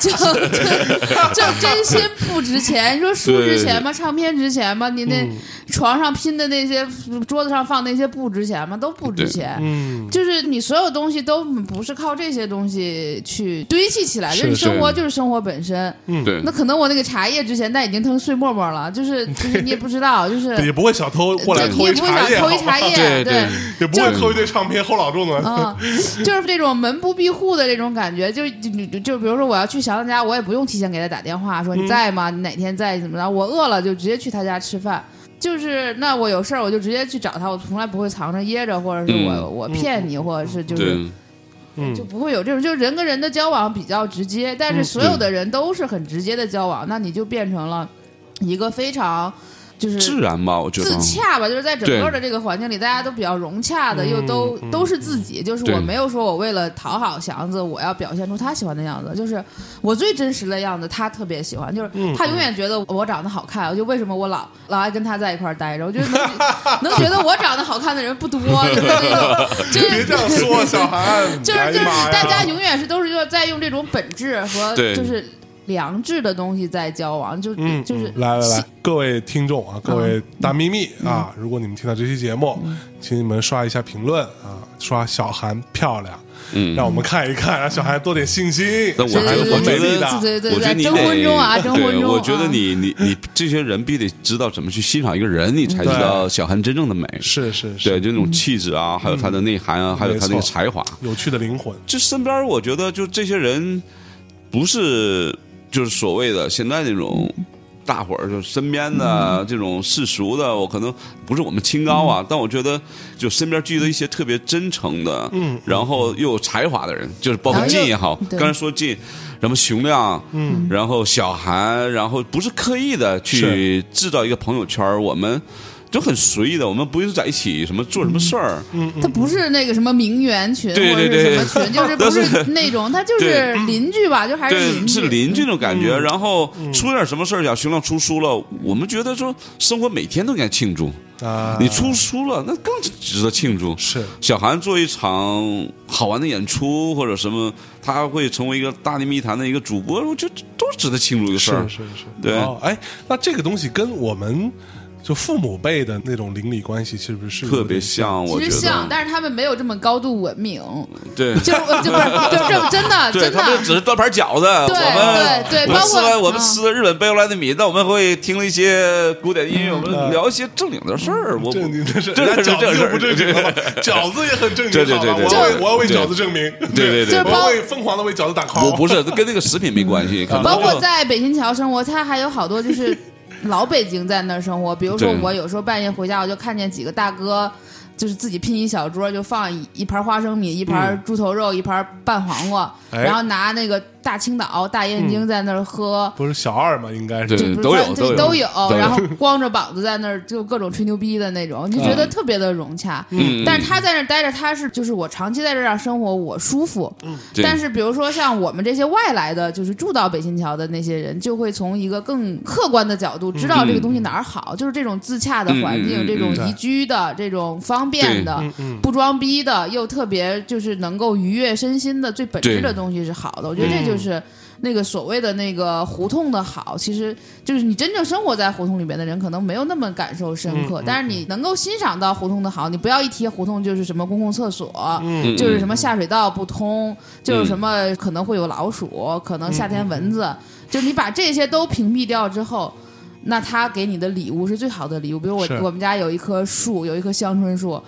[SPEAKER 1] 就就就真心不值钱。你说书值钱吗？唱片值钱吗？你那床上拼的那些，桌子上放那些不值钱吗？都不值钱。
[SPEAKER 2] 嗯，
[SPEAKER 1] 就是你所有东西都不是靠这些东西去堆砌起来，就是你
[SPEAKER 2] 是
[SPEAKER 1] 生活就是生活本身。
[SPEAKER 2] 嗯
[SPEAKER 3] 对，
[SPEAKER 1] 那可能我那个茶叶值钱，但已经成碎沫沫了，就是就是你也不知道，就是
[SPEAKER 2] 也不会小偷过来
[SPEAKER 1] 就你
[SPEAKER 2] 偷
[SPEAKER 1] 也
[SPEAKER 2] 一
[SPEAKER 1] 不会想
[SPEAKER 2] 茶叶，
[SPEAKER 1] 偷一
[SPEAKER 2] 好吧
[SPEAKER 1] 茶叶，
[SPEAKER 3] 对对
[SPEAKER 2] 也不会偷一堆唱片，后老重的，
[SPEAKER 1] 啊，就是这种门不闭户的这种感觉，就就就就比如说我要去小亮家，我也不用提前给他打电话说你在吗？你哪天在怎么着？我饿了就直接去他家吃饭。就是那我有事儿我就直接去找他，我从来不会藏着掖着，或者是我、
[SPEAKER 3] 嗯
[SPEAKER 1] 我骗你，或者是就是
[SPEAKER 3] 对
[SPEAKER 2] 嗯
[SPEAKER 1] 就不会有这种，就是人跟人的交往比较直接，但
[SPEAKER 3] 嗯
[SPEAKER 1] 是所有的人都是很直接的交往，那你就变成了一个非常就是
[SPEAKER 3] 自然吧，我觉得
[SPEAKER 1] 自洽吧，就是在整
[SPEAKER 3] 对
[SPEAKER 1] 个的这个环境里，大家都比较融洽的，又
[SPEAKER 2] 嗯
[SPEAKER 1] 都、都是自己。就是
[SPEAKER 3] 对
[SPEAKER 1] 我没有说我为了讨好祥子，我要表现出他喜欢的样子，就是我最真实的样子，他特别喜欢。就是
[SPEAKER 2] 嗯
[SPEAKER 1] 他永远觉得我长得好看，我就为什么我老老爱跟他在一块儿待着，我觉得能
[SPEAKER 2] <laughs>
[SPEAKER 1] 能觉得我长得好看的人不多，就是那种就是
[SPEAKER 2] 别这样
[SPEAKER 1] <laughs>
[SPEAKER 2] 说，小韩，
[SPEAKER 1] 就是
[SPEAKER 2] 哎
[SPEAKER 1] 就是
[SPEAKER 2] 呀妈呀
[SPEAKER 1] 大家永远是都是要在用这种本质和
[SPEAKER 3] 对
[SPEAKER 1] 就是良质的东西在交往，就
[SPEAKER 2] 嗯，
[SPEAKER 1] 就是嗯
[SPEAKER 2] 嗯来来来，各位听众啊，各位大咪咪啊，如果你们听到这期节目，请你们刷一下评论啊，刷小韩漂亮，
[SPEAKER 3] 嗯
[SPEAKER 2] 让我们看一看，让小韩多点信心。
[SPEAKER 3] 但我
[SPEAKER 2] 小
[SPEAKER 1] 对
[SPEAKER 2] 韩
[SPEAKER 3] 还
[SPEAKER 1] 对对
[SPEAKER 2] 是很美
[SPEAKER 3] 我觉得
[SPEAKER 2] 丽
[SPEAKER 1] 对对
[SPEAKER 2] 的，
[SPEAKER 1] 对
[SPEAKER 3] 我觉
[SPEAKER 1] 对，
[SPEAKER 3] 得你
[SPEAKER 1] 征
[SPEAKER 3] 得
[SPEAKER 1] 婚中啊，征婚
[SPEAKER 3] 对
[SPEAKER 1] 中啊，
[SPEAKER 3] 我觉得你你你这些人必得知道怎么去欣赏一个人，你才知道小韩真正的美。
[SPEAKER 2] 是是
[SPEAKER 3] 对，
[SPEAKER 2] 是，
[SPEAKER 3] 就那种气质啊，还有他的内涵啊，还有他那
[SPEAKER 2] 没
[SPEAKER 3] 个
[SPEAKER 2] 错
[SPEAKER 3] 才华。
[SPEAKER 2] 有趣的灵魂，
[SPEAKER 3] 这身边我觉得就这些人，不是就是所谓的现在那种。大伙儿就是身边的这种世俗的，我可能不是我们清高啊，但我觉得就身边聚的一些特别真诚的，
[SPEAKER 2] 嗯
[SPEAKER 3] 然后又有才华的人，就是包括
[SPEAKER 1] 然后
[SPEAKER 3] 进
[SPEAKER 1] 又
[SPEAKER 3] 也好，
[SPEAKER 1] 对
[SPEAKER 3] 刚才说进，什么熊亮，
[SPEAKER 2] 嗯，
[SPEAKER 3] 然后小韩，然后不是刻意的去
[SPEAKER 2] 是
[SPEAKER 3] 制造一个朋友圈儿，我们就很随意的，我们不是在一起什么做什么事儿，
[SPEAKER 1] 他不是那个什么名媛群或
[SPEAKER 3] 嗯对
[SPEAKER 1] 者
[SPEAKER 3] 对对
[SPEAKER 1] 是什么群，
[SPEAKER 3] <laughs>
[SPEAKER 1] 就是不是那种，他就是邻居吧，就还是
[SPEAKER 3] 对，
[SPEAKER 1] 邻居，嗯
[SPEAKER 3] 是邻居那种感觉。然后
[SPEAKER 2] 嗯
[SPEAKER 3] 出点什么事儿，小熊亮出书了，我们觉得说生活每天都应该庆祝。
[SPEAKER 2] 啊，
[SPEAKER 3] 你出书了，那更值得庆祝。
[SPEAKER 2] 是
[SPEAKER 3] 小韩做一场好玩的演出或者什么，他会成为一个大内密谈的一个主播，我觉得都值得庆祝一个事
[SPEAKER 2] 是
[SPEAKER 3] 儿。
[SPEAKER 2] 是是，
[SPEAKER 3] 对
[SPEAKER 2] 哦，哎，那这个东西跟我们就父母辈的那种邻里关系，是不是
[SPEAKER 3] 特别
[SPEAKER 2] 像？
[SPEAKER 3] 像，我
[SPEAKER 1] 其
[SPEAKER 3] 觉
[SPEAKER 1] 实像，
[SPEAKER 3] 得
[SPEAKER 1] 但是他们没有这么高度文明，
[SPEAKER 3] 对。
[SPEAKER 1] 就就不是就这
[SPEAKER 3] <laughs>
[SPEAKER 1] 真的
[SPEAKER 3] 对
[SPEAKER 1] 真
[SPEAKER 3] 他们只
[SPEAKER 1] 的。
[SPEAKER 3] 是端盘饺子，我
[SPEAKER 1] 对
[SPEAKER 3] 们
[SPEAKER 1] 对对
[SPEAKER 3] 我们
[SPEAKER 1] 包
[SPEAKER 3] 吃
[SPEAKER 1] 括
[SPEAKER 3] 完我们
[SPEAKER 1] 嗯
[SPEAKER 3] 吃日本背后来的米，那我们会听一些古典音乐，我们聊一些正经的事儿。我
[SPEAKER 2] 正经的 <laughs> 事，
[SPEAKER 3] 这
[SPEAKER 2] 人家
[SPEAKER 3] 这
[SPEAKER 2] 饺
[SPEAKER 3] 这
[SPEAKER 2] 子就不正经了吧
[SPEAKER 3] <laughs> 这？
[SPEAKER 2] 饺子也很正
[SPEAKER 3] 对
[SPEAKER 2] 经，
[SPEAKER 3] 对
[SPEAKER 2] 好
[SPEAKER 3] 对
[SPEAKER 2] 吧
[SPEAKER 3] 对
[SPEAKER 2] 我
[SPEAKER 3] 对
[SPEAKER 2] 要为我要为
[SPEAKER 3] 对
[SPEAKER 2] 饺子证明，
[SPEAKER 3] 对对对
[SPEAKER 2] 我
[SPEAKER 3] <laughs>
[SPEAKER 1] 包
[SPEAKER 2] 要为疯狂的为饺子打 call。
[SPEAKER 3] 我不是跟那个食品没关系，可能
[SPEAKER 1] 包括
[SPEAKER 3] 就
[SPEAKER 1] 在北新桥生活，他还有好多就是老北京在那儿生活。比如说
[SPEAKER 3] 对
[SPEAKER 1] 我有时候半夜回家，我就看见几个大哥。就是自己拼一小桌，就放一一盘花生米，一盘
[SPEAKER 3] 嗯
[SPEAKER 1] 猪头肉，一盘拌黄瓜，
[SPEAKER 2] 哎
[SPEAKER 1] 然后拿那个大青岛、大燕
[SPEAKER 3] 嗯
[SPEAKER 1] 京在那儿喝，
[SPEAKER 2] 不是小二嘛，应该是
[SPEAKER 1] 不
[SPEAKER 3] 对
[SPEAKER 1] 是
[SPEAKER 3] 嗯都有
[SPEAKER 1] 反
[SPEAKER 3] 都有
[SPEAKER 1] 对都有
[SPEAKER 3] 都有，
[SPEAKER 1] 然后光着膀子在那儿就各种吹牛逼的那种，就觉得特别的融洽。
[SPEAKER 3] 嗯嗯嗯
[SPEAKER 1] 但是他在那儿待着，他是就是我长期在这儿生活，我舒服。
[SPEAKER 3] 对
[SPEAKER 1] 但是比如说像我们这些外来的，就是住到北新桥的那些人，就会从一个更客观的角度知道这个东西哪儿好，就是这种自洽的环境，
[SPEAKER 3] 嗯嗯嗯嗯嗯
[SPEAKER 1] 这种
[SPEAKER 2] 嗯
[SPEAKER 1] 宜居的，这种方便的，不装逼的，又特别就是能够愉悦身心的最本质的
[SPEAKER 3] 对
[SPEAKER 1] 东西是好的。我觉得这就是那个所谓的那个胡同的好，其实就是你真正生活在胡同里面的人，可能没有那么感受深
[SPEAKER 3] 嗯
[SPEAKER 1] 刻，但是你能够欣赏到胡同的好。你不要一提胡同就是什么公共厕所，
[SPEAKER 3] 嗯
[SPEAKER 1] 就是什么下水道不通，就是什么可能会有老鼠，可能夏天蚊子，就你把这些都屏蔽掉之后。那他给你的礼物是最好的礼物，比如我
[SPEAKER 2] 是
[SPEAKER 1] 我们家有一棵树，有一棵香椿树，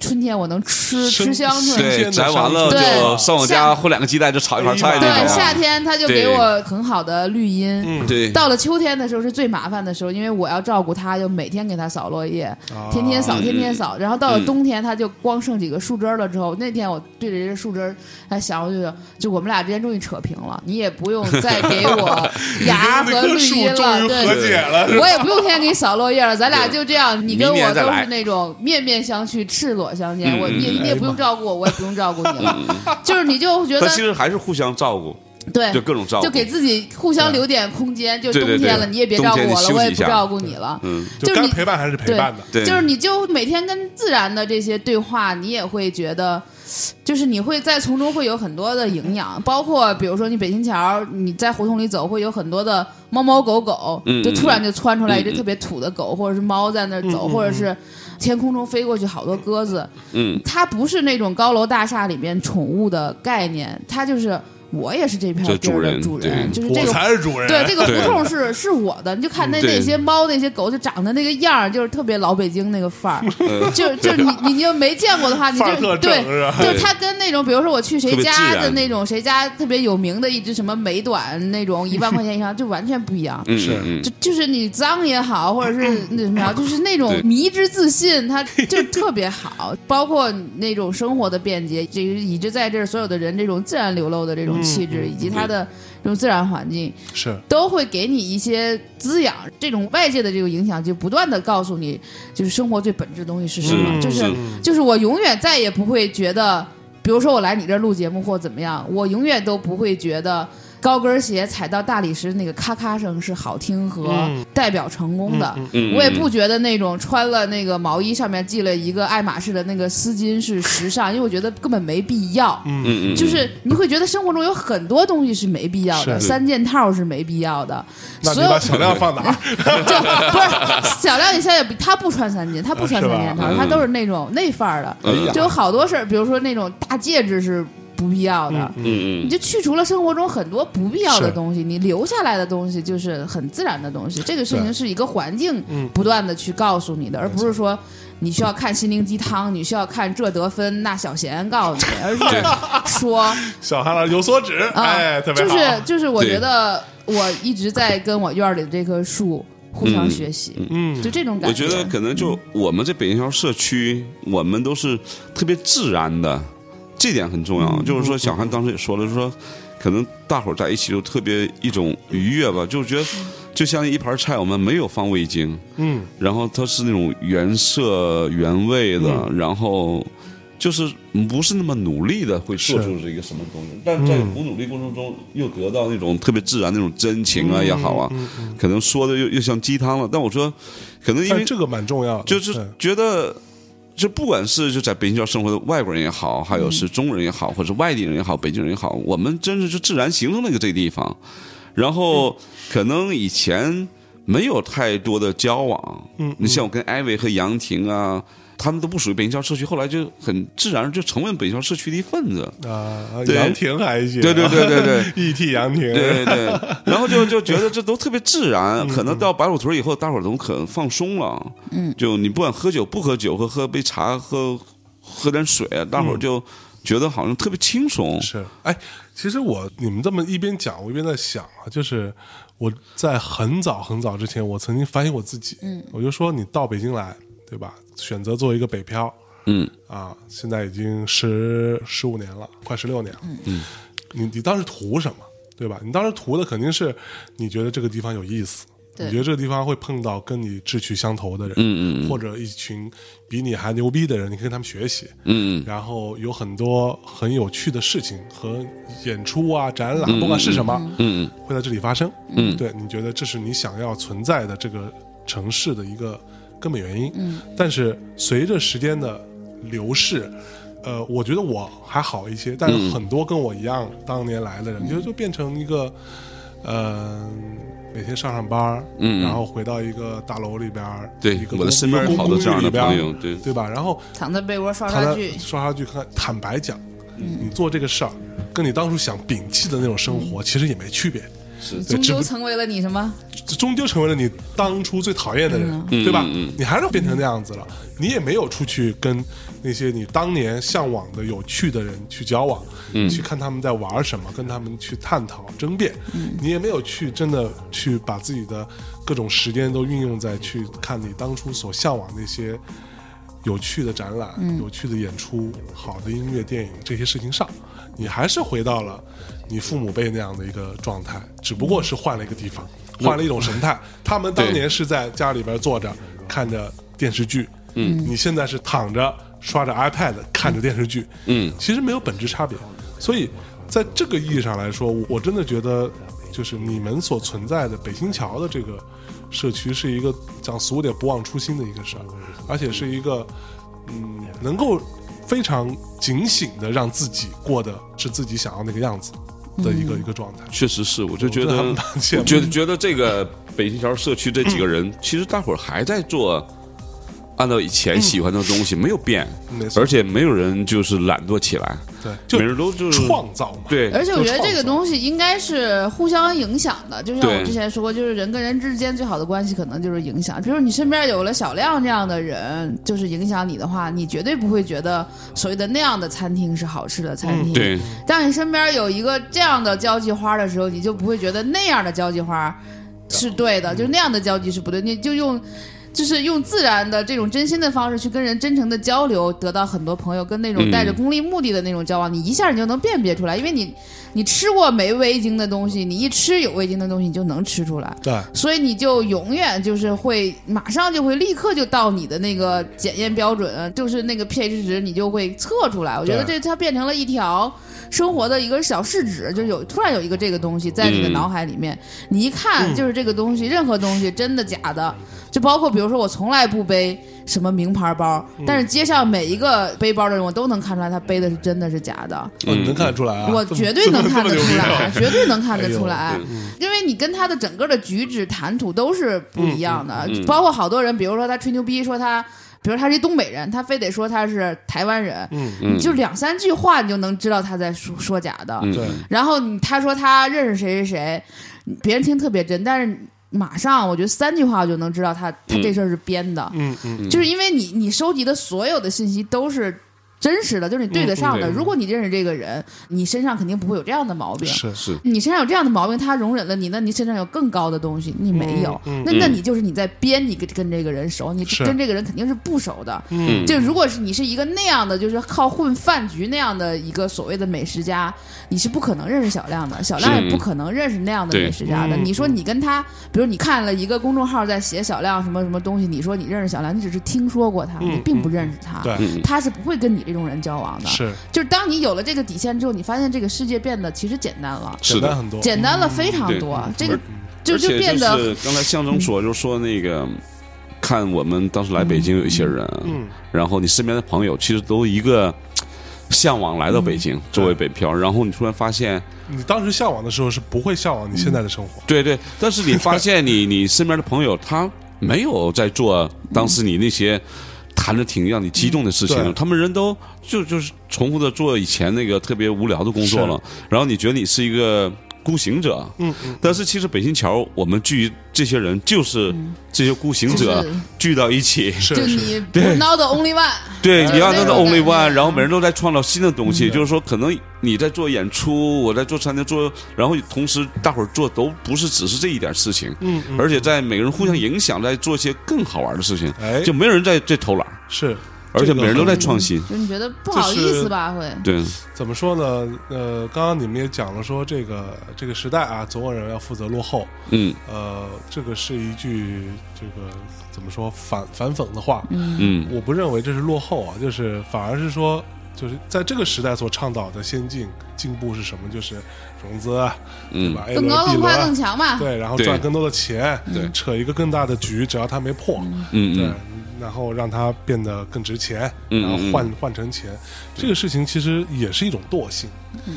[SPEAKER 1] 春天我能吃
[SPEAKER 2] 生
[SPEAKER 1] 吃香椿，
[SPEAKER 2] 对
[SPEAKER 3] 对摘完了
[SPEAKER 1] 对
[SPEAKER 3] 就上我家
[SPEAKER 1] 夏
[SPEAKER 3] 混两个鸡蛋就炒一盘菜
[SPEAKER 1] 对，嗯夏
[SPEAKER 3] 那种。啊
[SPEAKER 1] 天它就给我很好的绿荫。
[SPEAKER 3] 对，
[SPEAKER 1] 到了秋天的时候是最麻烦的时候，因为我要照顾它，就每天给它扫落叶，
[SPEAKER 2] 啊
[SPEAKER 1] 天天
[SPEAKER 2] 哦
[SPEAKER 1] 扫，天
[SPEAKER 2] 嗯
[SPEAKER 1] 天扫。然后到了冬天，它就光剩几个树枝儿了。之后那天我对着这树枝儿还想，我就哎想就我们俩之间终于扯平了，你也不用再给
[SPEAKER 2] <laughs>
[SPEAKER 1] 我芽
[SPEAKER 2] 你
[SPEAKER 1] 和
[SPEAKER 2] 跟那棵
[SPEAKER 1] 绿
[SPEAKER 2] 树
[SPEAKER 1] 荫了，
[SPEAKER 2] 终于和
[SPEAKER 1] 对。
[SPEAKER 2] 解了，是吧
[SPEAKER 1] 我也不用天天给你扫落叶了，咱俩就这样，你跟
[SPEAKER 3] 明年
[SPEAKER 1] 我
[SPEAKER 3] 再
[SPEAKER 1] 都
[SPEAKER 3] 来
[SPEAKER 1] 是那种面面相觑、赤裸相见。我你
[SPEAKER 2] 嗯
[SPEAKER 1] 你也不用照顾我，我也不用照顾你了，就是你就觉得
[SPEAKER 3] 但其实还是互相照顾，
[SPEAKER 1] 对，
[SPEAKER 3] 就各种照顾，
[SPEAKER 1] 就给自己互相留点空间。就
[SPEAKER 3] 对
[SPEAKER 1] 冬
[SPEAKER 3] 对
[SPEAKER 1] 天
[SPEAKER 3] 对
[SPEAKER 1] 了，你也别
[SPEAKER 3] 冬
[SPEAKER 1] 照顾
[SPEAKER 3] 天你
[SPEAKER 1] 我了，
[SPEAKER 3] 休
[SPEAKER 1] 我
[SPEAKER 3] 息
[SPEAKER 1] 也
[SPEAKER 3] 一
[SPEAKER 1] 不
[SPEAKER 3] 下
[SPEAKER 1] 照顾你了。
[SPEAKER 3] 嗯，
[SPEAKER 1] 就
[SPEAKER 2] 就是该
[SPEAKER 1] 你
[SPEAKER 2] 陪伴还是陪伴的。
[SPEAKER 3] 对，
[SPEAKER 1] 就是你就每天跟自然的这些对话，你也会觉得，就是你会在从中会有很多的营养，包括比如说你北新桥，你在胡同里走，会有很多的猫猫狗狗，
[SPEAKER 3] 嗯
[SPEAKER 1] 就突然就窜出来一只特别土的狗，或者是猫在那儿走，或者是天空中飞过去好多鸽子，
[SPEAKER 3] 嗯，
[SPEAKER 1] 它不是那种高楼大厦里面宠物的概念，它就是我也是这片
[SPEAKER 3] 这
[SPEAKER 1] 地儿
[SPEAKER 3] 主
[SPEAKER 1] 的
[SPEAKER 3] 人
[SPEAKER 1] 主人，就是这
[SPEAKER 2] 我
[SPEAKER 1] 种
[SPEAKER 2] 才是主人，
[SPEAKER 1] 对，这个
[SPEAKER 3] 对嗯
[SPEAKER 1] 胡同是是我的，你就看那
[SPEAKER 3] 对
[SPEAKER 1] 那些猫、那些狗，就长得那个样儿，就是特别老北京那个范
[SPEAKER 3] <laughs> 嗯
[SPEAKER 1] 儿，就就你你就没见过的话，你
[SPEAKER 2] 范儿特
[SPEAKER 1] 就对
[SPEAKER 2] 正是吧，
[SPEAKER 1] 就是它跟那种，比如说我去谁
[SPEAKER 3] 特别自
[SPEAKER 1] 家
[SPEAKER 3] 然
[SPEAKER 1] 的那种，谁家特别有名的一只什么美短那种一万块钱以上，就完全不一样。
[SPEAKER 3] 嗯
[SPEAKER 2] 是
[SPEAKER 3] 嗯
[SPEAKER 1] 就就是你脏也好，或者是那什么也
[SPEAKER 3] <laughs>
[SPEAKER 1] 好，就是那种迷之自信，它就特别好。包括那种生活的便捷，这个以致在这儿所有的人这种自然流露的这种气
[SPEAKER 3] 嗯
[SPEAKER 1] 质，以及它的这种自然环境，
[SPEAKER 2] 是
[SPEAKER 1] 都会给你一些滋养。这种外界的这个影响，就不断的告诉你，就是生活最本质的东西是什么。
[SPEAKER 3] 嗯
[SPEAKER 1] 就是
[SPEAKER 3] 是
[SPEAKER 1] 就是我永远再也不会觉得，比如说我来你这儿录节目或怎么样，我永远都不会觉得。高跟鞋踩到大理石那个咔咔声是好听和代表成功的，
[SPEAKER 3] 嗯嗯嗯
[SPEAKER 1] 我也不觉得那种穿了那个毛衣上面系了一个爱马仕的那个丝巾是时尚，因为我觉得根本没必要。
[SPEAKER 3] 嗯嗯，
[SPEAKER 1] 就是你会觉得生活中有很多东西是没必要的，
[SPEAKER 2] 是
[SPEAKER 1] 三件套是没必要的，
[SPEAKER 2] 那你
[SPEAKER 1] 所有
[SPEAKER 2] 把小亮
[SPEAKER 1] <laughs>
[SPEAKER 2] 放哪儿？
[SPEAKER 1] 就不是小亮，你现在也不他不穿三件，他不穿三
[SPEAKER 2] 是吧
[SPEAKER 1] 件
[SPEAKER 2] 嗯
[SPEAKER 1] 套，他都是那种那范儿的，
[SPEAKER 3] 哎呀
[SPEAKER 1] 就有好多事儿，比如说那种大戒指是不必要的。
[SPEAKER 3] 嗯
[SPEAKER 1] 你
[SPEAKER 3] 嗯，
[SPEAKER 1] 就去除了生活中很多不必要的
[SPEAKER 2] 是
[SPEAKER 1] 东西，你留下来的东西就是很自然的东西。这个事情
[SPEAKER 2] 对嗯
[SPEAKER 1] 是一个环境不断的去告诉你的，而不是说你需要看心灵鸡汤，你需要看这得分那小贤告诉你，而是说
[SPEAKER 2] 小哈拉有所指，
[SPEAKER 1] 啊，
[SPEAKER 2] 哎，特别
[SPEAKER 1] 就
[SPEAKER 2] 好。
[SPEAKER 1] 是就是，我
[SPEAKER 3] 对
[SPEAKER 1] 觉得我一直在跟我院儿里的这棵树互相
[SPEAKER 3] 嗯
[SPEAKER 1] 学习，
[SPEAKER 2] 嗯
[SPEAKER 1] 就这种感
[SPEAKER 3] 我觉得可能就我们这北京桥社区，我们都是特别自然的，这点很重要。就是说，小韩当时也说了，说可能大伙儿在一起就特别一种愉悦吧，就是觉得就像一盘菜，我们没有放味精，
[SPEAKER 2] 嗯，
[SPEAKER 3] 然后它是那种原色原味的，然后就是不是那么努力的会做
[SPEAKER 2] 是
[SPEAKER 3] 出这个什么东西，但在不努力过程中又得到那种特别自然那种真情啊也好啊，
[SPEAKER 2] 嗯
[SPEAKER 3] 可能说的又又像鸡汤了。但我说，可能因为
[SPEAKER 2] 但这个蛮重要的，
[SPEAKER 3] 就是
[SPEAKER 2] 对
[SPEAKER 3] 觉得。就不管是就在北京要生活的外国人也好，还有是中国人也好，或者是外地人也好，北京人也好，嗯我们真是就自然形成了一个这地方。然后可能以前没有太多的交往。
[SPEAKER 2] 嗯
[SPEAKER 3] 你像我跟艾薇和杨婷啊，他们都不属于北京桥社区，后来就很自然就成为北京桥社区的一份子。
[SPEAKER 2] 啊，
[SPEAKER 3] 对
[SPEAKER 2] 杨婷还行，
[SPEAKER 3] 对对对对对
[SPEAKER 2] ，ET 杨 <laughs> 婷，
[SPEAKER 3] 对对对，然后就就觉得这都特别自然，可能到白虎屯以后，大伙儿都很放松了。
[SPEAKER 1] 嗯，
[SPEAKER 3] 就你不管喝酒不喝酒，喝喝杯茶，喝喝点水，大伙儿就觉得好像特别轻松。
[SPEAKER 2] 是，哎，其实我你们这么一边讲，我一边在想啊，就是我在很早很早之前，我曾经反省我自己，嗯，我就说你到北京来，对吧？选择做一个北漂
[SPEAKER 3] 嗯，
[SPEAKER 2] 啊，现在已经十十五年了，快十六年了，嗯，你你当时图什么？对吧？你当时图的肯定是你觉得这个地方有意思，
[SPEAKER 1] 对
[SPEAKER 2] 你觉得这个地方会碰到跟你志趣相投的人，
[SPEAKER 3] 嗯嗯嗯
[SPEAKER 2] 或者一群比你还牛逼的人，你可以跟他们学习，
[SPEAKER 3] 嗯，
[SPEAKER 2] 然后有很多很有趣的事情和演出啊、展览，不管是什么，
[SPEAKER 3] 嗯嗯
[SPEAKER 2] 会在这里发生。
[SPEAKER 3] 嗯
[SPEAKER 2] 对，你觉得这是你想要存在的这个城市的一个根本原因。嗯，但是随着时间的流逝，呃，我觉得我还好一些，但是很多跟我一样、当年来
[SPEAKER 3] 嗯
[SPEAKER 2] 的人，就就变成一个，呃。每天上上班儿
[SPEAKER 3] 嗯
[SPEAKER 2] 然后回到一个大楼里边儿
[SPEAKER 3] 对
[SPEAKER 2] 一个
[SPEAKER 3] 我
[SPEAKER 2] 公
[SPEAKER 3] 的身边
[SPEAKER 2] 一个
[SPEAKER 3] 好
[SPEAKER 2] 公
[SPEAKER 3] 多
[SPEAKER 2] 寓
[SPEAKER 3] 这样的
[SPEAKER 2] 里边儿
[SPEAKER 3] 朋友对
[SPEAKER 2] 对吧？然后
[SPEAKER 1] 躺在被窝刷
[SPEAKER 2] 他
[SPEAKER 1] 刷
[SPEAKER 2] 来
[SPEAKER 1] 剧，
[SPEAKER 2] 刷刷剧，看看。坦白讲，
[SPEAKER 3] 嗯
[SPEAKER 2] 你做这个事儿，跟你当初想摒弃的那种生活，其实也没区别，
[SPEAKER 3] 嗯是
[SPEAKER 1] 终
[SPEAKER 2] 这
[SPEAKER 1] 究
[SPEAKER 2] 不
[SPEAKER 1] 成为了你什么？
[SPEAKER 2] 终究成为了你当初最讨厌的人，对吧？
[SPEAKER 3] 嗯嗯
[SPEAKER 2] 你还是变成那样子了，你也没有出去跟那些你当年向往的有趣的人去交往，
[SPEAKER 3] 嗯
[SPEAKER 2] 去看他们在玩什么，跟他们去探讨争辩，你也没有去真的去把自己的各种时间都运用在去看你当初所向往那些。有趣的展览、有趣的演出、好的音乐、电影这些事情上，你还是回到了你父母辈那样的一个状态，只不过是换了一个地方，换了一种神态。他们当年是在家里边坐着看着电视剧，嗯，你现在是躺着刷着 iPad 看着电视剧，
[SPEAKER 3] 嗯，
[SPEAKER 2] 其实没有本质差别。所以在这个意义上来说，我真的觉得，就是你们所存在的北新桥的这个社区是一个讲俗点不忘初心的一个事儿，而且是一个嗯能够非常警醒的让自己过的是自己想要那个样子的一个、一个状态。
[SPEAKER 3] 确实是，我嗯就觉
[SPEAKER 2] 我觉得
[SPEAKER 3] 得
[SPEAKER 2] 还蛮羡慕
[SPEAKER 3] <laughs> 觉得觉得这个北京桥社区这几个人，其实大伙儿还在做。按照以前喜欢的东西没有变
[SPEAKER 2] 没，错
[SPEAKER 3] 而且没有人就是懒惰起来，
[SPEAKER 2] 对，嗯就
[SPEAKER 3] 每人都就是
[SPEAKER 2] 创造嘛。
[SPEAKER 3] 对，
[SPEAKER 1] 而且我觉得这个
[SPEAKER 2] 就创
[SPEAKER 1] 东西应该是互相影响的，就像
[SPEAKER 3] 对
[SPEAKER 1] 我之前说过，就是人跟人之间最好的关系可能就是影响。比如你身边有了小亮这样的人，就是影响你的话，你绝对不会觉得所谓的那样的餐厅是好吃的餐厅。
[SPEAKER 3] 嗯对，
[SPEAKER 1] 当你身边有一个这样的交际花的时候，你就不会觉得那样的交际花是对的，就那样的交际是不对。你就用，就是用自然的这种真心的方式去跟人真诚的交流，得到很多朋友。跟那种
[SPEAKER 3] 嗯
[SPEAKER 1] 带着功利目的的那种交往，你一下你就能辨别出来，因为你你吃过没味精的东西，你一吃有味精的东西，你就能吃出来。
[SPEAKER 2] 对，
[SPEAKER 1] 所以你就永远就是会马上就会立刻就到你的那个检验标准，就是那个 pH 值，你就会测出来。我觉得
[SPEAKER 2] 对
[SPEAKER 1] 这它变成了一条生活的一个小试纸，就有突然有一个这个东西在你的
[SPEAKER 3] 嗯
[SPEAKER 1] 脑海里面，你一看就是这个东西，任何东西真的假的，就包括比如说我从来不背。什么名牌包？但是街上每一个背包的人，我都能看出来他背的是真的是假的。
[SPEAKER 2] 哦
[SPEAKER 3] 嗯
[SPEAKER 2] 你能看得出来啊？
[SPEAKER 1] 我
[SPEAKER 2] 这么
[SPEAKER 1] 绝对能看得出。
[SPEAKER 2] 这么这么牛逼
[SPEAKER 1] 来
[SPEAKER 2] 啊，
[SPEAKER 1] 绝对能看得出
[SPEAKER 3] 哎
[SPEAKER 1] 来
[SPEAKER 3] 呦，
[SPEAKER 1] 因为你跟他的整个的举止、谈吐都是不
[SPEAKER 2] 嗯
[SPEAKER 1] 一样的。包括好多人，比如说他吹牛逼说他，比如他是一东北人，他非得说他是台湾人，
[SPEAKER 3] 嗯
[SPEAKER 1] 你就两三句话你就能知道他在说说假的。
[SPEAKER 3] 嗯
[SPEAKER 2] 对，
[SPEAKER 1] 然后你他说他认识谁谁谁，别人听特别真，但是马上我觉得三句话我就能知道他他这事儿是编的。
[SPEAKER 2] 嗯嗯，
[SPEAKER 1] 就是因为你你收集的所有的信息都是真实的，就是你对得上的。
[SPEAKER 3] 嗯对
[SPEAKER 1] 如果你认识这个人，你身上肯定不会有这样的毛病。
[SPEAKER 2] 是
[SPEAKER 3] 嗯是
[SPEAKER 1] 你身上有这样的毛病，他容忍了你，那你身上有更高的东西，你没有，
[SPEAKER 2] 嗯
[SPEAKER 1] 那那你就是你在编，你跟跟这个人熟，你
[SPEAKER 2] 是
[SPEAKER 1] 跟这个人肯定是不熟的。
[SPEAKER 3] 嗯，
[SPEAKER 1] 就如果是你是一个那样的，就是靠混饭局那样的一个所谓的美食家，你是不可能认识小亮的，小亮
[SPEAKER 3] 是
[SPEAKER 1] 也不可能认识那样的
[SPEAKER 3] 对
[SPEAKER 1] 美食家的。
[SPEAKER 2] 嗯
[SPEAKER 1] 你说你跟他，比如你看了一个公众号在写小亮什么什么东西，你说你认识小亮，你只是听说过他，
[SPEAKER 2] 嗯
[SPEAKER 1] 你并不认识他。
[SPEAKER 2] 对，
[SPEAKER 3] 嗯
[SPEAKER 1] 他是不会跟你这种人交往的。
[SPEAKER 2] 是
[SPEAKER 1] 就是当你有了这个底线之后，你发现这个世界变得其实简单了，
[SPEAKER 3] 是
[SPEAKER 2] 简单
[SPEAKER 3] 的，
[SPEAKER 2] 很多，嗯
[SPEAKER 1] 简单了非常
[SPEAKER 3] 对
[SPEAKER 1] 多。这
[SPEAKER 3] 而
[SPEAKER 1] 个就
[SPEAKER 3] 而且
[SPEAKER 1] 变
[SPEAKER 3] 就
[SPEAKER 1] 得
[SPEAKER 3] 是刚才象征说，就说那个，看我们当时来北京有一些人，
[SPEAKER 2] 嗯，
[SPEAKER 3] 然后你身边的朋友其实都一个向往来到北京，
[SPEAKER 1] 嗯
[SPEAKER 3] 作为北漂，然后你突然发现，
[SPEAKER 2] 你当时向往的时候是不会向往你现在的生活，
[SPEAKER 3] 对对，但是你发现 <laughs> 你你身边的朋友他没有在做当时你那些谈的挺让你激动的事情
[SPEAKER 2] 嗯
[SPEAKER 3] 了，
[SPEAKER 2] 对
[SPEAKER 3] 他们人都就就是重复的做以前那个特别无聊的工作了，然后你觉得你是一个孤行者，嗯，但是其实北新桥我们聚集这些人就是这些孤行者
[SPEAKER 1] 就是
[SPEAKER 3] 聚到一 <laughs> 起，
[SPEAKER 2] 是。
[SPEAKER 1] 就是你不 now the only
[SPEAKER 3] <laughs>
[SPEAKER 1] one，
[SPEAKER 3] 对，嗯
[SPEAKER 1] 就是
[SPEAKER 3] 你让他的
[SPEAKER 1] 那种
[SPEAKER 3] only
[SPEAKER 1] 感觉
[SPEAKER 3] one，然后每人都在创造新的东西，就是说，可能你在做演出，我在做餐厅做，然后同时大伙儿做都不是只是这一点事情，嗯，而且在每个人互相影响，在做一些更好玩的事情，
[SPEAKER 2] 哎
[SPEAKER 3] 就没有人在在偷懒，
[SPEAKER 2] 是，
[SPEAKER 3] 而且
[SPEAKER 2] 这个
[SPEAKER 3] 每人都在创新，
[SPEAKER 1] 就是你觉得不好意思吧？会
[SPEAKER 3] 对，
[SPEAKER 2] 怎么说呢？呃，刚刚你们也讲了，说这个这个时代啊，总有人要负责落后。
[SPEAKER 3] 嗯
[SPEAKER 2] 呃，这个是一句这个怎么说反反讽的话。
[SPEAKER 3] 嗯，
[SPEAKER 2] 我不认为这是落后啊，就是反而是说，就是在这个时代所倡导的先进进步是什么？就是融资啊，对
[SPEAKER 3] 嗯
[SPEAKER 2] 吧？A
[SPEAKER 1] 更
[SPEAKER 2] 轮
[SPEAKER 1] 高、
[SPEAKER 2] B
[SPEAKER 1] 更快、
[SPEAKER 2] 轮啊
[SPEAKER 1] 更强嘛？
[SPEAKER 2] 对，然后
[SPEAKER 3] 对
[SPEAKER 2] 赚更多的钱，
[SPEAKER 3] 对
[SPEAKER 2] 扯一个更大的局，只要它没破，
[SPEAKER 3] 嗯
[SPEAKER 2] 对
[SPEAKER 3] 嗯，
[SPEAKER 2] 然后让它变得更值钱，
[SPEAKER 3] 嗯
[SPEAKER 2] 然后
[SPEAKER 3] 嗯
[SPEAKER 2] 换换成钱，这个事情其实也是一种惰性，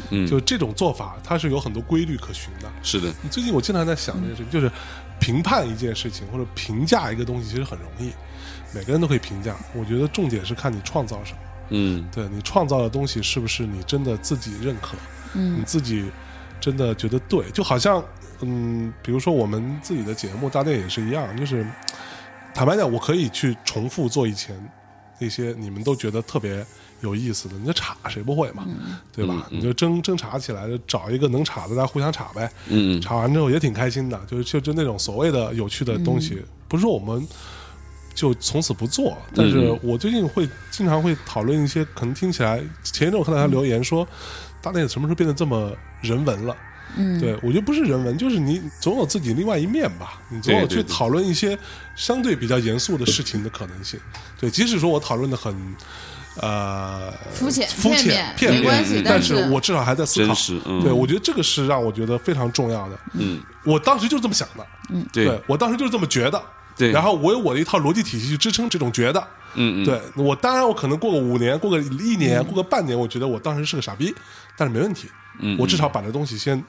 [SPEAKER 3] 嗯
[SPEAKER 2] 就这种做法它是有很多规律可循的。
[SPEAKER 3] 是的，
[SPEAKER 2] 最近我经常在想这个事情，就是评判一件事情或者评价一个东西，其实很容易，每个人都可以评价。我觉得重点是看你创造什么，
[SPEAKER 3] 嗯
[SPEAKER 2] 对你创造的东西是不是你真的自己认可，
[SPEAKER 1] 嗯
[SPEAKER 2] 你自己真的觉得对，就好像嗯，比如说我们自己的节目，大内也是一样，就是坦白讲，我可以去重复做以前那些你们都觉得特别有意思的，你就查谁不会嘛，对吧？你就争争吵起来，就找一个能查的，大家互相查呗。
[SPEAKER 3] 嗯嗯
[SPEAKER 2] 查完之后也挺开心的，就是就就那种所谓的有趣的东
[SPEAKER 1] 嗯
[SPEAKER 2] 西，不是说我们就从此不做，但
[SPEAKER 1] 嗯
[SPEAKER 2] 是我最近会经常会讨论一些，可能听起来前一阵我看到他留言说，大内什么时候变得这么人文了？
[SPEAKER 1] 嗯，
[SPEAKER 2] 对，我觉得不是人文，就是你总有自己另外一面吧，你总有
[SPEAKER 3] 对对
[SPEAKER 2] 去
[SPEAKER 3] 对
[SPEAKER 2] 讨论一些相对比较严肃的事情的可能性。对，即使说我讨论的很。呃，
[SPEAKER 1] 肤浅
[SPEAKER 2] 肤浅、
[SPEAKER 1] 片面没关系
[SPEAKER 2] 嗯
[SPEAKER 1] 但
[SPEAKER 2] 但
[SPEAKER 1] 是
[SPEAKER 2] 是我至少还在思考
[SPEAKER 3] 真。实嗯
[SPEAKER 2] 对，我觉得这个是让我觉得非常重要的。
[SPEAKER 3] 嗯，
[SPEAKER 2] 我当时就是这么想的，
[SPEAKER 3] 对，
[SPEAKER 2] 我当时就是这么觉得。
[SPEAKER 3] 对
[SPEAKER 2] 然后我有我的一套逻辑体系去支撑这种觉得。
[SPEAKER 3] 嗯嗯，
[SPEAKER 2] 对我当然我可能过个五年，过个一年，过个半年，我觉得我当时是个傻逼，但是没问题，
[SPEAKER 3] 嗯
[SPEAKER 2] 我至少把这东西先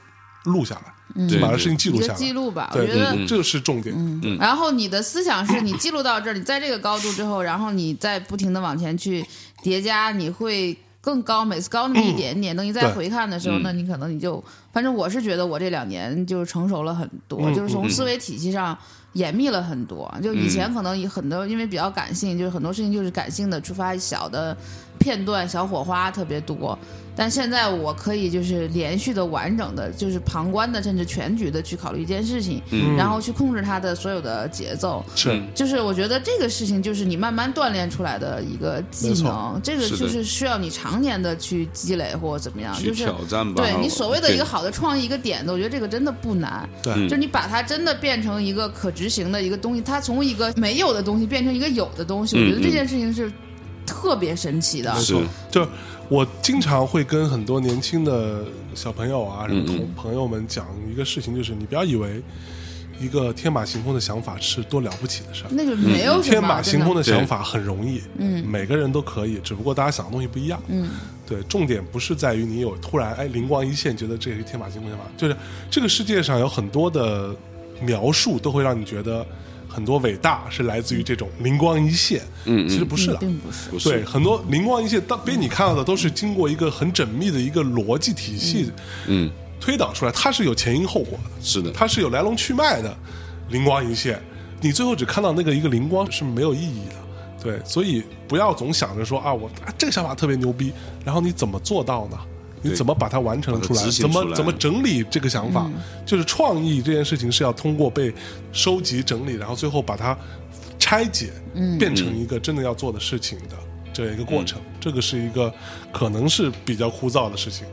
[SPEAKER 2] 录下来，
[SPEAKER 3] 对嗯
[SPEAKER 2] 把这事情记
[SPEAKER 1] 你
[SPEAKER 2] 录
[SPEAKER 1] 就
[SPEAKER 2] 下来。
[SPEAKER 1] 记录嗯吧。我
[SPEAKER 2] 对，
[SPEAKER 1] 觉得
[SPEAKER 2] 这个是重点。
[SPEAKER 1] 然后你的思想是你记录到这儿，你在这个高度之后，然后你再不停的往前去叠加，你会更高，每次高那么一点点。等你再
[SPEAKER 2] 对
[SPEAKER 1] 回看的时候，
[SPEAKER 3] 嗯
[SPEAKER 1] 那你可能你就，反正我是觉得我这两年就是成熟了很多，
[SPEAKER 2] 嗯
[SPEAKER 1] 就是从思维体系上。严密了很多，就以前
[SPEAKER 3] 嗯
[SPEAKER 1] 可能也很多，因为比较感性，就是很多事情就是感性的触发小的片段、小火花特别多。但现在我可以就是连续的、完整的，就是旁观的，甚至全局的去考虑一件事情，
[SPEAKER 3] 嗯
[SPEAKER 1] 然后去控制它的所有的节奏。
[SPEAKER 2] 是
[SPEAKER 1] 就是我觉得这个事情就是你慢慢锻炼出来的一个技
[SPEAKER 2] 没
[SPEAKER 1] 能
[SPEAKER 2] 错，
[SPEAKER 1] 这个
[SPEAKER 3] 是的
[SPEAKER 1] 就是需要你常年的去积累或者怎么样，
[SPEAKER 3] 去
[SPEAKER 1] 就是
[SPEAKER 3] 挑战吧，
[SPEAKER 1] 对你所谓的一个
[SPEAKER 3] 对
[SPEAKER 1] 好的创意一个点子，我觉得这个真的不难。
[SPEAKER 2] 对
[SPEAKER 3] 嗯
[SPEAKER 1] 就是你把它真的变成一个可执行的一个东西，它从一个没有的东西变成一个有的东西，我觉得
[SPEAKER 3] 嗯
[SPEAKER 1] 这件事情是特别神奇的。
[SPEAKER 3] 是
[SPEAKER 2] 就是我经常会跟很多年轻的小朋友啊，什么
[SPEAKER 3] 嗯
[SPEAKER 2] 同
[SPEAKER 3] 嗯
[SPEAKER 2] 朋友们讲一个事情，就是你不要以为一个天马行空的想法是多了不起的事儿。
[SPEAKER 1] 那就没有什么
[SPEAKER 2] 天马行空的
[SPEAKER 1] 真
[SPEAKER 2] 想法很容易，嗯，每个人都可以，只不过大家想的东西不一样，嗯，对，重点不是在于你有突然哎灵光一现，觉得这是天马行空想法，就是这个世界上有很多的描述都会让你觉得很多伟大是来自于这种灵光一现，嗯，其实不是
[SPEAKER 1] 的
[SPEAKER 2] 的，
[SPEAKER 1] 并不是。
[SPEAKER 3] 不
[SPEAKER 2] 对，
[SPEAKER 3] 是
[SPEAKER 2] 很多灵光一现，当被你看到的都是经过一个很缜密的一个逻辑体系，
[SPEAKER 3] 嗯，
[SPEAKER 2] 推导出来，它是有前因后果的，
[SPEAKER 3] 是的，
[SPEAKER 2] 它是有来龙去脉的，灵光一现。你最后只看到那个一个灵光是没有意义的，对，所以不要总想着说啊，我啊这个想法特别牛逼，然后你怎么做到呢？你
[SPEAKER 3] 对
[SPEAKER 2] 怎么把它完成
[SPEAKER 3] 把它
[SPEAKER 2] 出来？
[SPEAKER 3] 执行
[SPEAKER 2] 怎
[SPEAKER 3] 出
[SPEAKER 2] 么
[SPEAKER 3] 来
[SPEAKER 2] 怎么整理这个想法？就是创意这件事情是要通过被收集整理，然后最后把它拆解，
[SPEAKER 3] 嗯
[SPEAKER 2] 变成一个真的要做的事情的这样一个过程。这个是一个可能是比较枯燥的事情，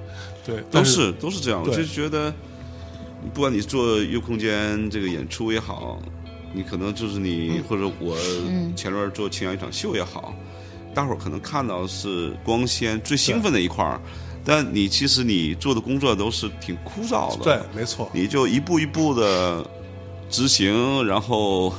[SPEAKER 2] 对，
[SPEAKER 3] 都
[SPEAKER 2] 但
[SPEAKER 3] 是都是这样，我
[SPEAKER 2] 对
[SPEAKER 3] 就觉得，不管你做优空间这个演出也好，你可能就是你、或者我
[SPEAKER 1] 嗯
[SPEAKER 3] 前段做青阳一场秀也好，大伙儿可能看到是光鲜最兴奋的一块儿，但你其实你做的工作都是挺枯燥的，
[SPEAKER 2] 对，没错，
[SPEAKER 3] 你就一步一步的执行，然后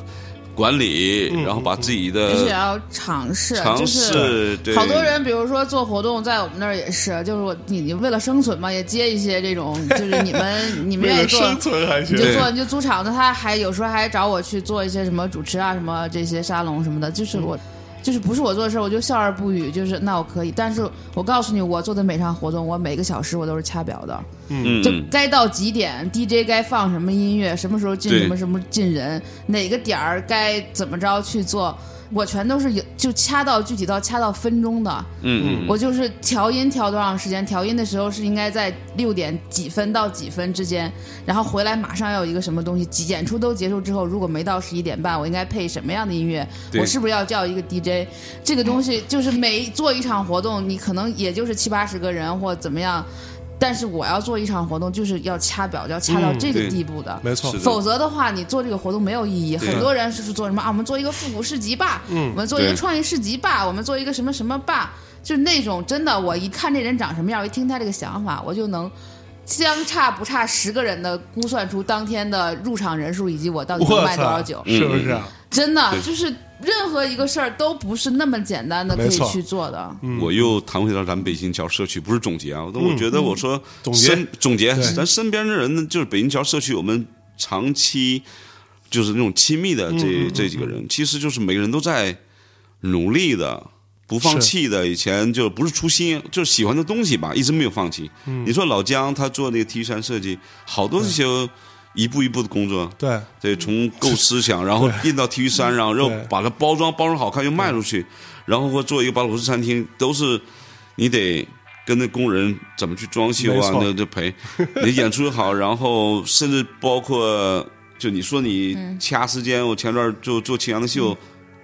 [SPEAKER 3] 管理，然后把自己的
[SPEAKER 1] 必须也要尝试，
[SPEAKER 3] 尝
[SPEAKER 1] 就是
[SPEAKER 3] 试，对，
[SPEAKER 1] 好多人，比如说做活动，在我们那儿也是，就是我你你为了生存嘛，也接一些这种，就是你们 <laughs> 你们
[SPEAKER 2] 为
[SPEAKER 1] 愿意
[SPEAKER 2] 了
[SPEAKER 1] 做，
[SPEAKER 2] 生存还
[SPEAKER 1] 你
[SPEAKER 2] 行。
[SPEAKER 1] 就
[SPEAKER 3] 对
[SPEAKER 1] 做你就租场子，他还有时候还找我去做一些什么主持啊，什么这些沙龙什么的，就是我。就是不是我做的事儿，我就笑而不语。就是那我可以，但是我告诉你，我做的每场活动，我每个小时我都是掐表的，
[SPEAKER 3] 嗯，
[SPEAKER 1] 就该到几点，DJ 该放什么音乐，什么时候进
[SPEAKER 3] 对
[SPEAKER 1] 什么什么进人，哪个点儿该怎么着去做，我全都是有就掐到具体到掐到分钟的。
[SPEAKER 3] 嗯嗯
[SPEAKER 1] 我就是调音调多长时间，调音的时候是应该在六点几分到几分之间，然后回来马上要有一个什么东西，几演出都结束之后，如果没到十一点半，我应该配什么样的音乐？
[SPEAKER 3] 对
[SPEAKER 1] 我是不是要叫一个 DJ？这个东西就是每做一场活动，你可能也就是七八十个人或怎么样，但是我要做一场活动，就是要掐表，就要掐到这个
[SPEAKER 3] 嗯对
[SPEAKER 1] 地步的。
[SPEAKER 2] 没错
[SPEAKER 3] 是，的
[SPEAKER 1] 否则的话，你做这个活动没有意义。
[SPEAKER 3] 对嗯
[SPEAKER 1] 很多人是做什么啊？我们做一个复古市集吧，我们做一个
[SPEAKER 3] 对
[SPEAKER 1] 创意市集吧，我们做一个什么什么吧，就是那种真的，我一看这人长什么样，我一听他这个想法，我就能。相差不差十个人的估算出当天的入场人数以及我到底能
[SPEAKER 2] 我
[SPEAKER 1] 卖多少酒
[SPEAKER 2] 操，，是不是啊？
[SPEAKER 1] 真的
[SPEAKER 3] 对
[SPEAKER 1] 就是任何一个事儿都不是那么简单的可
[SPEAKER 2] 没
[SPEAKER 1] 以
[SPEAKER 2] 错
[SPEAKER 1] 去做的。
[SPEAKER 2] 嗯
[SPEAKER 3] 我又谈回到咱们北京桥社区，不是总结啊，但我觉得我说
[SPEAKER 2] 嗯总结
[SPEAKER 3] 身总结
[SPEAKER 2] 对，
[SPEAKER 3] 咱身边的人呢，就是北京桥社区，我们长期就是那种亲密的
[SPEAKER 2] 嗯
[SPEAKER 3] 这这几个人，其实就是每个人都在努力的。不放弃的，以前就不是初心，就是喜欢的东西吧，一直没有放弃。
[SPEAKER 2] 嗯
[SPEAKER 3] 你说老姜他做那个 T 恤衫设计，好多这些一步一步的工作，
[SPEAKER 2] 对，
[SPEAKER 3] 对，从构思想，然后印到 T 恤衫上，然后
[SPEAKER 2] 对
[SPEAKER 3] 把它包装包装好看又卖出去，然后或做一个巴鲁斯餐厅，都是你得跟那工人怎么去装修
[SPEAKER 2] 没
[SPEAKER 3] 啊，
[SPEAKER 2] 错
[SPEAKER 3] 那
[SPEAKER 2] <laughs>
[SPEAKER 3] 这赔，你演出也好，然后甚至包括就你说你掐时间，我前段就做秦阳的
[SPEAKER 2] 嗯
[SPEAKER 3] 秀，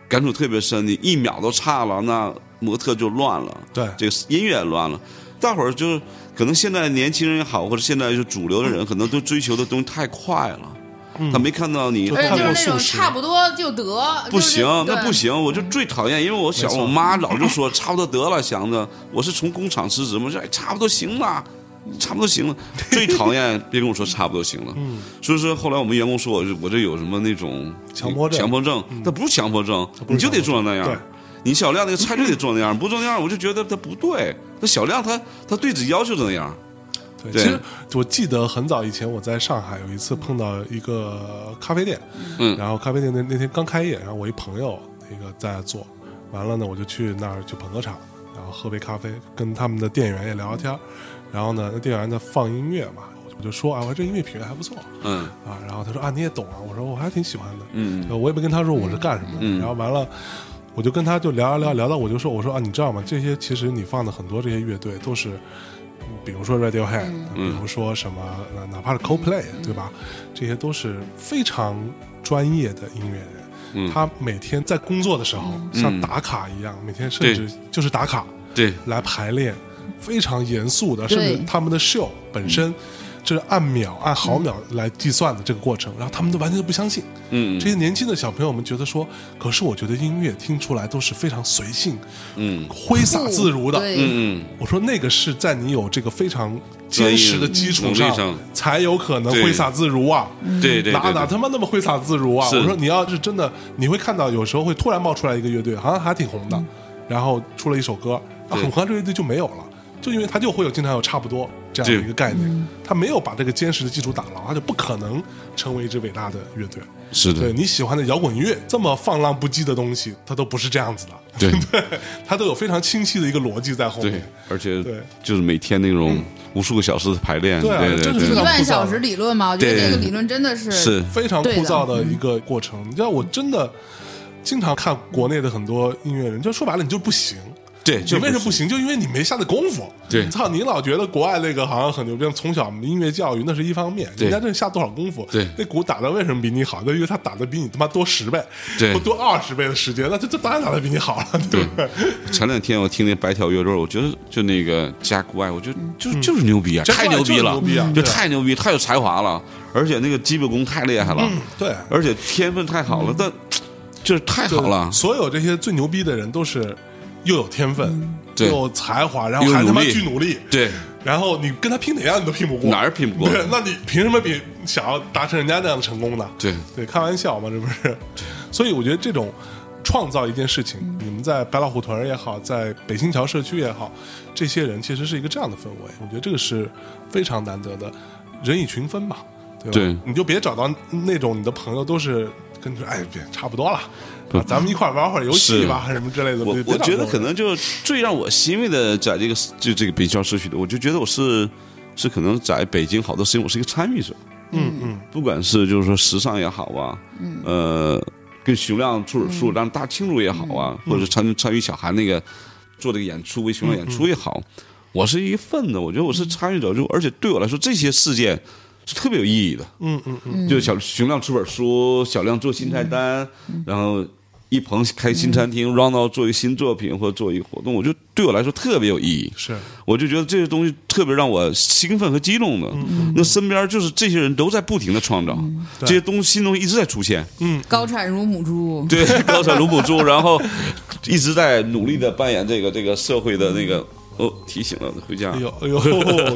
[SPEAKER 3] 感触特别深，你一秒都差了，那模特就乱了，
[SPEAKER 2] 对
[SPEAKER 3] 这个音乐也乱了，大伙儿就是可能现在年轻人也好，或者现在就主流的人，可能都追求的东西太快了。他没看到你，
[SPEAKER 2] 嗯就
[SPEAKER 3] 哎
[SPEAKER 1] 而且
[SPEAKER 2] 太
[SPEAKER 1] 就是
[SPEAKER 2] 过
[SPEAKER 1] 那
[SPEAKER 2] 速
[SPEAKER 1] 种
[SPEAKER 2] 食
[SPEAKER 1] 差不多就得，
[SPEAKER 3] 不
[SPEAKER 1] 就是
[SPEAKER 3] 行，那
[SPEAKER 1] 对
[SPEAKER 3] 不行，我就最讨厌，因为我小
[SPEAKER 2] 没错
[SPEAKER 3] 我妈老就说差不多得了，想着我是从工厂辞职嘛，我说哎差不多行了，差不多行了，最讨厌别跟我说差不多行了。
[SPEAKER 2] 嗯
[SPEAKER 3] 所以说后来我们员工说我我这有什么那种
[SPEAKER 2] 强迫症嗯
[SPEAKER 3] 强迫症，那不是强迫症，
[SPEAKER 2] 不
[SPEAKER 3] 你
[SPEAKER 2] 是
[SPEAKER 3] 就得
[SPEAKER 2] 强
[SPEAKER 3] 做那
[SPEAKER 2] 对
[SPEAKER 3] 样。你小亮那个菜就得做那样，不做那样我就觉得他不对。那小亮他他对自己要求那样，
[SPEAKER 2] 对，
[SPEAKER 3] 对
[SPEAKER 2] 其实我记得很早以前我在上海有一次碰到一个咖啡店，
[SPEAKER 3] 嗯
[SPEAKER 2] 然后咖啡店那那天刚开业，然后我一朋友那个在那做，完了呢我就去那儿去捧个场，然后喝杯咖啡，跟他们的店员也聊聊天儿，然后呢那店员在放音乐嘛，我就我就说啊，我说这音乐品味还不错
[SPEAKER 3] 嗯
[SPEAKER 2] 啊，然后他说啊你也懂啊，我说我还挺喜欢的，
[SPEAKER 3] 嗯
[SPEAKER 2] 呃我也没跟他说我是干什么的，然后完了。我就跟他就聊一聊，聊到我就说，我说啊，你知道吗？这些其实你放的很多这些乐队都是，比如说 Radiohead，、比如说什么，呃哪怕是 Coldplay，对吧？这些都是非常专业的音乐人。他每天在工作的时候，像打卡一样，每天甚至就是打卡
[SPEAKER 3] 对，
[SPEAKER 2] 来排练，非常严肃的，
[SPEAKER 1] 对
[SPEAKER 2] 甚至他们的秀本
[SPEAKER 3] 嗯
[SPEAKER 2] 身。这是按秒、按毫秒来计算的这个过程，然后他们都完全不相信。
[SPEAKER 3] 嗯
[SPEAKER 2] 这些年轻的小朋友们觉得说，可是我觉得音乐听出来都是非常随性、
[SPEAKER 3] 嗯
[SPEAKER 2] 挥洒自如的。
[SPEAKER 1] 对
[SPEAKER 3] 嗯
[SPEAKER 2] 我说那个是在你有这个非常坚实的基础上，
[SPEAKER 3] 专业能力上
[SPEAKER 2] 才有可能挥洒自如啊。
[SPEAKER 3] 嗯，对对对
[SPEAKER 2] 哪
[SPEAKER 3] 对
[SPEAKER 2] 哪他妈那么挥洒自如啊！
[SPEAKER 3] 是
[SPEAKER 2] 我说你要是真的，你会看到有时候会突然冒出来一个乐队，好像还挺红的，然后出了一首歌，啊
[SPEAKER 3] 对
[SPEAKER 2] 很快这乐队就没有了，就因为他就会有经常有差不多这样的
[SPEAKER 3] 对
[SPEAKER 2] 一个概念，他没有把这个坚实的基础打牢，他就不可能成为一支伟大的乐队。
[SPEAKER 3] 是的
[SPEAKER 2] 对，你喜欢的摇滚乐这么放浪不羁的东西，它都不是这样子的， <laughs>
[SPEAKER 3] 对
[SPEAKER 2] 它都有非常清晰的一个逻辑在后
[SPEAKER 3] 对
[SPEAKER 2] 面。，
[SPEAKER 3] 而且
[SPEAKER 2] 对
[SPEAKER 3] 就是每天那种无数个小时的排练，
[SPEAKER 2] 对啊
[SPEAKER 3] 对
[SPEAKER 2] 真
[SPEAKER 3] 对
[SPEAKER 2] 是
[SPEAKER 1] 一
[SPEAKER 2] 非
[SPEAKER 3] 对
[SPEAKER 2] 常，枯
[SPEAKER 1] 万
[SPEAKER 2] 燥
[SPEAKER 1] 小时理论嘛，我觉得
[SPEAKER 3] 对
[SPEAKER 1] 这个理论真的是
[SPEAKER 3] 是
[SPEAKER 2] 非常枯
[SPEAKER 1] 对的
[SPEAKER 2] 燥的一个过程。你知道，我真的经常看国内的很多音乐人，就说白了，你就是不行。
[SPEAKER 3] 对，
[SPEAKER 2] 你
[SPEAKER 3] 就
[SPEAKER 2] 为什么不行？就因为你没下的功夫。
[SPEAKER 3] 对
[SPEAKER 2] 操，你老觉得国外那个好像很牛逼，从小音乐教育那是一方面，
[SPEAKER 3] 对
[SPEAKER 2] 人家这下多少功夫？
[SPEAKER 3] 对
[SPEAKER 2] 那鼓打的为什么比你好？那因为他打的比你他妈多十倍，
[SPEAKER 3] 对
[SPEAKER 2] 或多二十倍的时间，那就就当然打的比你好了， <laughs> 对不对？
[SPEAKER 3] <laughs> 前两天我听那白条乐队，我觉得就那个 Jack White，我觉得
[SPEAKER 2] 嗯
[SPEAKER 3] 就就是牛逼啊，
[SPEAKER 2] Jack
[SPEAKER 3] 太牛逼了
[SPEAKER 2] White 就是牛逼啊，
[SPEAKER 3] 就
[SPEAKER 2] 对
[SPEAKER 3] 太牛逼，太有才华了，而且那个基本功太厉害了，
[SPEAKER 2] 嗯对。
[SPEAKER 3] 而且天分太好了，
[SPEAKER 2] 嗯
[SPEAKER 3] 但就是太好了，
[SPEAKER 2] 所有这些最牛逼的人都是又有天分，
[SPEAKER 3] 对
[SPEAKER 2] 又有才华，然后还
[SPEAKER 3] 又
[SPEAKER 2] 他
[SPEAKER 3] 努
[SPEAKER 2] 妈
[SPEAKER 3] 力
[SPEAKER 2] 巨努力，
[SPEAKER 3] 对
[SPEAKER 2] 然后你跟他拼哪样你都拼不过，
[SPEAKER 3] 哪儿拼不过
[SPEAKER 2] 对，那你凭什么比想要达成人家那样的成功呢？
[SPEAKER 3] 对
[SPEAKER 2] 对，开玩笑嘛，这不是？所以我觉得这种创造一件事情，你们在白老虎屯儿也好，在北新桥社区也好，这些人其实是一个这样的氛围，我觉得这个是非常难得的，人以群分嘛，对吧？
[SPEAKER 3] 对
[SPEAKER 2] 你就别找到那种你的朋友都是跟你说，哎，别差不多了。啊咱们一块儿玩会儿游戏
[SPEAKER 3] 是
[SPEAKER 2] 吧，什么之类的。
[SPEAKER 3] 我
[SPEAKER 2] 别别
[SPEAKER 3] 我
[SPEAKER 2] 找
[SPEAKER 3] 觉
[SPEAKER 2] 这
[SPEAKER 3] 得
[SPEAKER 2] 种
[SPEAKER 3] 可
[SPEAKER 2] 人
[SPEAKER 3] 能就最让我欣慰的，在这个就这个北郊社区的，我就觉得我是是可能在北京好多事情我是一个参与者，
[SPEAKER 2] 嗯嗯，
[SPEAKER 3] 不管是就是说时尚也好啊，呃，跟熊亮出
[SPEAKER 2] 嗯
[SPEAKER 3] 书让大家庆祝也好啊，或者参与参与小韩那个做这个演出为熊亮
[SPEAKER 2] 嗯
[SPEAKER 3] 演出也好，我是一份子，我觉得我是参与者，就而且对我来说这些事件是特别有意义的，
[SPEAKER 2] 嗯嗯嗯，
[SPEAKER 3] 就是小熊亮出本书，小亮做新菜单，
[SPEAKER 2] 嗯
[SPEAKER 3] 然后一鹏开新餐厅，Round 做一个新作品或者做一个活动，我就对我来说特别有意义。
[SPEAKER 2] 是
[SPEAKER 3] 我就觉得这些东西特别让我兴奋和激动
[SPEAKER 2] 嗯
[SPEAKER 3] 的。那身边就是这些人都在不停的创造，这些东西新东西一直在出现，
[SPEAKER 2] 嗯
[SPEAKER 1] 高产如母猪，
[SPEAKER 2] <laughs>
[SPEAKER 3] 对，高产卢母猪，然后一直在努力的扮演这个这个社会的那个。哦，提醒了，回家
[SPEAKER 2] 哎。呦哎呦，你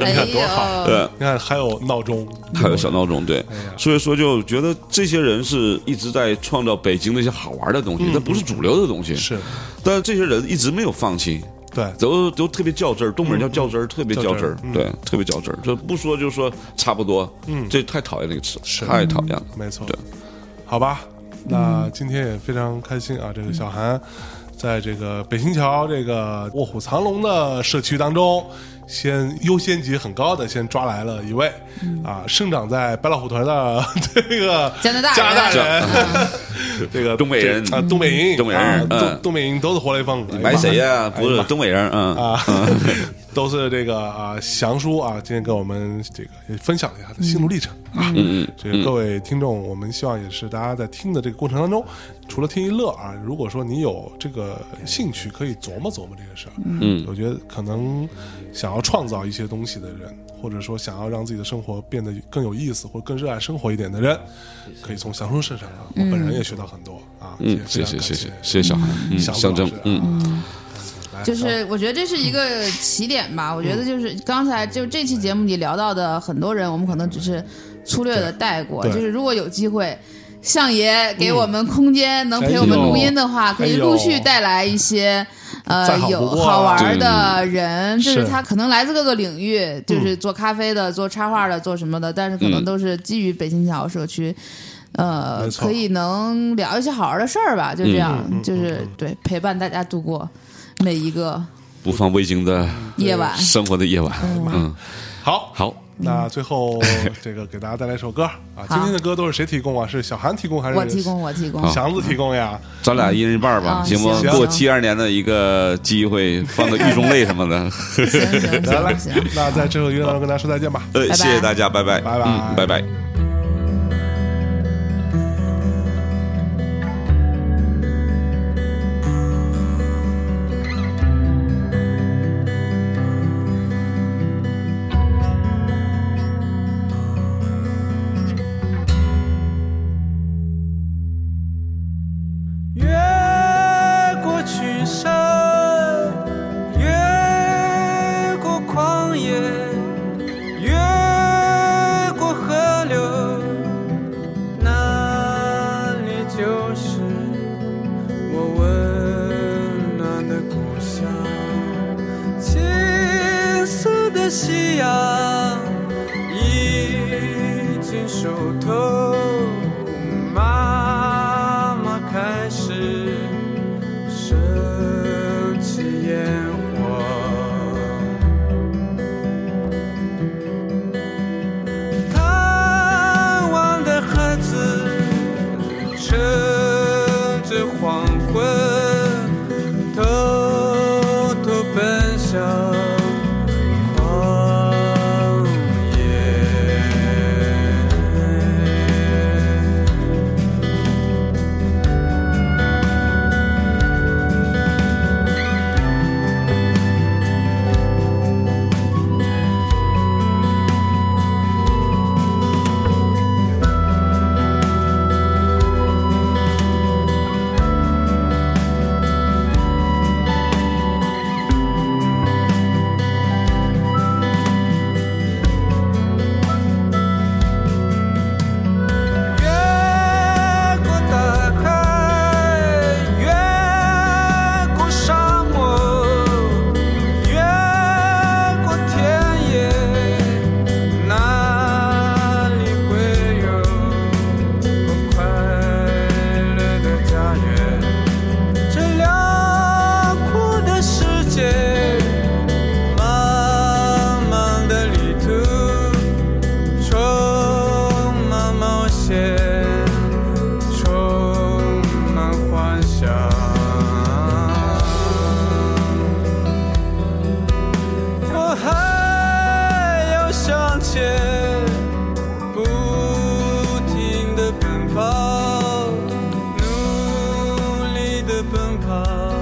[SPEAKER 1] <laughs> 哎
[SPEAKER 2] 看 <laughs> 多好。
[SPEAKER 1] 呦，
[SPEAKER 3] 对，
[SPEAKER 2] 你看还有闹钟，
[SPEAKER 3] 还有小闹钟，对
[SPEAKER 2] 哎呀，
[SPEAKER 3] 所以说就觉得这些人是一直在创造北京的一些好玩的东西，但不是主流的东西。
[SPEAKER 2] 嗯是，
[SPEAKER 3] 但是这些人一直没有放弃，
[SPEAKER 2] 对，
[SPEAKER 3] 都都特别较真儿，东北人叫较真儿，特别
[SPEAKER 2] 嗯较
[SPEAKER 3] 较真儿
[SPEAKER 2] 真儿，嗯
[SPEAKER 3] 对，特别较真儿，这不说就说差不多，嗯，这太讨厌这个词，
[SPEAKER 2] 是嗯
[SPEAKER 3] 太讨厌了。
[SPEAKER 2] 没错
[SPEAKER 3] 对，
[SPEAKER 2] 好吧，
[SPEAKER 1] 嗯
[SPEAKER 2] 那今天也非常开心啊，这个小韩在这个北新桥这个卧虎藏龙的社区当中。先优先级很高的，先抓来了一位、啊，生长在白老虎屯的 <laughs> 这个
[SPEAKER 1] 嗯加拿大人
[SPEAKER 2] 加拿大人， <laughs> 这个
[SPEAKER 3] 东北人
[SPEAKER 2] 啊，东北人，
[SPEAKER 3] 东北人
[SPEAKER 2] 啊
[SPEAKER 3] 嗯
[SPEAKER 2] 东东北人都是活雷锋，哎
[SPEAKER 3] 买
[SPEAKER 2] 妈
[SPEAKER 3] 谁呀？
[SPEAKER 2] 哎
[SPEAKER 3] 不是
[SPEAKER 2] 妈
[SPEAKER 3] 东北人，嗯，
[SPEAKER 2] 啊， <laughs> 都是这个啊，翔叔啊，今天给我们这个也分享了一下他的心路历程啊。嗯这个各位听众，我们希望也是大家在听的这个过程当中，除了听一乐啊，如果说你有这个兴趣，可以琢磨琢磨这个事儿。嗯，我觉得可能想要创造一些东西的人，或者说想要让自己的生活变得更有意思，或者更热爱生活一点的人，可以从翔叔身上啊，我本人也学到很多啊。
[SPEAKER 3] 嗯
[SPEAKER 2] 也，非
[SPEAKER 3] 谢
[SPEAKER 2] 常
[SPEAKER 3] 谢
[SPEAKER 2] 感
[SPEAKER 3] 谢谢
[SPEAKER 2] 谢
[SPEAKER 3] 谢谢小韩，嗯，
[SPEAKER 2] 翔
[SPEAKER 3] 象征
[SPEAKER 2] 老师，
[SPEAKER 3] 嗯。
[SPEAKER 2] 啊，来
[SPEAKER 1] 就是我觉得这是一个起点吧。我觉得
[SPEAKER 2] 嗯
[SPEAKER 1] 就是刚才就这期节目里聊到的很多人，我们可能只是粗略的带过。
[SPEAKER 2] 对嗯
[SPEAKER 1] 就是如果有机会，相爷给我们空间，能陪我们
[SPEAKER 2] 哎呦
[SPEAKER 1] 录音的话，可以
[SPEAKER 2] 哎呦
[SPEAKER 1] 陆续带来一些。
[SPEAKER 2] 再
[SPEAKER 1] 呃，
[SPEAKER 2] 好不
[SPEAKER 1] 有
[SPEAKER 2] 过啊嗯了
[SPEAKER 1] 好玩的人，就是是他可能来自各个领域，
[SPEAKER 2] 嗯
[SPEAKER 1] 就是做咖啡的、做插画的、做什么的，但是可能
[SPEAKER 3] 嗯
[SPEAKER 1] 都是基于北新桥社区，呃
[SPEAKER 2] 没，错
[SPEAKER 1] 可以能聊一些好玩的事儿吧，就这样，
[SPEAKER 2] 嗯嗯嗯
[SPEAKER 1] 就是、
[SPEAKER 2] 嗯
[SPEAKER 1] 对陪伴大家度过每一个
[SPEAKER 3] 不放味精的
[SPEAKER 1] 嗯夜晚。
[SPEAKER 3] 生活的夜晚。嗯，
[SPEAKER 2] 好。
[SPEAKER 3] 好，
[SPEAKER 1] 嗯
[SPEAKER 2] 那最后这个给大家带来一首歌啊，今天的歌都是谁提供啊？是小韩提供还是
[SPEAKER 1] 我提供，我提供。
[SPEAKER 2] 祥子提供呀？
[SPEAKER 3] 咱俩一人一半
[SPEAKER 1] 啊
[SPEAKER 3] 吧，行不？
[SPEAKER 1] 行
[SPEAKER 3] 给我
[SPEAKER 1] 行
[SPEAKER 3] 七二年的一个机会，放个狱中泪什
[SPEAKER 1] <laughs>
[SPEAKER 3] 么的。
[SPEAKER 1] 行
[SPEAKER 2] <laughs>
[SPEAKER 1] 行
[SPEAKER 2] 来来
[SPEAKER 1] 行行，，
[SPEAKER 2] 那在最后一个当中跟大家说再见吧。
[SPEAKER 3] 呃，
[SPEAKER 1] 拜
[SPEAKER 3] 谢谢大家，拜拜，
[SPEAKER 2] 拜拜
[SPEAKER 3] 嗯，拜拜。
[SPEAKER 6] 越过群山，越过旷野，越过河流，那里就是我温暖的故乡。青色的夕阳已经熟透，妈妈开始升起烟火。贪玩的孩子趁着黄昏偷偷奔向旷野。
[SPEAKER 5] 向前，不停地奔跑，努力地奔跑。